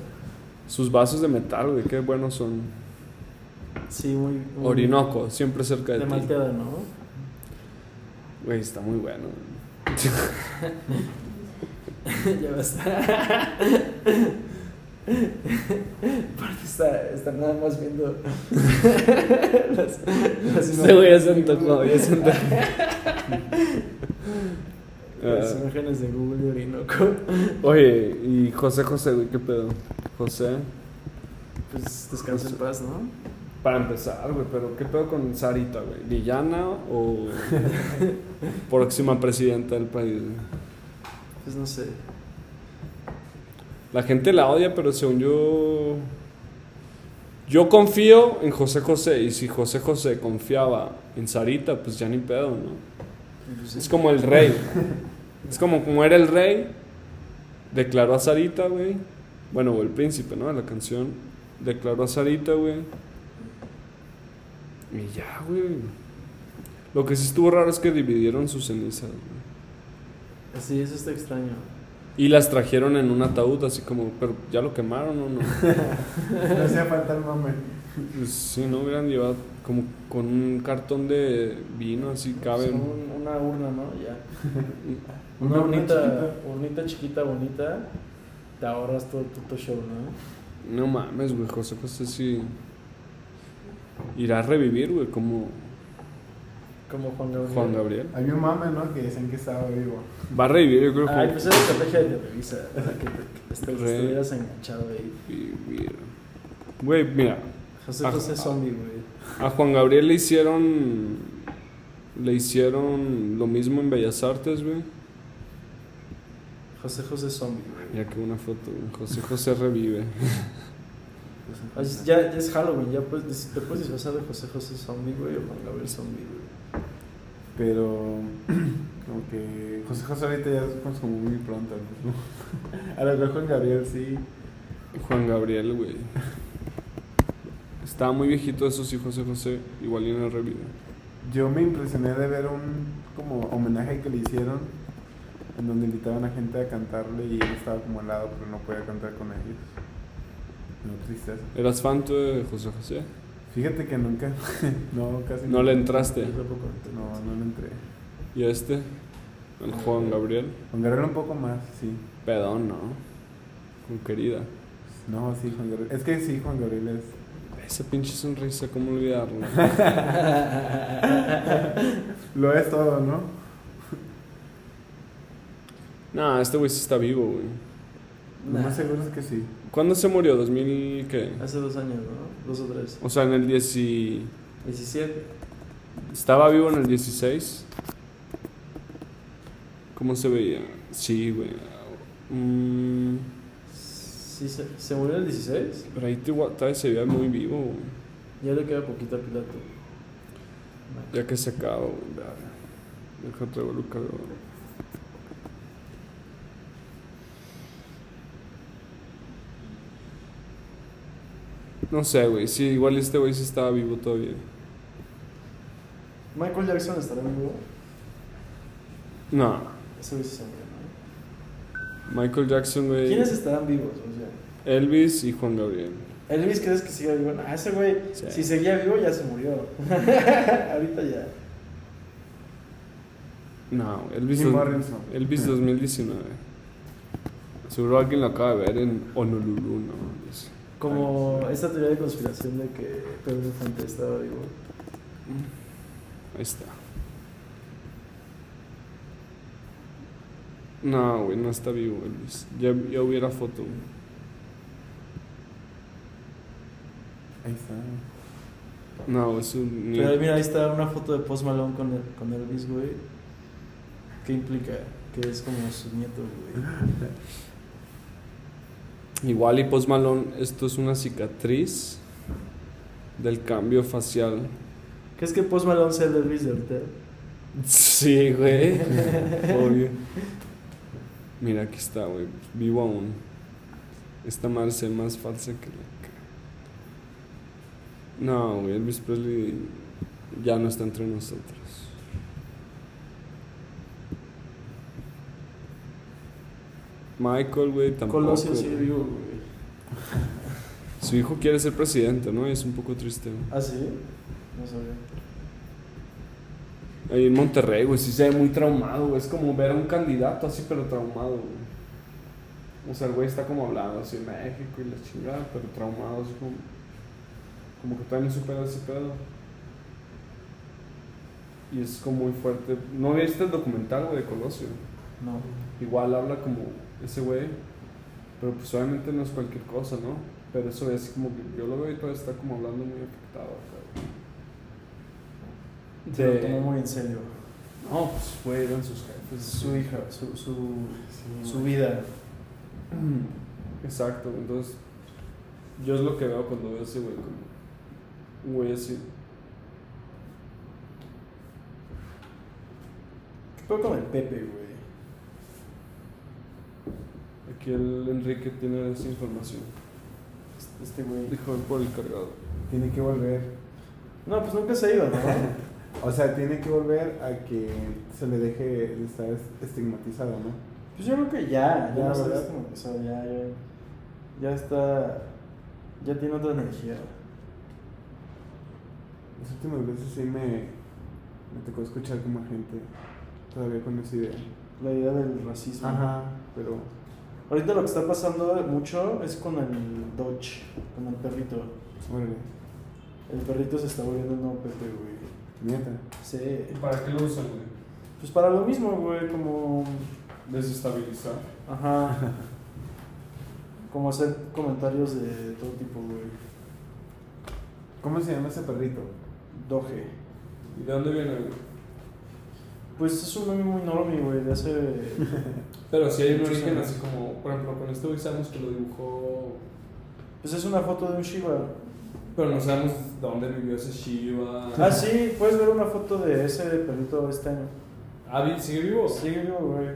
[SPEAKER 2] Sus vasos de metal, güey, qué buenos son.
[SPEAKER 1] Sí, muy. muy-
[SPEAKER 2] Orinoco, siempre cerca de,
[SPEAKER 1] De
[SPEAKER 2] ti.
[SPEAKER 1] malteada, ¿no?
[SPEAKER 2] Güey, está muy bueno. güey.
[SPEAKER 1] ya basta. Aparte está, está nada más viendo las, las
[SPEAKER 2] Este güey ya se antojó, ya se antojó.
[SPEAKER 1] las
[SPEAKER 2] Ah,
[SPEAKER 1] imágenes de Google de Orinoco.
[SPEAKER 2] oye, y José José, güey, ¿qué pedo? José.
[SPEAKER 1] Pues descansa en paz, ¿no?
[SPEAKER 2] Para empezar, güey, pero ¿qué pedo con Sarita, güey? ¿Villana o próxima presidenta del país? güey?
[SPEAKER 1] Pues no sé.
[SPEAKER 2] La gente la odia, pero según yo. Yo confío en José José, y si José José confiaba en Sarita, pues ya ni pedo, ¿no?
[SPEAKER 1] Pues,
[SPEAKER 2] Es como el rey. Es como como era el rey. Declaró a Sarita, güey. Bueno, o el príncipe, ¿no? La canción. Declaró a Sarita, güey. Y ya, güey. Lo que sí estuvo raro es que dividieron sus cenizas, güey.
[SPEAKER 1] Sí, eso está extraño.
[SPEAKER 2] Y las trajeron en un ataúd, así como, pero ya lo quemaron o no.
[SPEAKER 3] No hacía falta el mame.
[SPEAKER 2] Pues sí, no hubieran llevado como con un cartón de vino, así cabe.
[SPEAKER 1] Pues, un- una urna, ¿no? Ya.
[SPEAKER 3] Una
[SPEAKER 1] Una
[SPEAKER 3] urna
[SPEAKER 1] urnita,
[SPEAKER 3] chiquita.
[SPEAKER 1] urnita chiquita, bonita. Te ahorras todo el puto show, ¿no?
[SPEAKER 2] No mames, güey, José José sí. Irá a revivir, güey, como
[SPEAKER 1] Como Juan Gabriel.
[SPEAKER 2] Juan Gabriel.
[SPEAKER 3] Había un mame, ¿no? Que decían que estaba vivo.
[SPEAKER 2] Va a revivir, yo creo
[SPEAKER 1] Ay,
[SPEAKER 2] que.
[SPEAKER 1] pues es la estrategia de Televisa. para Que te- que te-
[SPEAKER 2] Re.
[SPEAKER 1] estuvieras enganchado ahí.
[SPEAKER 2] Revivir. Güey, mira,
[SPEAKER 1] José
[SPEAKER 2] Ah,
[SPEAKER 1] José
[SPEAKER 2] ah.
[SPEAKER 1] Zombie, güey.
[SPEAKER 2] a Juan Gabriel le hicieron. Le hicieron lo mismo en Bellas Artes, güey.
[SPEAKER 1] José José Zombie, güey.
[SPEAKER 2] Ya que una foto, güey, José José revive. Pues,
[SPEAKER 3] Pues,
[SPEAKER 1] Ah, es- Ya, ya es Halloween, ya puedes, dis- te puedes disfrazar de José José Zombie, güey, o Juan Gabriel Zombie, güey.
[SPEAKER 3] Pero. Como que. José José ahorita ya es como muy pronto, ¿no? A lo mejor Juan Gabriel sí.
[SPEAKER 2] Juan Gabriel, güey. Estaba muy viejito, eso sí, José José. Igual y no revive.
[SPEAKER 3] Yo me impresioné de ver un como homenaje que le hicieron en donde invitaban a gente a cantarle y él estaba como al lado pero no podía cantar con ellos. No tristeza.
[SPEAKER 2] ¿Eras fan tú de José José?
[SPEAKER 3] Fíjate que nunca, no casi
[SPEAKER 2] No le entraste.
[SPEAKER 1] Yo tampoco entiendo.
[SPEAKER 3] No, no le entré.
[SPEAKER 2] ¿Y a este? El Juan Gabriel.
[SPEAKER 3] Juan Gabriel un poco más, sí.
[SPEAKER 2] Pedón, ¿no? Con querida.
[SPEAKER 3] No, sí, Juan Gabriel. Es que sí, Juan Gabriel es.
[SPEAKER 2] Esa pinche sonrisa, ¿cómo olvidarla?
[SPEAKER 3] Lo es todo, ¿no?
[SPEAKER 2] nah, este güey sí está vivo, güey.
[SPEAKER 3] Lo más seguro es que sí.
[SPEAKER 2] ¿Cuándo se murió? ¿2000 qué?
[SPEAKER 1] Hace dos años, ¿no? Dos o tres.
[SPEAKER 2] O sea, en el 10 y...
[SPEAKER 1] 17.
[SPEAKER 2] ¿Estaba vivo en el 16? ¿Cómo se veía? Sí, güey. Mm,
[SPEAKER 1] Sí, se, se murió el 16.
[SPEAKER 2] pero ahí te gua- tal vez se veía muy vivo, güey.
[SPEAKER 1] Ya le queda poquito a Pilato.
[SPEAKER 2] Ya que se acaba, güey. verga. Déjate de Luca, güey. No sé, güey. Sí, igual este güey sí estaba vivo todavía.
[SPEAKER 1] Michael Jackson estará vivo.
[SPEAKER 2] No.
[SPEAKER 1] Ese güey sí se murió, ¿no?
[SPEAKER 2] Michael Jackson, güey.
[SPEAKER 1] ¿Quiénes estarán vivos? O sea,
[SPEAKER 2] Elvis y Juan Gabriel.
[SPEAKER 1] Elvis, ¿crees que siga vivo? No, ese güey,
[SPEAKER 2] Sí.
[SPEAKER 1] si seguía vivo, ya se murió. Ahorita ya.
[SPEAKER 2] No, Elvis,
[SPEAKER 3] Jim
[SPEAKER 2] dos-
[SPEAKER 3] Morrison.
[SPEAKER 1] Ah.
[SPEAKER 2] Elvis 2019. Seguro alguien lo acaba de ver en Honolulu, ¿no? Pues, Es-
[SPEAKER 1] Como esta teoría de conspiración de que Pedro Infante estaba vivo.
[SPEAKER 2] Ahí está. No, güey, no está vivo Elvis. Ya, ya hubiera foto. güey.
[SPEAKER 3] Ahí está.
[SPEAKER 2] No, es un... ni-
[SPEAKER 1] Pero mira, ahí está una foto de Post Malone con, el- con Elvis, güey. ¿Qué implica? Que es como su nieto, güey.
[SPEAKER 2] Igual y Post Malone, esto es una cicatriz del cambio facial.
[SPEAKER 1] ¿Crees que Post Malone sea el Elvis de ahorita?
[SPEAKER 2] Sí, güey. Obvio. Mira, aquí está, güey. Vivo aún. Esta madre se ve más falsa que la... ca- No, güey, Elvis Presley ya no está entre nosotros. Michael, güey, tampoco.
[SPEAKER 1] Colosio sigue
[SPEAKER 2] güey.
[SPEAKER 1] vivo, güey.
[SPEAKER 2] Su hijo quiere ser presidente, ¿no? Es un poco triste, güey.
[SPEAKER 1] ¿Ah, sí? No sabía.
[SPEAKER 2] Ahí en Monterrey, güey, sí se ve muy traumado, güey. Es como ver a un candidato así, pero traumado, güey. O sea, el güey está como hablando así en México y la chingada, pero traumado, así como. Como que todavía no supera ese pedo. Y es como muy fuerte. ¿No viste el documental, güey, de Colosio?
[SPEAKER 1] No.
[SPEAKER 2] Igual habla como ese güey, pero pues obviamente no es cualquier cosa, ¿no? Pero eso es como que yo lo veo y todavía está como hablando muy afectado, acá, güey.
[SPEAKER 1] Se lo
[SPEAKER 2] De-
[SPEAKER 1] tomó muy en serio. Pues,
[SPEAKER 2] no, pues güey, eran sus jefes.
[SPEAKER 1] Su hija, su, su, su vida.
[SPEAKER 2] Exacto, entonces yo es lo que veo cuando veo a ese güey como un güey así.
[SPEAKER 1] ¿Qué pedo con el Pepe, güey?
[SPEAKER 2] Aquí el Enrique tiene esa información.
[SPEAKER 1] Este güey.
[SPEAKER 2] Dijo "Ven por el cargado.
[SPEAKER 3] Tiene que volver.
[SPEAKER 1] No, pues nunca se ha ido, ¿no?
[SPEAKER 3] O sea, tiene que volver a que se le deje de estar est- estigmatizado, ¿no?
[SPEAKER 1] Pues yo creo que ya, ya,
[SPEAKER 3] Ya,
[SPEAKER 1] o sea,
[SPEAKER 3] ¿verdad?
[SPEAKER 1] es como que, o sea, ya, ya, ya está, ya tiene otra energía.
[SPEAKER 3] Las últimas veces sí me, me tocó escuchar como a gente todavía con esa idea.
[SPEAKER 1] La idea del racismo.
[SPEAKER 3] Ajá, pero
[SPEAKER 1] Ahorita lo que está pasando mucho es con el Dodge, con el perrito.
[SPEAKER 3] órale,
[SPEAKER 1] El perrito se está volviendo el nuevo Pepe, güey.
[SPEAKER 3] neta.
[SPEAKER 1] Sí.
[SPEAKER 2] para qué lo usan, güey?
[SPEAKER 1] Pues para lo mismo, güey, como,
[SPEAKER 2] Desestabilizar.
[SPEAKER 1] ajá, como hacer comentarios de todo tipo, güey.
[SPEAKER 3] ¿Cómo se llama ese perrito?
[SPEAKER 1] Doge.
[SPEAKER 2] ¿Y de dónde viene, güey?
[SPEAKER 1] Pues es un meme muy enorme, güey, de hace...
[SPEAKER 2] Pero si hay un
[SPEAKER 1] Muchos
[SPEAKER 2] origen
[SPEAKER 1] años.
[SPEAKER 2] así como, por ejemplo, con este güey sabemos que lo dibujó,
[SPEAKER 1] Pues es una foto de un Shiba.
[SPEAKER 2] pero no sabemos dónde vivió ese Shiva.
[SPEAKER 1] Ah, sí, puedes ver una foto de ese perrito este año.
[SPEAKER 2] Ah, bien, sigue vivo.
[SPEAKER 1] Sí, yo, güey.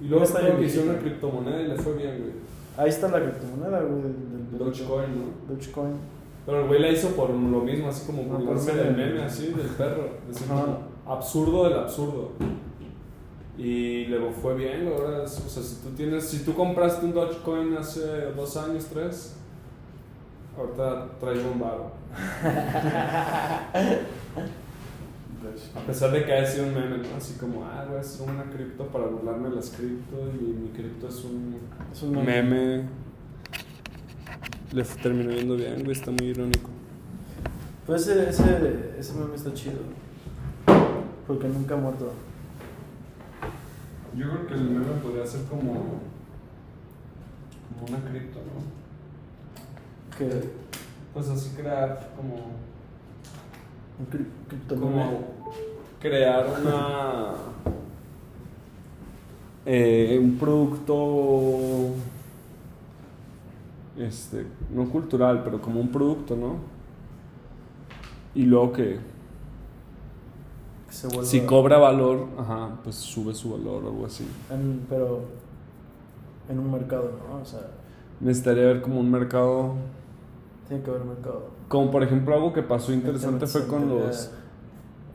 [SPEAKER 2] Y luego
[SPEAKER 1] Está
[SPEAKER 2] creo
[SPEAKER 1] bien
[SPEAKER 2] que hicieron
[SPEAKER 1] viejito.
[SPEAKER 2] una criptomoneda y le fue bien, güey.
[SPEAKER 1] Ahí está la criptomoneda, güey, del, del perrito.
[SPEAKER 2] Dogecoin, ¿no?
[SPEAKER 1] Dogecoin.
[SPEAKER 2] Pero el güey la hizo por lo mismo, así como
[SPEAKER 1] Ajá,
[SPEAKER 2] burlarse
[SPEAKER 1] Ah, por
[SPEAKER 2] del
[SPEAKER 1] meme.
[SPEAKER 2] meme, así, del perro. Decir,
[SPEAKER 1] Ajá.
[SPEAKER 2] como, absurdo del absurdo. Y luego fue bien, ahora, es- o sea, si tú tienes, si tú compraste un Dogecoin hace dos años, tres, ahorita traes un baro. A pesar de que haya sido un meme, ¿no? así como, ah, voy a hacer una cripto para burlarme de las cripto y mi cripto es un
[SPEAKER 1] Es un meme.
[SPEAKER 2] Le terminó yendo bien, güey, está muy irónico.
[SPEAKER 1] Pues ese, ese, ese meme está chido. Porque nunca ha muerto.
[SPEAKER 2] Yo creo que el meme podría ser como. como una cripto, ¿no?
[SPEAKER 1] Que,
[SPEAKER 2] Pues así crear como.
[SPEAKER 1] cri- criptomoneda.
[SPEAKER 2] como crear una. eh, un producto. Este, no cultural, pero como un producto, ¿no? Y luego que
[SPEAKER 1] que se vuelva-
[SPEAKER 2] si cobra valor, ajá, pues sube su valor o algo así.
[SPEAKER 1] en- pero en un mercado, ¿no? O sea,
[SPEAKER 2] Necesitaría ver como un mercado.
[SPEAKER 1] tiene que haber mercado.
[SPEAKER 2] Como por ejemplo algo que pasó interesante
[SPEAKER 1] Mercado,
[SPEAKER 2] fue con
[SPEAKER 1] actividad
[SPEAKER 2] los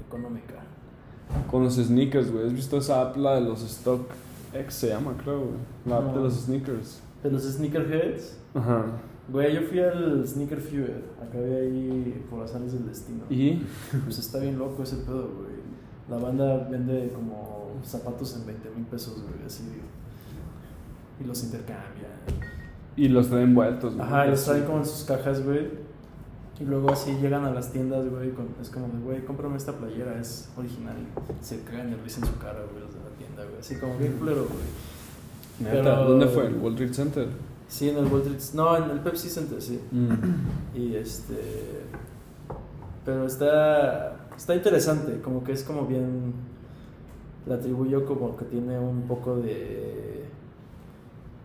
[SPEAKER 1] Económica.
[SPEAKER 2] con los sneakers, güey. ¿Has visto esa app la de los stock X se llama, creo, güey? La app de
[SPEAKER 1] No.
[SPEAKER 2] los sneakers.
[SPEAKER 1] De los sneakerheads.
[SPEAKER 2] Ajá.
[SPEAKER 1] Güey, yo fui al Sneaker Fever. Acabé ahí por azares del destino.
[SPEAKER 2] Y
[SPEAKER 1] Pues está bien loco ese pedo, güey. La banda vende como zapatos en 20 mil pesos, güey, así. Y los intercambia.
[SPEAKER 2] y los traen vueltos, güey.
[SPEAKER 1] Ajá, y los traen como en sus cajas, güey. Y luego así llegan a las tiendas, güey. con- Es como de, güey, cómprame esta playera, es original. Se cagan y lo dicen en su cara, güey, los de la tienda, güey. Así como bien culero, güey.
[SPEAKER 2] Neta,
[SPEAKER 1] Pero-
[SPEAKER 2] ¿dónde fue? ¿El World Trade Center?
[SPEAKER 1] Sí, en el World Trade- No, en el Pepsi Center, sí. Y este. Pero está. Está interesante, como que es como bien. Le atribuyo como que tiene un poco de.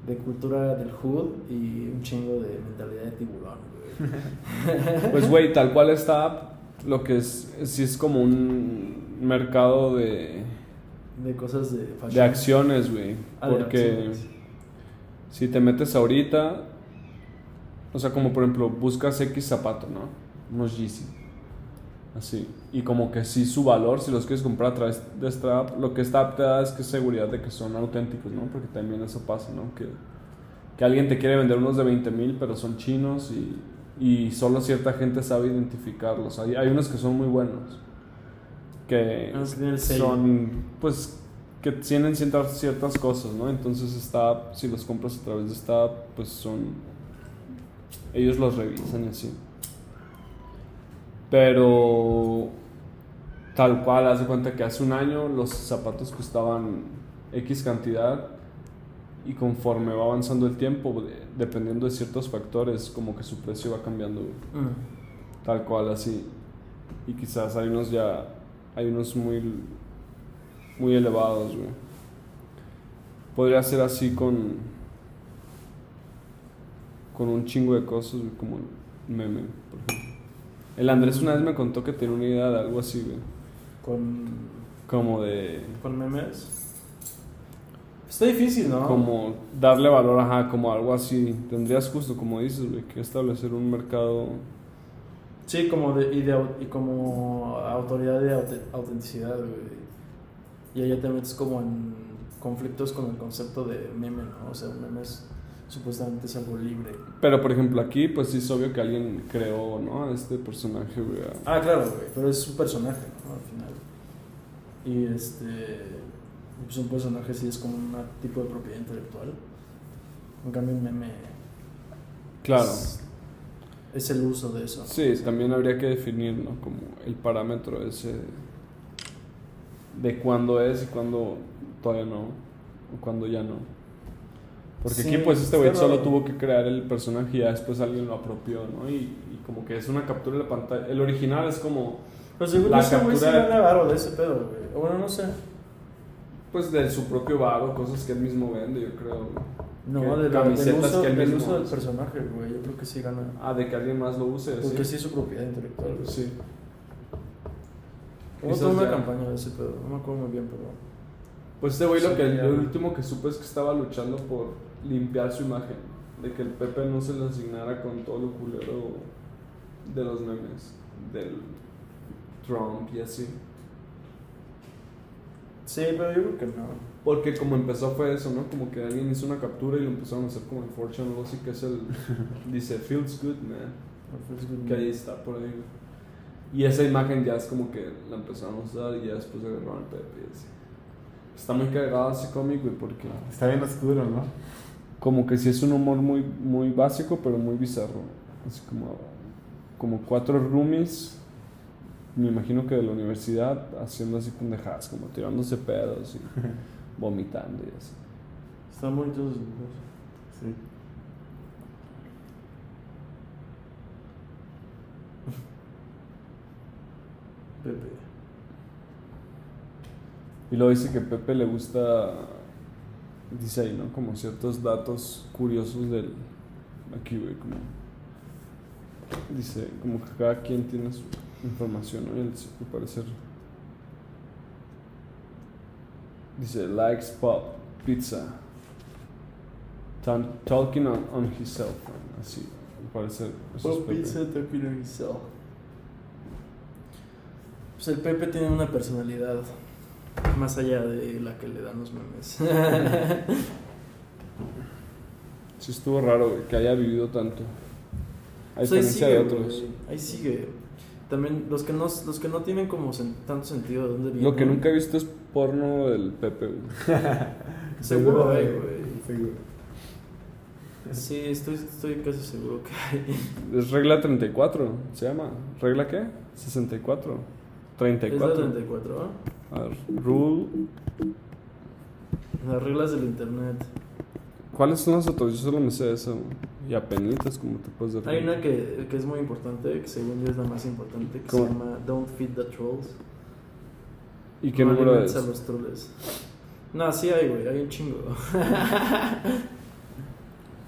[SPEAKER 1] de cultura del hood y un chingo de mentalidad de tiburón, güey.
[SPEAKER 2] Pues, güey, tal cual esta app, lo que es, sí es como un mercado de,
[SPEAKER 1] de cosas de fashion.
[SPEAKER 2] de acciones, güey.
[SPEAKER 1] Ah, de
[SPEAKER 2] Porque eh,
[SPEAKER 1] acciones.
[SPEAKER 2] si te metes ahorita, o sea, como por ejemplo, buscas X zapato, ¿no? Unos Yeezy. Así. Y como que sí, su valor, si los quieres comprar a través de esta app, lo que esta app te da es que seguridad de que son auténticos, ¿no? Porque también eso pasa, ¿no? Que, que alguien te quiere vender unos de 20 mil, pero son chinos y, y solo cierta gente sabe identificarlos. Hay, hay unos que son muy buenos. Que
[SPEAKER 1] Unos que tienen el sello.
[SPEAKER 2] son, pues, que tienen ciertas, ciertas cosas, ¿no? Entonces esta app, si los compras a través de esta app, pues son... Ellos los revisan y así. Pero tal cual, haz de cuenta que hace un año los zapatos costaban X cantidad y conforme va avanzando el tiempo, de- dependiendo de ciertos factores, como que su precio va cambiando güey.
[SPEAKER 1] Mm.
[SPEAKER 2] tal cual así. Y quizás hay unos ya, hay unos muy, muy elevados, güey. Podría ser así con, con un chingo de cosas, güey, como el meme, por ejemplo. El Andrés una vez me contó que tenía una idea de algo así, güey.
[SPEAKER 1] Con.
[SPEAKER 2] Como de...
[SPEAKER 1] con memes. Está difícil, ¿no?
[SPEAKER 2] como darle valor, ajá, como algo así. Tendrías justo, como dices, güey, que establecer un mercado.
[SPEAKER 1] Sí, como de, y, de, au- y como autoridad de aute- autenticidad, güey. Y ahí ya te metes como en conflictos con el concepto de meme, ¿no? O sea, un meme es, supuestamente es algo libre.
[SPEAKER 2] Pero, por ejemplo, aquí, pues sí es obvio que alguien creó, ¿no? A este personaje, güey. a-
[SPEAKER 1] Ah, claro, güey, pero es un personaje, ¿no? Al final. Y este. Pues un personaje sí es como un tipo de propiedad intelectual. En cambio, un meme.
[SPEAKER 2] Claro.
[SPEAKER 1] Es, es el uso de eso.
[SPEAKER 2] Sí, también habría que definir, ¿no? Como el parámetro ese de, de cuándo es y cuándo todavía no, o cuándo ya no. Porque
[SPEAKER 1] Sí,
[SPEAKER 2] aquí, pues, este güey
[SPEAKER 1] está
[SPEAKER 2] solo
[SPEAKER 1] raro.
[SPEAKER 2] tuvo que crear el personaje y ya después alguien lo apropió, ¿no? Y, y como que es una captura de pantalla. El original es como...
[SPEAKER 1] Pero según
[SPEAKER 2] La
[SPEAKER 1] ese güey sí
[SPEAKER 2] captura-
[SPEAKER 1] gana varo de ese pedo, güey. O Bueno, no sé.
[SPEAKER 2] Pues de su propio vago, cosas que él mismo vende, yo creo.
[SPEAKER 1] No,
[SPEAKER 2] Que
[SPEAKER 1] de la- del,
[SPEAKER 2] camisetas
[SPEAKER 1] uso,
[SPEAKER 2] que él
[SPEAKER 1] del
[SPEAKER 2] mismo
[SPEAKER 1] uso del
[SPEAKER 2] hace.
[SPEAKER 1] personaje, güey. Yo creo que sí gana.
[SPEAKER 2] Ah, de que alguien más lo use,
[SPEAKER 1] Porque
[SPEAKER 2] sí.
[SPEAKER 1] sí es su propiedad intelectual, güey.
[SPEAKER 2] Sí.
[SPEAKER 1] Hubo
[SPEAKER 2] Quizás
[SPEAKER 1] toda una
[SPEAKER 2] ya.
[SPEAKER 1] campaña de ese pedo. No me acuerdo muy bien, pero.
[SPEAKER 2] Pues este güey
[SPEAKER 1] Sí,
[SPEAKER 2] lo que
[SPEAKER 1] ya.
[SPEAKER 2] lo último que supe es que estaba luchando por limpiar su imagen, de que el Pepe no se le asignara con todo lo culero de los memes, del Trump y así.
[SPEAKER 1] Sí, pero yo creo que no.
[SPEAKER 2] Porque como empezó fue eso, ¿no? Como que alguien hizo una captura y lo empezaron a hacer como en Fortune o algo así que es el dice feels good, man.
[SPEAKER 1] pues Mm.
[SPEAKER 2] que ahí está por ahí. Y esa imagen ya es como que la empezaron a usar y ya después agarraron el Pepe. y así. Está muy cagado ese cómic, güey, porque
[SPEAKER 3] Está bien oscuro, ¿no?
[SPEAKER 2] como que sí es un humor muy, muy básico, pero muy bizarro. Así como, como cuatro roomies, me imagino que de la universidad, haciendo así pendejadas, como tirándose pedos y vomitando y así.
[SPEAKER 1] Están bonitos los
[SPEAKER 3] Sí.
[SPEAKER 1] Pepe.
[SPEAKER 2] Y luego dice que Pepe le gusta, dice ahí, ¿no? Como ciertos datos curiosos del... Aquí, güey, como... Dice, como que cada quien tiene su información, ¿no? Y él, al parecer... Dice, likes pop, pizza. Tan- talking on, on his cell phone, así, al parecer. eso es Pepe.
[SPEAKER 1] Pues el Pepe tiene una personalidad más allá de la que le dan los memes. Pues
[SPEAKER 2] Sí estuvo raro, güey, que haya vivido tanto. A
[SPEAKER 1] Pues ahí
[SPEAKER 2] diferencia
[SPEAKER 1] sigue,
[SPEAKER 2] de otros.
[SPEAKER 1] güey, Ahí sigue. También los que no, los que no tienen como sen- tanto sentido de dónde vienen.
[SPEAKER 2] Lo que nunca he visto es porno del Pepe, güey.
[SPEAKER 1] Seguro hay,
[SPEAKER 2] eh,
[SPEAKER 1] güey.
[SPEAKER 3] Seguro.
[SPEAKER 1] Sí, estoy, estoy casi seguro que hay.
[SPEAKER 2] Es regla 34, se llama. ¿Regla qué? 64. 34.
[SPEAKER 1] Es la 34, ¿eh?
[SPEAKER 2] A ver, rule.
[SPEAKER 1] Las reglas del internet.
[SPEAKER 2] ¿Cuáles son las otras? Yo solo me sé eso. güey. Y apenitas, como te puedes
[SPEAKER 1] Hay
[SPEAKER 2] defender.
[SPEAKER 1] una que, que es muy importante, que según yo es la más importante, que
[SPEAKER 2] ¿Cómo?
[SPEAKER 1] se llama Don't Feed the Trolls.
[SPEAKER 2] ¿Y qué
[SPEAKER 1] No
[SPEAKER 2] número
[SPEAKER 1] alimentes
[SPEAKER 2] es?
[SPEAKER 1] a los troles. No, sí hay, güey, hay un chingo.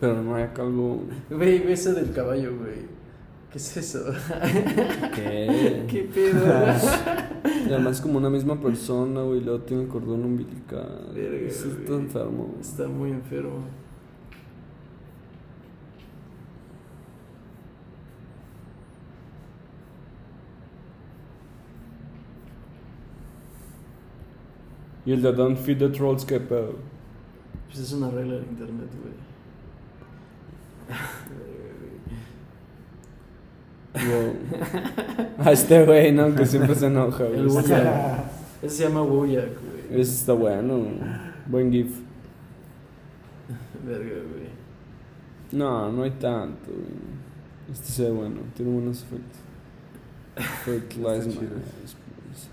[SPEAKER 2] Pero no hay acá algo.
[SPEAKER 1] Güey, ve ese del caballo, güey. ¿Qué es eso?
[SPEAKER 2] ¿Qué?
[SPEAKER 1] ¿Qué pedo?
[SPEAKER 2] Y además, como una misma persona, güey. Luego tiene el cordón umbilical.
[SPEAKER 1] Verga,
[SPEAKER 2] Eso está
[SPEAKER 1] güey.
[SPEAKER 2] enfermo. güey.
[SPEAKER 1] Está muy enfermo.
[SPEAKER 2] Y el de Don't Feed the Trolls, qué pedo.
[SPEAKER 1] Pues es una regla del internet, güey.
[SPEAKER 2] Wow. A este güey, ¿no? Que siempre se enoja, güey.
[SPEAKER 1] El
[SPEAKER 2] Este-
[SPEAKER 1] Wojak. Ese se llama Wojak, güey.
[SPEAKER 2] Ese está bueno. güey. Buen GIF.
[SPEAKER 1] Verga, güey.
[SPEAKER 2] No, no hay tanto, güey. Este se ve bueno, tiene buenos efectos. Fertilize my
[SPEAKER 3] chido.
[SPEAKER 2] eyes, please.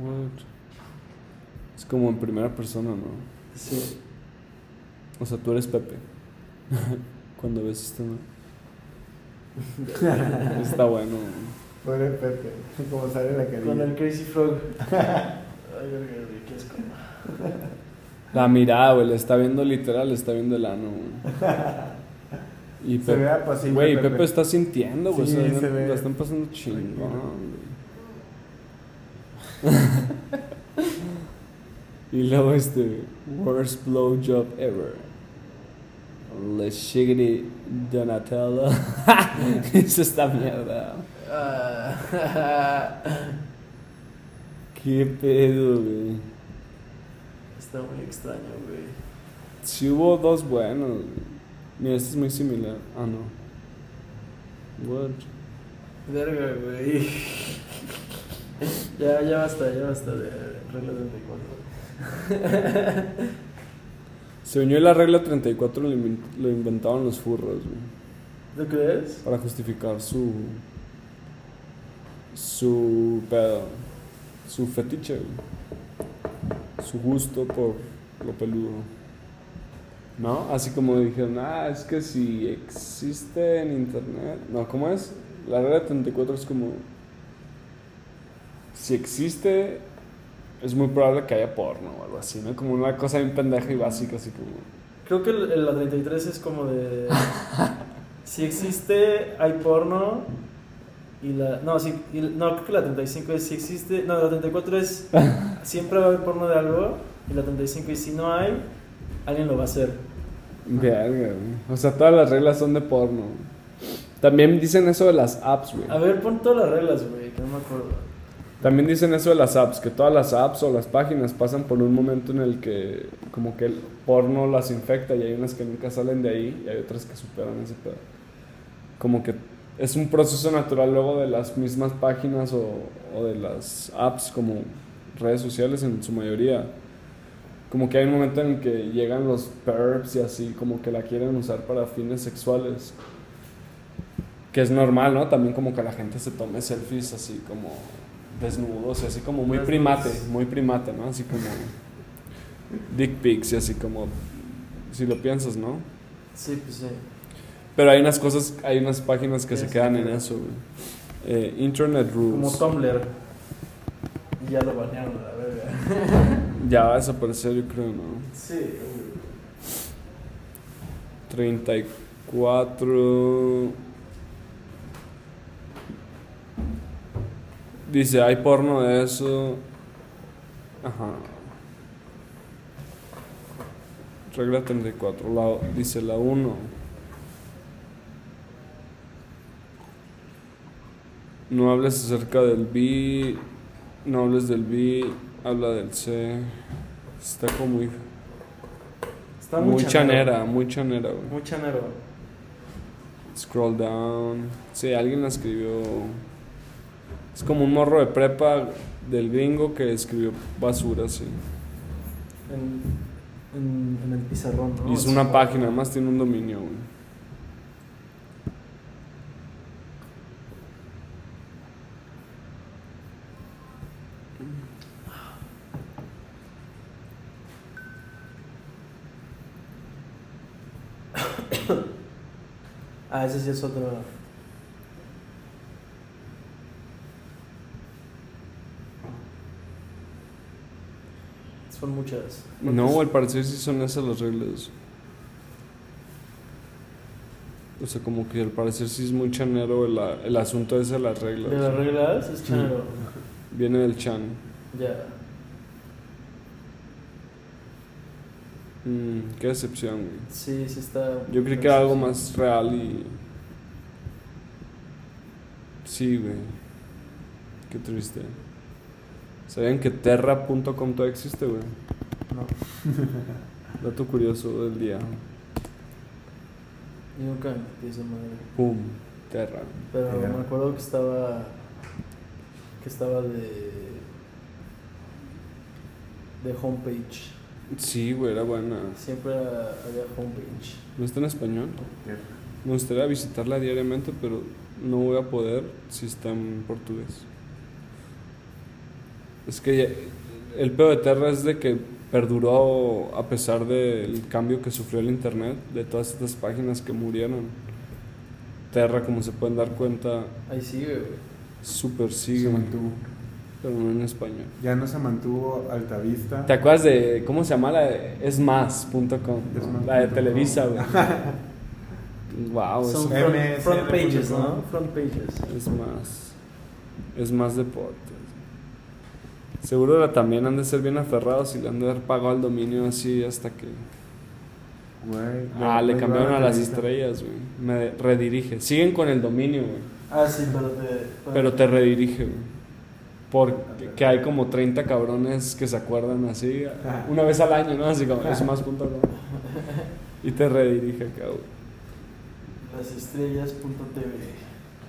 [SPEAKER 2] What? pues. Es como en primera persona, ¿no?
[SPEAKER 1] Sí.
[SPEAKER 2] O sea, tú eres Pepe. Cuando ves esto, ¿no? Está bueno. güey.
[SPEAKER 3] Pobre Pepe, como sale la carilla.
[SPEAKER 1] Con el Crazy Frog. Ay, verga, güey, qué asco.
[SPEAKER 2] La mirada, güey, le está viendo literal, le está viendo el ano, güey. Y
[SPEAKER 3] Se ve
[SPEAKER 2] Pepe,
[SPEAKER 3] apacible.
[SPEAKER 2] güey, Pepe está sintiendo, güey.
[SPEAKER 3] Sí,
[SPEAKER 2] o sea,
[SPEAKER 3] se ve.
[SPEAKER 2] la están pasando chingón, güey. Y luego este Worst blowjob ever La Shigri Donatello Eso está mierda
[SPEAKER 1] Ah,
[SPEAKER 2] Qué pedo, güey
[SPEAKER 1] Está muy extraño, güey.
[SPEAKER 2] Si hubo dos buenos güey. Mira, este es muy similar Ah, no What?
[SPEAKER 1] Verga, güey. ya, ya basta, ya basta de regla 34.
[SPEAKER 2] Se unió la regla 34 lo, invent- lo inventaron los furros, güey
[SPEAKER 1] ¿Tú crees?
[SPEAKER 2] Para justificar su Su pedo Su fetiche, güey Su gusto por lo peludo ¿No? Así como dijeron, ah, es que si existe en internet. No, ¿cómo es? La regla 34 es como. Si existe, es muy probable que haya porno o algo así, ¿no? Como una cosa bien pendeja y básica, así como.
[SPEAKER 1] Creo que el- el- la 33 es como de. si existe, hay porno. Y la. No, sí, y- no, creo que la 35 es si existe. No, la 34 es. siempre va a haber porno de algo. Y la 35 es si no hay, alguien lo va a hacer.
[SPEAKER 2] Verga, güey. O sea, todas las reglas son de porno. También dicen eso de las apps, güey.
[SPEAKER 1] A ver, pon todas las reglas, güey, que no me acuerdo.
[SPEAKER 2] También dicen eso de las apps, que todas las apps o las páginas pasan por un momento en el que como que el porno las infecta y hay unas que nunca salen de ahí y hay otras que superan ese pedo. Como que es un proceso natural luego de las mismas páginas o, o de las apps como redes sociales en su mayoría. Como que hay un momento en el que llegan los perps y así como que la quieren usar para fines sexuales. Que es normal, ¿no? También como que la gente se tome selfies así como desnudos, y así como muy
[SPEAKER 1] Desnudos.
[SPEAKER 2] primate, muy primate, ¿no? Así como dick pics y así como si lo piensas, ¿no?
[SPEAKER 1] Sí, pues sí.
[SPEAKER 2] Pero hay unas cosas, hay unas páginas que se
[SPEAKER 1] Sí,
[SPEAKER 2] quedan
[SPEAKER 1] sí,
[SPEAKER 2] en
[SPEAKER 1] sí.
[SPEAKER 2] eso, güey. eh, Internet Rules.
[SPEAKER 1] Como Tumblr. Y ya lo banearon a la verga.
[SPEAKER 2] Ya va a desaparecer, yo creo, ¿no?
[SPEAKER 1] Sí,
[SPEAKER 2] 34. Dice, hay porno de eso. Ajá. Regla 34, la- dice la 1. No hables acerca del B, no hables del B, habla del C. Está como muy
[SPEAKER 1] Está
[SPEAKER 2] muy,
[SPEAKER 1] chanero.
[SPEAKER 2] chanera, muy chanera, güey.
[SPEAKER 1] Muy chanero.
[SPEAKER 2] Scroll down. Sí, alguien la escribió. Es como un morro de prepa del gringo que escribió basura, sí.
[SPEAKER 1] En, en, en el pizarrón, ¿no?
[SPEAKER 2] Hizo
[SPEAKER 1] Así
[SPEAKER 2] una
[SPEAKER 1] como-
[SPEAKER 2] página, además tiene un dominio, güey.
[SPEAKER 1] Ah, ese sí es otro. Son muchas.
[SPEAKER 2] No,
[SPEAKER 1] pues
[SPEAKER 2] al parecer sí son esas las reglas. O sea, como que al parecer sí es muy chanero el, a- el asunto ese de las reglas.
[SPEAKER 1] De las reglas es chanero.
[SPEAKER 2] Viene del chan.
[SPEAKER 1] Ya.
[SPEAKER 2] Mm, qué decepción, güey.
[SPEAKER 1] Sí, sí está.
[SPEAKER 2] Yo creí que era algo más real y. Sí, güey. Qué triste. ¿Sabían que terra.com todavía existe, güey?
[SPEAKER 1] No,
[SPEAKER 2] Dato curioso del día.
[SPEAKER 1] yo nunca me metí esa madre.
[SPEAKER 2] Pum, terra.
[SPEAKER 1] Pero
[SPEAKER 3] Ya.
[SPEAKER 1] me acuerdo que estaba. Que estaba de. De homepage.
[SPEAKER 2] Sí, güey, era buena.
[SPEAKER 1] Siempre era- había homepage.
[SPEAKER 2] No está en español. Me gustaría visitarla diariamente, pero no voy a poder si está en portugués. Es que ya- el pedo de Terra es de que perduró a pesar del cambio que sufrió el internet, de todas estas páginas que murieron. Terra, como se pueden dar cuenta,
[SPEAKER 1] Ahí sigue, güey.
[SPEAKER 2] super sigue,
[SPEAKER 3] Se mantuvo.
[SPEAKER 2] pero no en español.
[SPEAKER 3] Ya no se mantuvo Altavista.
[SPEAKER 2] ¿Te acuerdas de cómo se llama la de esmas.com?
[SPEAKER 3] Esmas.com.
[SPEAKER 2] La de Televisa, güey. wow,
[SPEAKER 1] Son
[SPEAKER 3] eso.
[SPEAKER 1] front,
[SPEAKER 3] MSN.com.
[SPEAKER 1] front pages, ¿no? Front pages.
[SPEAKER 2] Es más. Es más deportes. Seguro la- también han de ser bien aferrados y le han de haber pagado al dominio así hasta que.
[SPEAKER 3] Güey,
[SPEAKER 2] Ah,
[SPEAKER 3] yo-
[SPEAKER 2] le
[SPEAKER 3] yo
[SPEAKER 2] cambiaron
[SPEAKER 3] iba
[SPEAKER 2] a las
[SPEAKER 3] Televisa.
[SPEAKER 2] estrellas, güey. Me redirige. Siguen con el dominio, güey.
[SPEAKER 1] Ah, sí, pero te.
[SPEAKER 2] Pero te redirige, güey. Porque que hay como 30 cabrones que se acuerdan así. Una vez al año, ¿no? Así como, es más punto. ¿no? Y te redirige acá, güey.
[SPEAKER 1] Las estrellas.tv.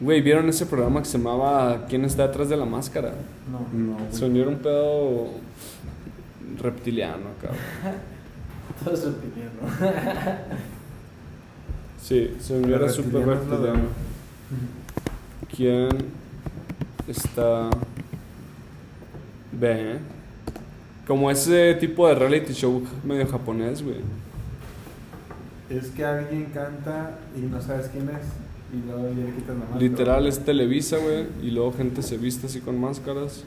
[SPEAKER 2] Güey, ¿vieron ese programa que se llamaba ¿Quién está detrás de la máscara?
[SPEAKER 1] No.
[SPEAKER 2] Mm.
[SPEAKER 3] No, güey.
[SPEAKER 2] Soñó era un pedo reptiliano, cabrón.
[SPEAKER 1] Todo es opinión, ¿no?
[SPEAKER 2] Sí, soñó era
[SPEAKER 3] Los
[SPEAKER 2] súper
[SPEAKER 3] reptilianos lo
[SPEAKER 2] reptiliano.
[SPEAKER 3] dan.
[SPEAKER 2] ¿Quién está... Ve, Como ese tipo de reality show medio japonés, güey.
[SPEAKER 3] Es que alguien canta y no sabes quién es. Y luego ya quitas la máscara.
[SPEAKER 2] Literal es Televisa, güey. Y luego gente se viste así con máscaras.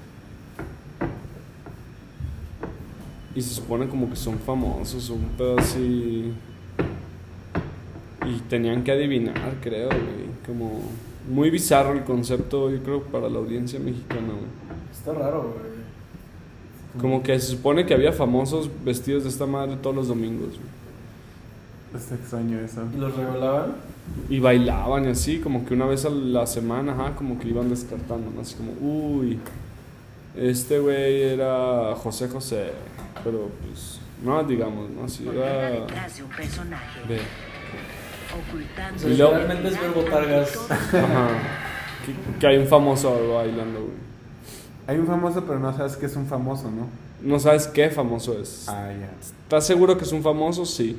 [SPEAKER 2] Y se supone como que son famosos, un pedo así. Y tenían que adivinar, creo, güey. Como muy bizarro el concepto, yo creo, para la audiencia mexicana, güey.
[SPEAKER 1] Está raro, güey.
[SPEAKER 2] Como que se supone que había famosos vestidos de esta madre todos los domingos, güey.
[SPEAKER 3] Está extraño eso.
[SPEAKER 1] ¿Y los revelaban?
[SPEAKER 2] Y bailaban y así, como que una vez a la semana, ajá, como que iban descartando, ¿no? así como, uy, este güey era José José, pero pues, no, digamos, ¿no? Así
[SPEAKER 5] Oculta
[SPEAKER 2] era...
[SPEAKER 5] detrás de un personaje.
[SPEAKER 2] de-
[SPEAKER 5] Ocultando.
[SPEAKER 1] Sí,
[SPEAKER 5] su
[SPEAKER 1] realmente es
[SPEAKER 5] identidad
[SPEAKER 1] verbo targas.
[SPEAKER 5] ante todos.
[SPEAKER 2] Ajá. Que, que hay un famoso bailando, güey.
[SPEAKER 3] Hay un famoso, pero no sabes que es un famoso, ¿no?
[SPEAKER 2] No sabes qué famoso es.
[SPEAKER 3] Ah, ya.
[SPEAKER 2] ¿Estás seguro que es un famoso? Sí.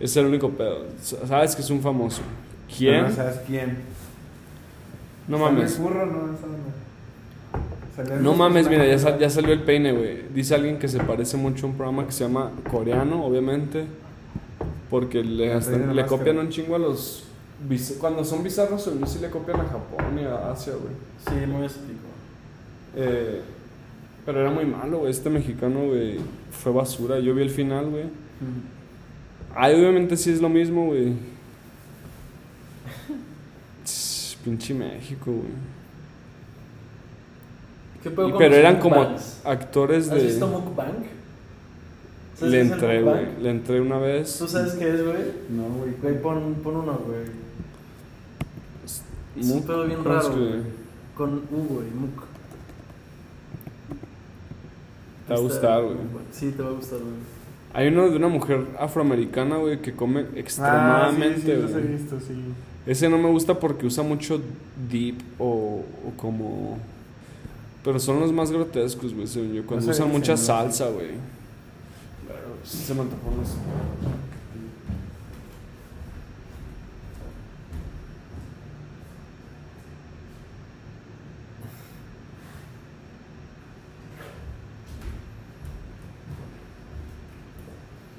[SPEAKER 2] Es el único pedo. S- Sabes que es un famoso.
[SPEAKER 3] Pero
[SPEAKER 2] ¿Quién?
[SPEAKER 3] No sabes quién.
[SPEAKER 2] No
[SPEAKER 3] Sale
[SPEAKER 2] mames.
[SPEAKER 3] el burro, no, Esa onda. Sale el
[SPEAKER 2] No
[SPEAKER 3] burro,
[SPEAKER 2] mames,
[SPEAKER 3] una
[SPEAKER 2] mira, ya,
[SPEAKER 3] mamada.
[SPEAKER 2] sal- ya salió el peine, güey. Dice alguien que se parece mucho a un programa que se llama Coreano, obviamente. Porque le,
[SPEAKER 3] El
[SPEAKER 2] gastan-
[SPEAKER 3] peine de la
[SPEAKER 2] le
[SPEAKER 3] máscara.
[SPEAKER 2] copian un chingo a los biz- cuando son bizarros, según yo sí le copian a Japón y a Asia, güey.
[SPEAKER 1] Sí, muy estético.
[SPEAKER 2] Eh, pero era muy malo, güey. Este mexicano, güey, fue basura. Yo vi el final, güey.
[SPEAKER 3] Mm.
[SPEAKER 2] Ay, obviamente sí es lo mismo, güey. Tss, Pinche México, güey.
[SPEAKER 1] ¿Qué pedo
[SPEAKER 2] Y-
[SPEAKER 1] con
[SPEAKER 2] Pero
[SPEAKER 1] los
[SPEAKER 2] eran como
[SPEAKER 1] mukbangs?
[SPEAKER 2] actores
[SPEAKER 1] ¿Has visto
[SPEAKER 2] de...
[SPEAKER 1] mukbang? ¿Sabes
[SPEAKER 2] Le
[SPEAKER 1] qué es el
[SPEAKER 2] entré,
[SPEAKER 1] mukbang?
[SPEAKER 2] güey. Le entré una vez.
[SPEAKER 1] ¿Tú sabes qué es, güey?
[SPEAKER 3] No, güey. Ah,
[SPEAKER 1] Güey, pon, pon uno, güey.
[SPEAKER 2] Mu-
[SPEAKER 1] es un pedo bien
[SPEAKER 2] ¿cómo se
[SPEAKER 1] raro,
[SPEAKER 2] escribe?
[SPEAKER 1] güey. Con U, güey, muk.
[SPEAKER 2] Te va a
[SPEAKER 1] Está
[SPEAKER 2] gustar,
[SPEAKER 1] muy
[SPEAKER 2] güey.
[SPEAKER 1] bueno. Sí, te va a gustar, güey.
[SPEAKER 2] Hay uno de una mujer afroamericana, güey, que come
[SPEAKER 3] sí, sí,
[SPEAKER 2] extremadamente,
[SPEAKER 3] los he
[SPEAKER 2] güey.
[SPEAKER 3] visto, sí.
[SPEAKER 2] Ese no me gusta porque usa mucho deep o, o como... Pero son los más grotescos, güey, según yo. Cuando
[SPEAKER 3] No sé,
[SPEAKER 2] usan
[SPEAKER 3] sí,
[SPEAKER 2] mucha
[SPEAKER 3] no sé.
[SPEAKER 2] salsa, güey. Pero sí Se me antojó unos-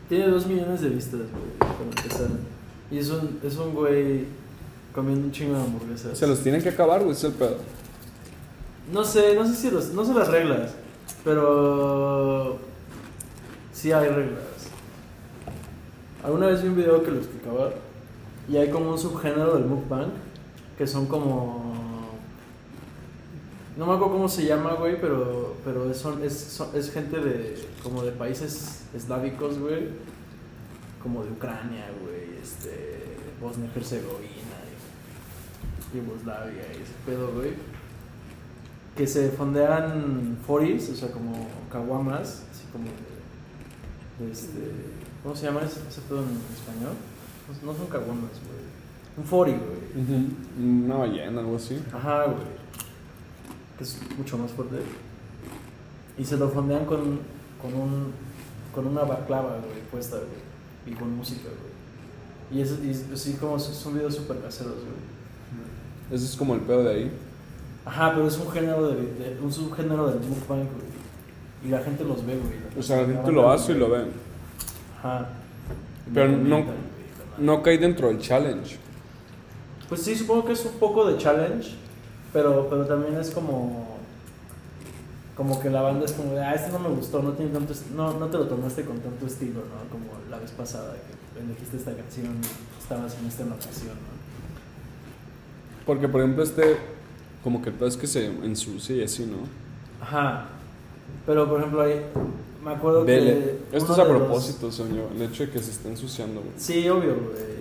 [SPEAKER 1] Tiene dos millones de vistas, güey, para empezar. Y es un, es un güey comiendo un chingo de hamburguesas.
[SPEAKER 2] Se los tienen que acabar, güey, es el pedo.
[SPEAKER 1] No sé, no sé si los, no sé las reglas, pero sí hay reglas. Alguna vez vi un video que lo explicaba y hay como un subgénero del mukbang que son como no me acuerdo cómo se llama, güey, pero pero es, son, es, son- es gente de como de países eslávicos, güey, como de Ucrania, güey, este Bosnia y Herzegovina, y Yugoslavia y ese pedo, güey que se fondean 40s, o sea, como caguamas, así como de, de este, ¿cómo se llama ese, ese pedo en español? No, no son caguamas, güey. Un 40, güey.
[SPEAKER 2] Una ballena, algo así.
[SPEAKER 1] Ajá, güey. Que es mucho más fuerte. Y se lo fondean con, con, un, con una baclava, güey, puesta, güey. Y con música, güey. Y es, y es así como son videos súper caseros, güey.
[SPEAKER 2] Ese es como el pedo de ahí.
[SPEAKER 1] Ajá, pero es un género de, de- un subgénero del mukbang, güey. Y la gente los ve, güey.
[SPEAKER 2] O sea, la gente lo hace y lo ven.
[SPEAKER 1] Ajá.
[SPEAKER 2] Pero
[SPEAKER 1] Y
[SPEAKER 2] no-
[SPEAKER 1] comentan, güey,
[SPEAKER 2] No cae dentro del challenge.
[SPEAKER 1] Pues sí, supongo que es un poco de challenge, pero, pero también es como. Como que la banda es como de, ah, este no me gustó, no, tiene tanto, est- no, no te lo tomaste con tanto estilo, ¿no? Como la vez pasada que elegiste esta canción, estabas en esta locación, ¿no?
[SPEAKER 2] Porque, por ejemplo, este... Como que el pedo es que se ensucia y así, ¿no?
[SPEAKER 1] Ajá. Pero por ejemplo, ahí, me acuerdo
[SPEAKER 2] Vele.
[SPEAKER 1] que.
[SPEAKER 2] Esto
[SPEAKER 1] uno
[SPEAKER 2] es a
[SPEAKER 1] de los-
[SPEAKER 2] propósito, señor. El hecho de que se esté ensuciando, güey.
[SPEAKER 1] Sí, obvio, güey.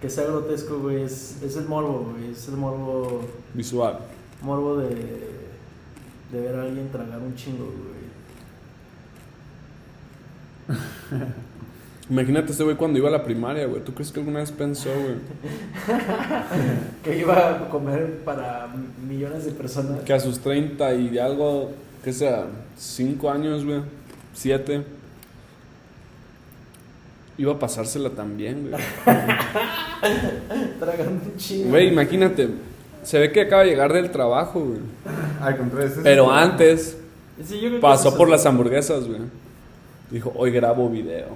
[SPEAKER 1] Que sea grotesco, güey, es, es el morbo, güey, es el morbo.
[SPEAKER 2] Visual.
[SPEAKER 1] morbo de, de ver a alguien tragar un chingo, güey.
[SPEAKER 2] Imagínate este güey cuando iba a la primaria, güey. ¿Tú crees que alguna vez pensó, güey?
[SPEAKER 1] Que iba a comer para millones de personas.
[SPEAKER 2] Que a sus 30 y de algo, que sea, 5 años, güey, 7, iba a pasársela también, güey.
[SPEAKER 1] Tragando un chingo.
[SPEAKER 2] Güey, imagínate, se ve que acaba de llegar del trabajo, güey.
[SPEAKER 3] Al contrario, este es-
[SPEAKER 2] Pero antes
[SPEAKER 1] Sí, yo creo que
[SPEAKER 2] pasó
[SPEAKER 1] eso-
[SPEAKER 2] por las hamburguesas, güey. Dijo, hoy grabo video.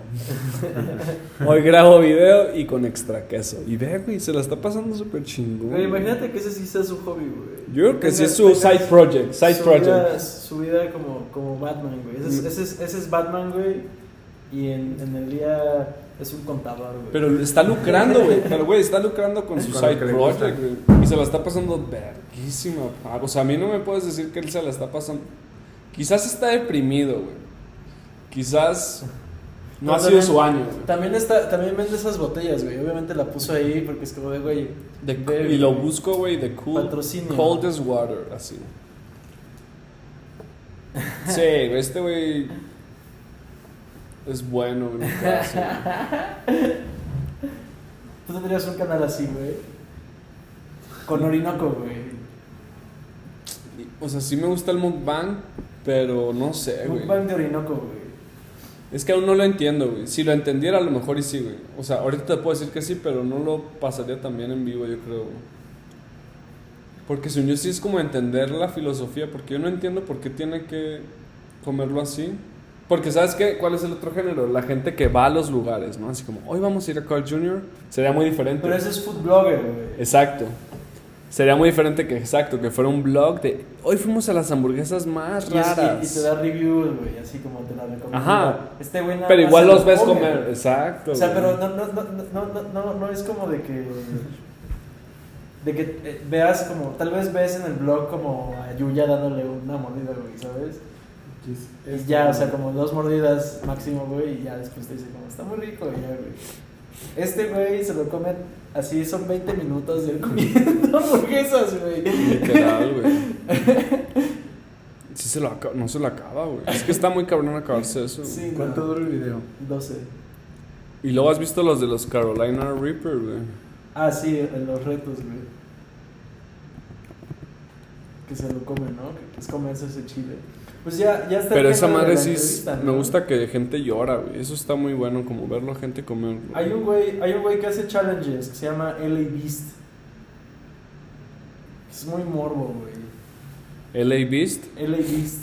[SPEAKER 2] hoy grabo video y con extra queso. Y ve, güey, se la está pasando súper chingón.
[SPEAKER 1] Güey,
[SPEAKER 2] güey.
[SPEAKER 1] imagínate que ese sí sea su hobby, güey.
[SPEAKER 2] Yo creo que sí
[SPEAKER 1] Tenga-
[SPEAKER 2] es su
[SPEAKER 1] tenga
[SPEAKER 2] side project, side
[SPEAKER 1] su
[SPEAKER 2] project.
[SPEAKER 1] Vida, su vida como, como Batman, güey. Ese es,
[SPEAKER 2] Mm.
[SPEAKER 1] ese es, ese es Batman, güey. Y en, en el día es un contador, güey.
[SPEAKER 2] Pero está lucrando, güey. Pero, güey, está lucrando con su
[SPEAKER 3] Con lo
[SPEAKER 2] side
[SPEAKER 3] que le gusta.
[SPEAKER 2] project, güey. Y se la está pasando verguísima. pa. O sea, a mí no me puedes decir que él se la está pasando. Quizás está deprimido, güey. Quizás
[SPEAKER 1] Pero
[SPEAKER 2] no ha sido
[SPEAKER 1] también-
[SPEAKER 2] su año, güey.
[SPEAKER 1] También, está, también vende esas botellas, güey. Obviamente la puso ahí porque es como de, güey.
[SPEAKER 2] De- y lo busco, güey, de cool,
[SPEAKER 1] Patrocinio.
[SPEAKER 2] coldest water, así. Sí, güey, este güey es bueno, güey. lo que hace, güey.
[SPEAKER 1] Tú tendrías un canal así, güey. Con Orinoco, güey.
[SPEAKER 2] O sea, sí me gusta el mukbang, pero no sé, Eh, güey.
[SPEAKER 1] Un pan de Orinoco, güey.
[SPEAKER 2] Es que aún no lo entiendo, güey. Si lo entendiera, a lo mejor y sí, güey. O sea, ahorita te puedo decir que sí, pero no lo pasaría también en vivo, yo creo. güey. Porque según yo sí es como entender la filosofía, porque yo no entiendo por qué tiene que comerlo así. Porque ¿sabes qué? ¿Cuál es el otro género? La gente que va a los lugares, ¿no? Así como, hoy vamos a ir a Carl Jr. Sería muy diferente.
[SPEAKER 1] Pero ese es food blogger, güey.
[SPEAKER 2] Exacto. Sería muy diferente que, exacto, que fuera un blog de, hoy fuimos a las hamburguesas más
[SPEAKER 1] Y, es-
[SPEAKER 2] raras.
[SPEAKER 1] y- y te da reviews, güey, así como te la recomiendo.
[SPEAKER 2] Ajá.
[SPEAKER 1] Este güey nada
[SPEAKER 2] Pero
[SPEAKER 1] más
[SPEAKER 2] igual
[SPEAKER 1] se
[SPEAKER 2] los
[SPEAKER 1] lo
[SPEAKER 2] ves
[SPEAKER 1] come,
[SPEAKER 2] comer,
[SPEAKER 1] güey.
[SPEAKER 2] exacto.
[SPEAKER 1] O sea,
[SPEAKER 2] güey.
[SPEAKER 1] pero no, no, no, no, no, no, no es como de que. De que eh, veas como. Tal vez ves en el blog como a Yuya dándole una mordida, güey, ¿sabes?
[SPEAKER 2] Este
[SPEAKER 3] este
[SPEAKER 1] Y ya, o sea, como dos mordidas máximo, güey, y ya después te dice, como, está muy rico, y ya, güey. Este güey se lo come así, son 20 minutos de él comiendo hamburguesas, güey.
[SPEAKER 2] Literal, güey. Sí se lo acaba, no se lo acaba, güey. Es que está muy cabrón acabarse eso. güey.
[SPEAKER 1] Sí, no.
[SPEAKER 3] ¿Cuánto dura el video?
[SPEAKER 1] 12.
[SPEAKER 2] Y luego has visto los de los Carolina Reaper, güey.
[SPEAKER 1] Ah, sí, en los retos, güey. Que se lo comen, ¿no? Que es comerse ese chile. Pues ya, ya está. el
[SPEAKER 2] Pero esa
[SPEAKER 1] tema de
[SPEAKER 2] madre
[SPEAKER 1] la
[SPEAKER 2] sí es-
[SPEAKER 1] entrevista,
[SPEAKER 2] me
[SPEAKER 1] ¿no?
[SPEAKER 2] gusta que gente llora, güey. Eso está muy bueno, como verlo a gente comer. güey.
[SPEAKER 1] Hay un güey, hay un güey que hace challenges que se llama LA Beast. Es muy morbo, güey.
[SPEAKER 2] LA Beast,
[SPEAKER 1] LA Beast.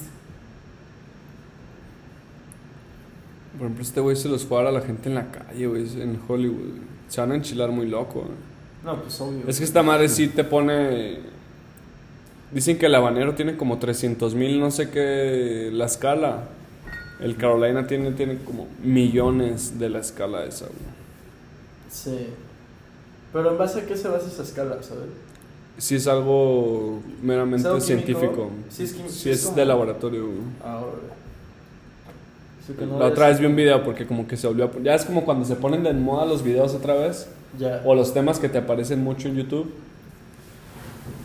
[SPEAKER 2] por ejemplo, este güey se los fue a dar a la gente en la calle, güey, en Hollywood. güey. Se van a enchilar muy loco, güey.
[SPEAKER 1] No, pues obvio.
[SPEAKER 2] Es que esta madre sí te pone. Dicen que el habanero tiene como 300 mil, no sé qué, la escala. El Carolina tiene, tiene como millones de la escala esa, güey.
[SPEAKER 1] Sí. Pero en base a qué se basa esa escala, ¿sabes?
[SPEAKER 2] Sí es algo meramente
[SPEAKER 1] ¿Es algo
[SPEAKER 2] científico.
[SPEAKER 1] químico? Sí, es químico.
[SPEAKER 2] Sí
[SPEAKER 1] Es
[SPEAKER 2] es
[SPEAKER 1] como-
[SPEAKER 2] de laboratorio, güey.
[SPEAKER 1] Ahora. Sí, que no
[SPEAKER 2] La
[SPEAKER 1] es-
[SPEAKER 2] otra vez vi un video porque como que se volvió a... pon- Ya es como cuando se ponen de moda los videos otra vez.
[SPEAKER 1] Ya.
[SPEAKER 2] O los temas que te aparecen mucho en YouTube.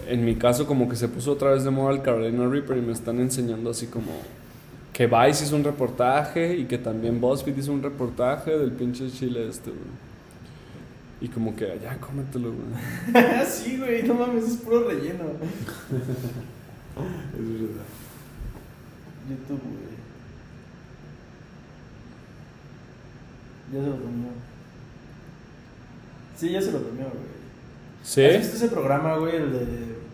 [SPEAKER 2] En mi caso, como que se puso otra vez de moda el Carolina Reaper y me están enseñando así como que Vice hizo un reportaje y que también BuzzFeed hizo un reportaje del pinche chile este, güey. Y como que, ya, cómetelo, güey.
[SPEAKER 1] sí, güey, no mames, es puro relleno.
[SPEAKER 3] Es verdad.
[SPEAKER 1] YouTube, güey. Ya se lo comió. Sí, ya se lo comió, güey. ¿Has
[SPEAKER 2] ¿Sí?
[SPEAKER 1] visto ese programa, güey? El de.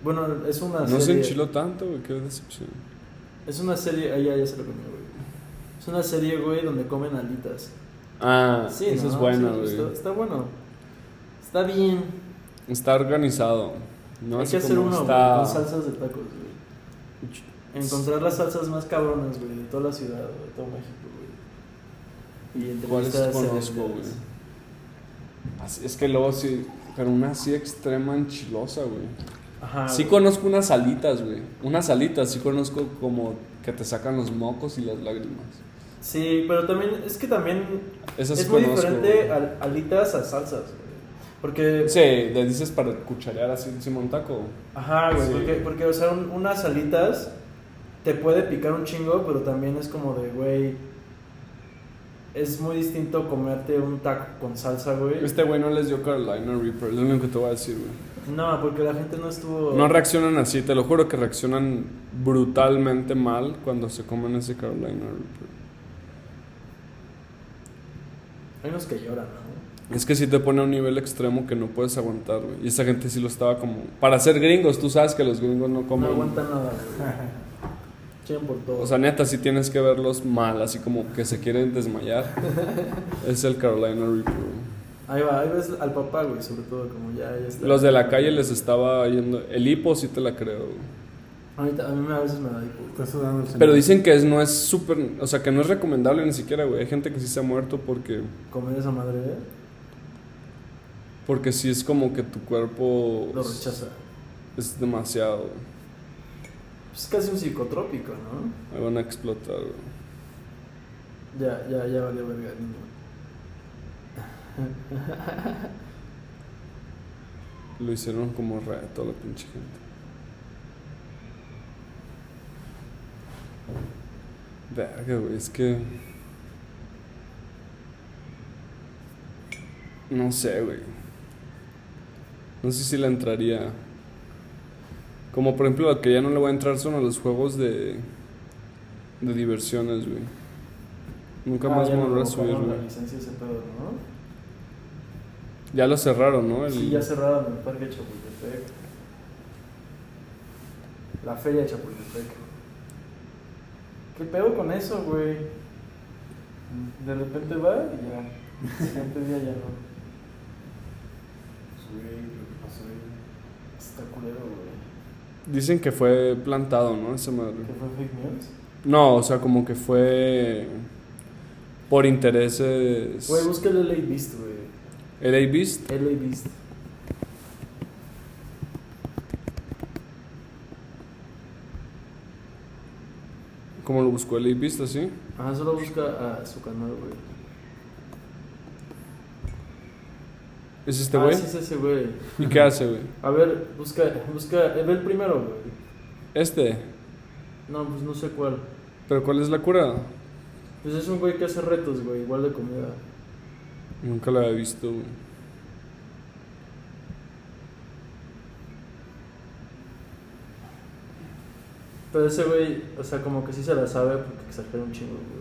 [SPEAKER 1] Bueno, es una
[SPEAKER 2] No se
[SPEAKER 1] serie.
[SPEAKER 2] enchiló tanto, güey, qué decepción.
[SPEAKER 1] Es una serie. Ah, ya, ya se lo comió, güey. Es una serie, güey, donde comen alitas.
[SPEAKER 2] Ah,
[SPEAKER 1] Sí,
[SPEAKER 2] eso
[SPEAKER 1] ¿no?
[SPEAKER 2] es bueno,
[SPEAKER 1] Sí,
[SPEAKER 2] güey.
[SPEAKER 1] está, está bueno. Está bien.
[SPEAKER 2] Está organizado. No
[SPEAKER 1] Hay
[SPEAKER 2] Así
[SPEAKER 1] que hacer
[SPEAKER 2] como
[SPEAKER 1] uno, güey,
[SPEAKER 2] está-
[SPEAKER 1] con salsas de tacos, güey. Encontrar las salsas más cabronas, güey, de toda la ciudad, güey, de todo México, güey. Y
[SPEAKER 2] ¿Cuáles
[SPEAKER 1] entrevistas
[SPEAKER 2] conozco, güey?
[SPEAKER 1] celebridades.
[SPEAKER 2] Así- Es que luego sí, pero una así extrema enchilosa, güey.
[SPEAKER 1] Ajá.
[SPEAKER 2] sí
[SPEAKER 1] Ah, güey.
[SPEAKER 2] conozco unas alitas, güey. Unas alitas, sí conozco como que te sacan los mocos y las lágrimas.
[SPEAKER 1] Sí, pero también, es que también
[SPEAKER 2] Esas
[SPEAKER 1] es
[SPEAKER 2] sí
[SPEAKER 1] muy
[SPEAKER 2] conozco.
[SPEAKER 1] diferente al- alitas a salsas, güey. Porque,
[SPEAKER 2] Sí, le dices para cucharear así encima un taco.
[SPEAKER 1] ajá, güey,
[SPEAKER 2] Sí.
[SPEAKER 1] porque, porque, o sea, un- unas alitas te puede picar un chingo, pero también es como de, güey, es muy distinto comerte un taco con salsa, güey.
[SPEAKER 2] Este güey no les dio Carolina Reaper, es lo único que te voy a decir, güey.
[SPEAKER 1] No, porque la gente no estuvo...
[SPEAKER 2] No reaccionan así, te lo juro que reaccionan brutalmente mal cuando se comen ese Carolina Reaper.
[SPEAKER 1] Hay unos que lloran, ¿no?
[SPEAKER 2] Es que sí te pone a un nivel extremo que no puedes aguantar, güey. Y esa gente sí lo estaba como... Para ser gringos, tú sabes que los gringos no comen...
[SPEAKER 1] No aguantan nada, güey. Quieren por todo.
[SPEAKER 2] O sea, neta, sí tienes que verlos mal, así como que se quieren desmayar. es el Carolina Reaper. güey.
[SPEAKER 1] ahí va, ahí ves al papá, güey, sobre todo, como ya, ya está.
[SPEAKER 2] Los de la calle les estaba yendo... El hipo sí te la creo. güey.
[SPEAKER 1] Ahorita, a mí a veces me da hipo.
[SPEAKER 3] Está sudando el señor.
[SPEAKER 2] Pero dicen que es, no es súper... O sea, que no es recomendable ni siquiera, güey. Hay gente que sí se ha muerto porque...
[SPEAKER 1] Comer esa madre, ¿eh?
[SPEAKER 2] Porque sí es como que tu cuerpo...
[SPEAKER 1] Lo rechaza.
[SPEAKER 2] Es demasiado. güey.
[SPEAKER 1] Es casi un psicotrópico, ¿no?
[SPEAKER 2] Ahí van a explotar, güey.
[SPEAKER 1] Ya, ya, ya valió verga, niño.
[SPEAKER 2] Lo hicieron como reto a la pinche gente. Verga, güey, es que. No sé, güey. No sé si le entraría. Como por ejemplo, lo que ya no le voy a entrar son a los juegos de. de diversiones, güey. Nunca
[SPEAKER 1] Ah,
[SPEAKER 2] más
[SPEAKER 1] ya
[SPEAKER 2] me
[SPEAKER 1] no
[SPEAKER 2] voy a subir,
[SPEAKER 1] compraron
[SPEAKER 2] güey.
[SPEAKER 1] la licencia ese pedo, ¿no?
[SPEAKER 2] Ya lo cerraron, ¿no? El-
[SPEAKER 1] Sí, ya cerraron el parque de Chapultepec. La feria de Chapultepec. ¿Qué pedo con eso, güey? De repente va y ya. El siguiente día ya no.
[SPEAKER 3] Güey, lo que pasó ahí.
[SPEAKER 1] Está culero, güey.
[SPEAKER 2] Dicen que fue plantado, ¿no? Esa madre.
[SPEAKER 1] ¿Qué fue fake news?
[SPEAKER 2] No, o sea, como que fue por intereses.
[SPEAKER 1] Güey, busca el LA Beast, güey.
[SPEAKER 2] ¿LA Beast?
[SPEAKER 1] LA Beast.
[SPEAKER 2] ¿Cómo lo buscó LA Beast así?
[SPEAKER 1] Ajá, solo busca a su canal, güey.
[SPEAKER 2] ¿Es este
[SPEAKER 1] ah,
[SPEAKER 2] güey?
[SPEAKER 1] sí es ese güey.
[SPEAKER 2] ¿Y qué hace, güey?
[SPEAKER 1] A ver, busca, busca, eh, ve el primero, güey.
[SPEAKER 2] Este.
[SPEAKER 1] No, pues no sé cuál.
[SPEAKER 2] ¿Pero cuál es la cura?
[SPEAKER 1] Pues es un güey que hace retos, güey, igual de comida.
[SPEAKER 2] Nunca la había visto, güey.
[SPEAKER 1] Pero ese güey, o sea, como que sí se la sabe porque exagera un chingo, güey.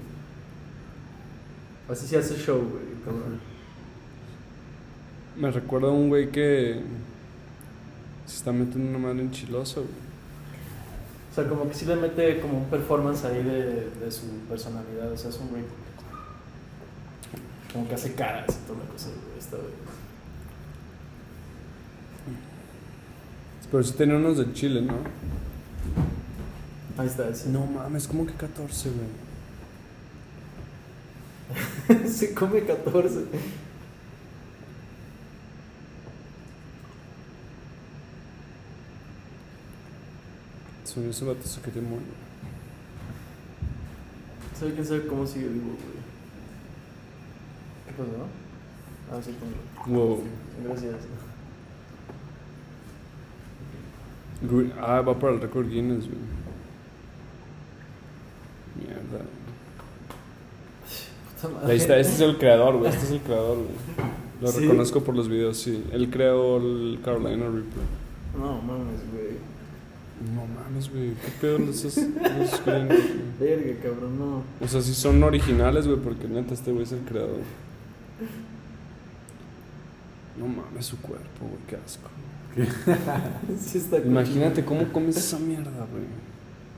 [SPEAKER 1] Así se hace show, güey, cabrón.
[SPEAKER 2] Me recuerda a un güey que se está metiendo una madre enchilosa, güey.
[SPEAKER 1] O sea, como que sí le mete como un performance ahí de, de su personalidad, o sea, es un güey. Como que hace caras y toda la cosa, güey, esta güey.
[SPEAKER 2] Pero sí tenía unos de Chile, ¿no?
[SPEAKER 1] Ahí está, ese.
[SPEAKER 2] No mames, como que 14, güey.
[SPEAKER 1] se come 14.
[SPEAKER 2] Se me hizo vato eso que te muero.
[SPEAKER 1] ¿Sabe quién sabe cómo sigue vivo, güey? ¿Qué pasó? Ah, sí, tengo.
[SPEAKER 2] Wow.
[SPEAKER 1] Gracias.
[SPEAKER 2] Gui- Ah, va para el récord Guinness, güey. Mierda.
[SPEAKER 1] Puta madre.
[SPEAKER 2] Ahí está, este es el creador, güey. Este es el creador, güey. Lo
[SPEAKER 1] ¿Sí?
[SPEAKER 2] reconozco por los videos, sí. Él creó el Carolina Reaper.
[SPEAKER 1] No mames, güey.
[SPEAKER 2] No mames, güey. ¿Qué pedo los esos los gringos, güey?
[SPEAKER 1] Verga, cabrón, no.
[SPEAKER 2] O sea, sí son originales, güey, porque neta este güey es el creador. No mames, su cuerpo, güey, qué asco.
[SPEAKER 1] Sí está cool.
[SPEAKER 2] Imagínate cómo comes esa mierda, güey.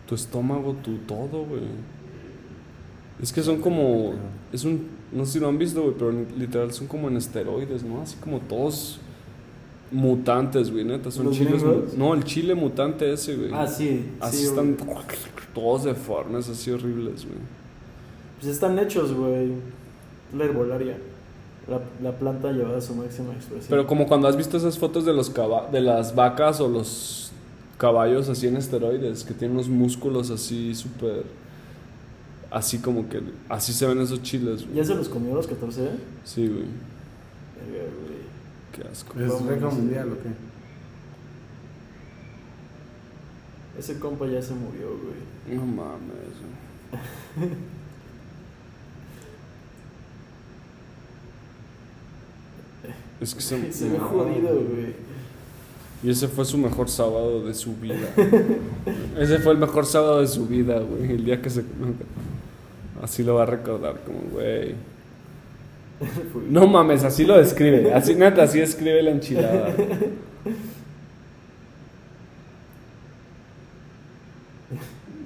[SPEAKER 2] Tu estómago, tu todo, güey. Es que son como. Es un. No sé si lo han visto, güey, pero literal son como en esteroides, ¿no? Así como todos mutantes, güey, neta. Son
[SPEAKER 1] ¿Los
[SPEAKER 2] chiles.
[SPEAKER 1] gringos?
[SPEAKER 2] No, el chile mutante ese, güey.
[SPEAKER 1] Ah, sí.
[SPEAKER 2] Así
[SPEAKER 1] sí,
[SPEAKER 2] están
[SPEAKER 1] güey.
[SPEAKER 2] todos deformes, así horribles, güey.
[SPEAKER 1] Pues están hechos, güey. La herbolaria. La, la planta llevada a su máxima expresión.
[SPEAKER 2] Pero como cuando has visto esas fotos de, los caba- de las vacas o los caballos así en esteroides, que tienen unos músculos así súper... Así como que... Así se ven esos chiles, güey.
[SPEAKER 1] ¿Ya se los comió los 14? Verga,
[SPEAKER 2] Sí, güey.
[SPEAKER 1] güey.
[SPEAKER 2] Qué asco.
[SPEAKER 3] ¿Es récord mundial o qué?
[SPEAKER 1] Ese compa ya se murió, güey.
[SPEAKER 2] No mames, güey. Es que se,
[SPEAKER 1] Se ve
[SPEAKER 2] no,
[SPEAKER 1] jodido, güey.
[SPEAKER 2] Y ese fue su mejor sábado de su vida. ese fue el mejor sábado de su vida, güey. El día que se... Así lo va a recordar, como, güey. No mames, así lo describe. Así, neta, así describe la enchilada.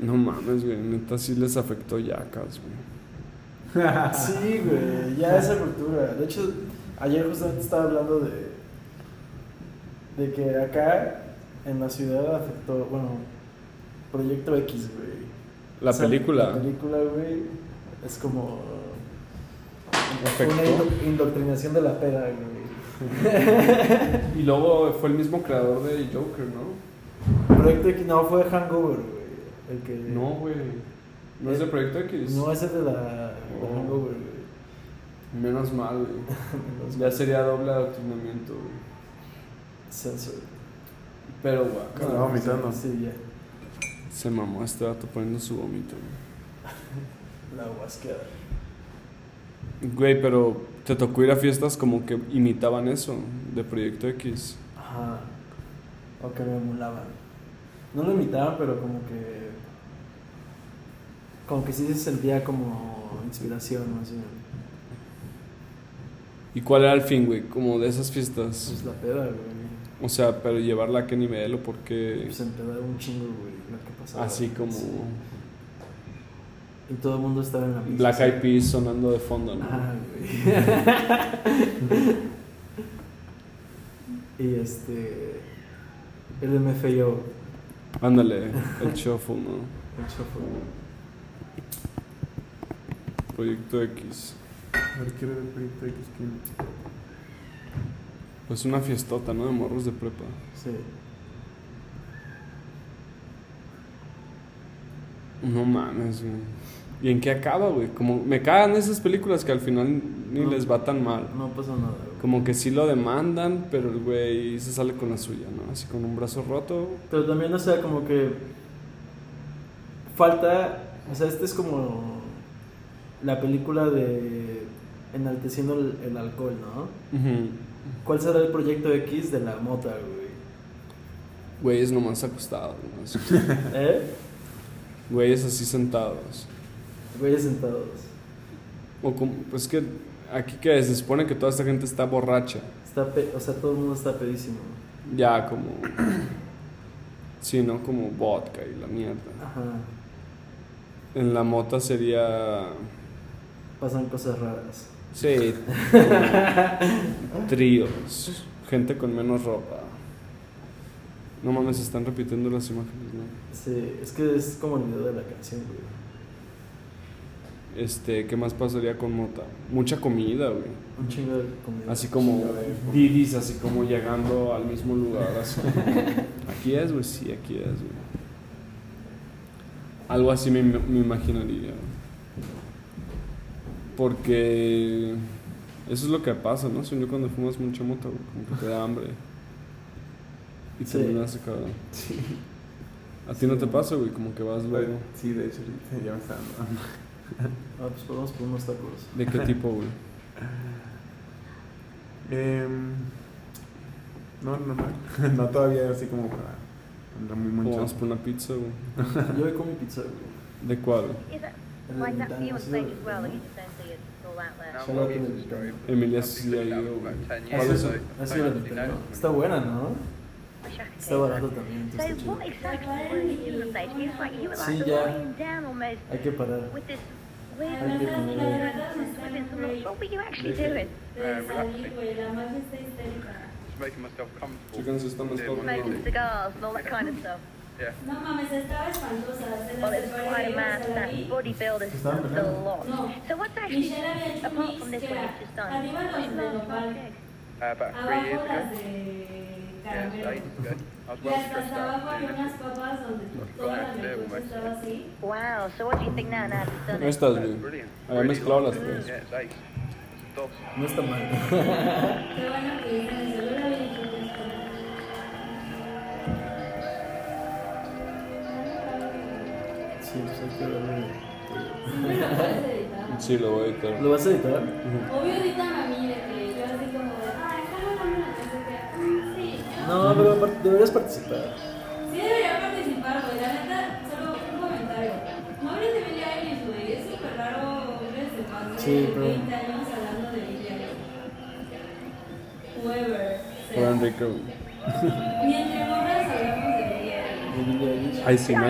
[SPEAKER 2] No mames, güey. Neta, sí les afectó yacas, güey.
[SPEAKER 1] Sí, güey, ya esa cultura. De hecho, ayer justamente estaba hablando de. de que acá en la ciudad afectó. bueno, Proyecto X, güey.
[SPEAKER 2] La
[SPEAKER 1] O sea,
[SPEAKER 2] película.
[SPEAKER 1] La película, güey, es como.
[SPEAKER 2] Afectó.
[SPEAKER 1] una indo- indoctrinación de la peda, güey.
[SPEAKER 2] Y luego fue el mismo creador de Joker, ¿no?
[SPEAKER 1] Proyecto X no fue Hangover, güey. El que.
[SPEAKER 2] No, güey. Eh, No es de Proyecto X.
[SPEAKER 1] No, ese es de la. de
[SPEAKER 2] Oh.
[SPEAKER 1] Hangover, güey.
[SPEAKER 2] Menos mal, güey.
[SPEAKER 1] Menos
[SPEAKER 2] Ya sería doble adoctrinamiento, güey.
[SPEAKER 1] censored.
[SPEAKER 2] Ah, Pero, guaca.
[SPEAKER 3] Estaba vomitando.
[SPEAKER 1] Sí, ya.
[SPEAKER 2] Se mamó este vato poniendo su vómito, güey.
[SPEAKER 1] La huasqueada.
[SPEAKER 2] Güey, pero te tocó ir a fiestas como que imitaban eso de Proyecto X.
[SPEAKER 1] Ajá. O que lo emulaban. No lo imitaban, pero como que. Como que sí se sentía como inspiración, más bien.
[SPEAKER 2] ¿Y cuál era el fin, güey? Como de esas fiestas.
[SPEAKER 1] Pues la peda, güey.
[SPEAKER 2] O sea, pero llevarla a qué nivel o por qué.
[SPEAKER 1] Pues empedar un chingo, güey. Lo que pasaba.
[SPEAKER 2] Así como.
[SPEAKER 1] Sí. Y todo el mundo estaba en la misma.
[SPEAKER 2] Black Eyed Peas sonando de fondo, ¿no?
[SPEAKER 1] Ay, güey. y este. El MFAO,
[SPEAKER 2] Ándale, el Shuffle, ¿no?
[SPEAKER 1] el chofo.
[SPEAKER 2] Proyecto X.
[SPEAKER 3] A ver, quiero ver Proyecto X, ¿quién?
[SPEAKER 2] Pues una fiestota, ¿no? De morros de prepa.
[SPEAKER 1] Sí.
[SPEAKER 2] No mames, güey. ¿Y en qué acaba, güey? Como me cagan esas películas que al final ni
[SPEAKER 1] No.
[SPEAKER 2] les va tan mal.
[SPEAKER 1] No pasó nada, güey.
[SPEAKER 2] Como que sí lo demandan, pero el güey se sale con la suya, ¿no? Así con un brazo roto.
[SPEAKER 1] Pero también, o sea, como que falta, o sea, este es como la película de enalteciendo el, el alcohol, ¿no?
[SPEAKER 2] Ujú.
[SPEAKER 1] ¿Cuál será el proyecto X de la mota, güey?
[SPEAKER 2] Güeyes nomás acostados, ¿no? Así.
[SPEAKER 1] ¿Eh?
[SPEAKER 2] Güeyes así sentados.
[SPEAKER 1] Güeyes sentados.
[SPEAKER 2] O como, pues que aquí que se supone que toda esta gente está borracha.
[SPEAKER 1] Está pe- o sea, todo el mundo está pedísimo.
[SPEAKER 2] Ya como... Sí, ¿no? Como vodka y la mierda.
[SPEAKER 1] Ajá.
[SPEAKER 2] En la mota sería...
[SPEAKER 1] Pasan cosas raras.
[SPEAKER 2] Sí. como Tríos. Gente con menos ropa. No mames, están repitiendo las imágenes, ¿no?
[SPEAKER 1] Sí, es que es como el video de la canción, güey.
[SPEAKER 2] Este, ¿qué más pasaría con Mota? Mucha comida, güey.
[SPEAKER 1] Un chingo de comida.
[SPEAKER 2] Así como Didis, así como llegando al mismo lugar. Así. Aquí es, güey, sí, aquí es, güey. Algo así me, me imaginaría. güey. Porque eso es lo que pasa, ¿no? Según yo cuando fumas mucha mota, güey, como que te da hambre. Y
[SPEAKER 1] Sí.
[SPEAKER 2] terminas acá. A ti no te pasa, güey, como que vas luego.
[SPEAKER 3] Sí, de hecho, ahorita ya me está dando hambre.
[SPEAKER 1] Ah, pues vamos por unos tacos.
[SPEAKER 2] ¿De qué tipo, güey?
[SPEAKER 3] Em, No, no, no. No todavía así como para andar muy
[SPEAKER 2] ¿O vas
[SPEAKER 3] manchado.
[SPEAKER 2] por una pizza, güey?
[SPEAKER 1] Yo voy con mi pizza, güey.
[SPEAKER 2] ¿De cuál?
[SPEAKER 1] En la
[SPEAKER 6] Like that
[SPEAKER 1] ventana,
[SPEAKER 6] feels
[SPEAKER 1] así
[SPEAKER 6] like
[SPEAKER 1] de-
[SPEAKER 6] well, you just don't see it all out there.
[SPEAKER 7] Now
[SPEAKER 1] Shout out to
[SPEAKER 7] Morbius
[SPEAKER 1] the-
[SPEAKER 7] is dry, but
[SPEAKER 2] Emilia
[SPEAKER 7] I've
[SPEAKER 2] sí ha
[SPEAKER 7] picked it up
[SPEAKER 2] ido, güey.
[SPEAKER 7] about 10
[SPEAKER 1] Ha sido,
[SPEAKER 7] years ago.
[SPEAKER 1] ha sido la ventana. Está buena, ¿no?
[SPEAKER 6] I wish I could
[SPEAKER 1] Está
[SPEAKER 6] do that.
[SPEAKER 1] barato también,
[SPEAKER 6] So
[SPEAKER 1] entonces está chido.
[SPEAKER 6] what exactly were you in the stage? It was like you were
[SPEAKER 1] See,
[SPEAKER 6] like
[SPEAKER 1] yeah.
[SPEAKER 6] lying down almost
[SPEAKER 1] Hay que parar.
[SPEAKER 6] with this
[SPEAKER 4] La
[SPEAKER 6] weird
[SPEAKER 4] verdad,
[SPEAKER 6] feeling
[SPEAKER 4] la verdad me
[SPEAKER 6] with
[SPEAKER 4] está
[SPEAKER 6] this
[SPEAKER 4] hambre.
[SPEAKER 6] What were you actually
[SPEAKER 4] Pero
[SPEAKER 6] doing?
[SPEAKER 4] salí, güey, la magia está histérica.
[SPEAKER 7] Just making myself comfortable.
[SPEAKER 2] Chicas, estamos
[SPEAKER 7] Doing my
[SPEAKER 6] Smoking
[SPEAKER 7] thing.
[SPEAKER 6] cigars and all that kind of stuff.
[SPEAKER 4] No mames, estaba espantosa. Se
[SPEAKER 6] Well,
[SPEAKER 4] la
[SPEAKER 6] it's
[SPEAKER 4] separé
[SPEAKER 6] quite
[SPEAKER 4] y
[SPEAKER 6] a
[SPEAKER 4] no
[SPEAKER 6] man,
[SPEAKER 4] se la
[SPEAKER 6] that
[SPEAKER 4] vi.
[SPEAKER 6] bodybuilder stuff is a lot.
[SPEAKER 4] No.
[SPEAKER 6] So what's actually,
[SPEAKER 4] Michelle había hecho un
[SPEAKER 6] apart
[SPEAKER 4] mix
[SPEAKER 6] from this
[SPEAKER 4] que
[SPEAKER 6] one
[SPEAKER 4] era
[SPEAKER 6] you've just done,
[SPEAKER 4] arriba
[SPEAKER 6] what's
[SPEAKER 4] los
[SPEAKER 6] your
[SPEAKER 4] de nopal,
[SPEAKER 6] last last gig?
[SPEAKER 7] Uh, about three years
[SPEAKER 4] abajo
[SPEAKER 7] ago.
[SPEAKER 4] las de
[SPEAKER 7] Yeah, it's
[SPEAKER 4] caramelo.
[SPEAKER 7] ages ago. I was
[SPEAKER 4] Y hasta
[SPEAKER 7] well stressed
[SPEAKER 4] hasta abajo
[SPEAKER 7] out.
[SPEAKER 4] había
[SPEAKER 7] doing
[SPEAKER 4] unas
[SPEAKER 7] it.
[SPEAKER 4] papas donde
[SPEAKER 7] I've
[SPEAKER 4] toda la
[SPEAKER 7] got that
[SPEAKER 4] merluza
[SPEAKER 7] table,
[SPEAKER 4] estaba así.
[SPEAKER 6] Wow, so what do you think now, now that you've done
[SPEAKER 2] No
[SPEAKER 6] it?
[SPEAKER 2] estás,
[SPEAKER 7] That's
[SPEAKER 2] güey.
[SPEAKER 7] brilliant.
[SPEAKER 2] Había
[SPEAKER 7] Really
[SPEAKER 2] mezclado las
[SPEAKER 7] liked it.
[SPEAKER 2] tres.
[SPEAKER 7] Yeah, it's ace. Dogs.
[SPEAKER 1] No está mal.
[SPEAKER 4] Qué bueno que hice el celular y dije, "Ya está".
[SPEAKER 1] sí, pues hay que darle.
[SPEAKER 4] Siempre lo puedes editar.
[SPEAKER 2] Sí, lo voy a editar.
[SPEAKER 1] ¿Lo vas a editar?
[SPEAKER 4] Obvio, edítame a mí, de que yo así como de, ay, jálala una", no sé qué. Mm, sí, yo-
[SPEAKER 1] No, pero par- deberías participar.
[SPEAKER 4] Sí debería participar, güey. La neta, solo un comentario. Maurice de Billie Eilish, güey. Es súper raro hombres de más de
[SPEAKER 1] Sí, pero-
[SPEAKER 4] 20 años hablando de Billie Eilish. Whoever.
[SPEAKER 2] Fue
[SPEAKER 4] sea.
[SPEAKER 2] Enrique, güey.
[SPEAKER 4] Ni entre morras hablamos de Billie Eilish.
[SPEAKER 1] De Billie Eilish.
[SPEAKER 2] Ay, sí, me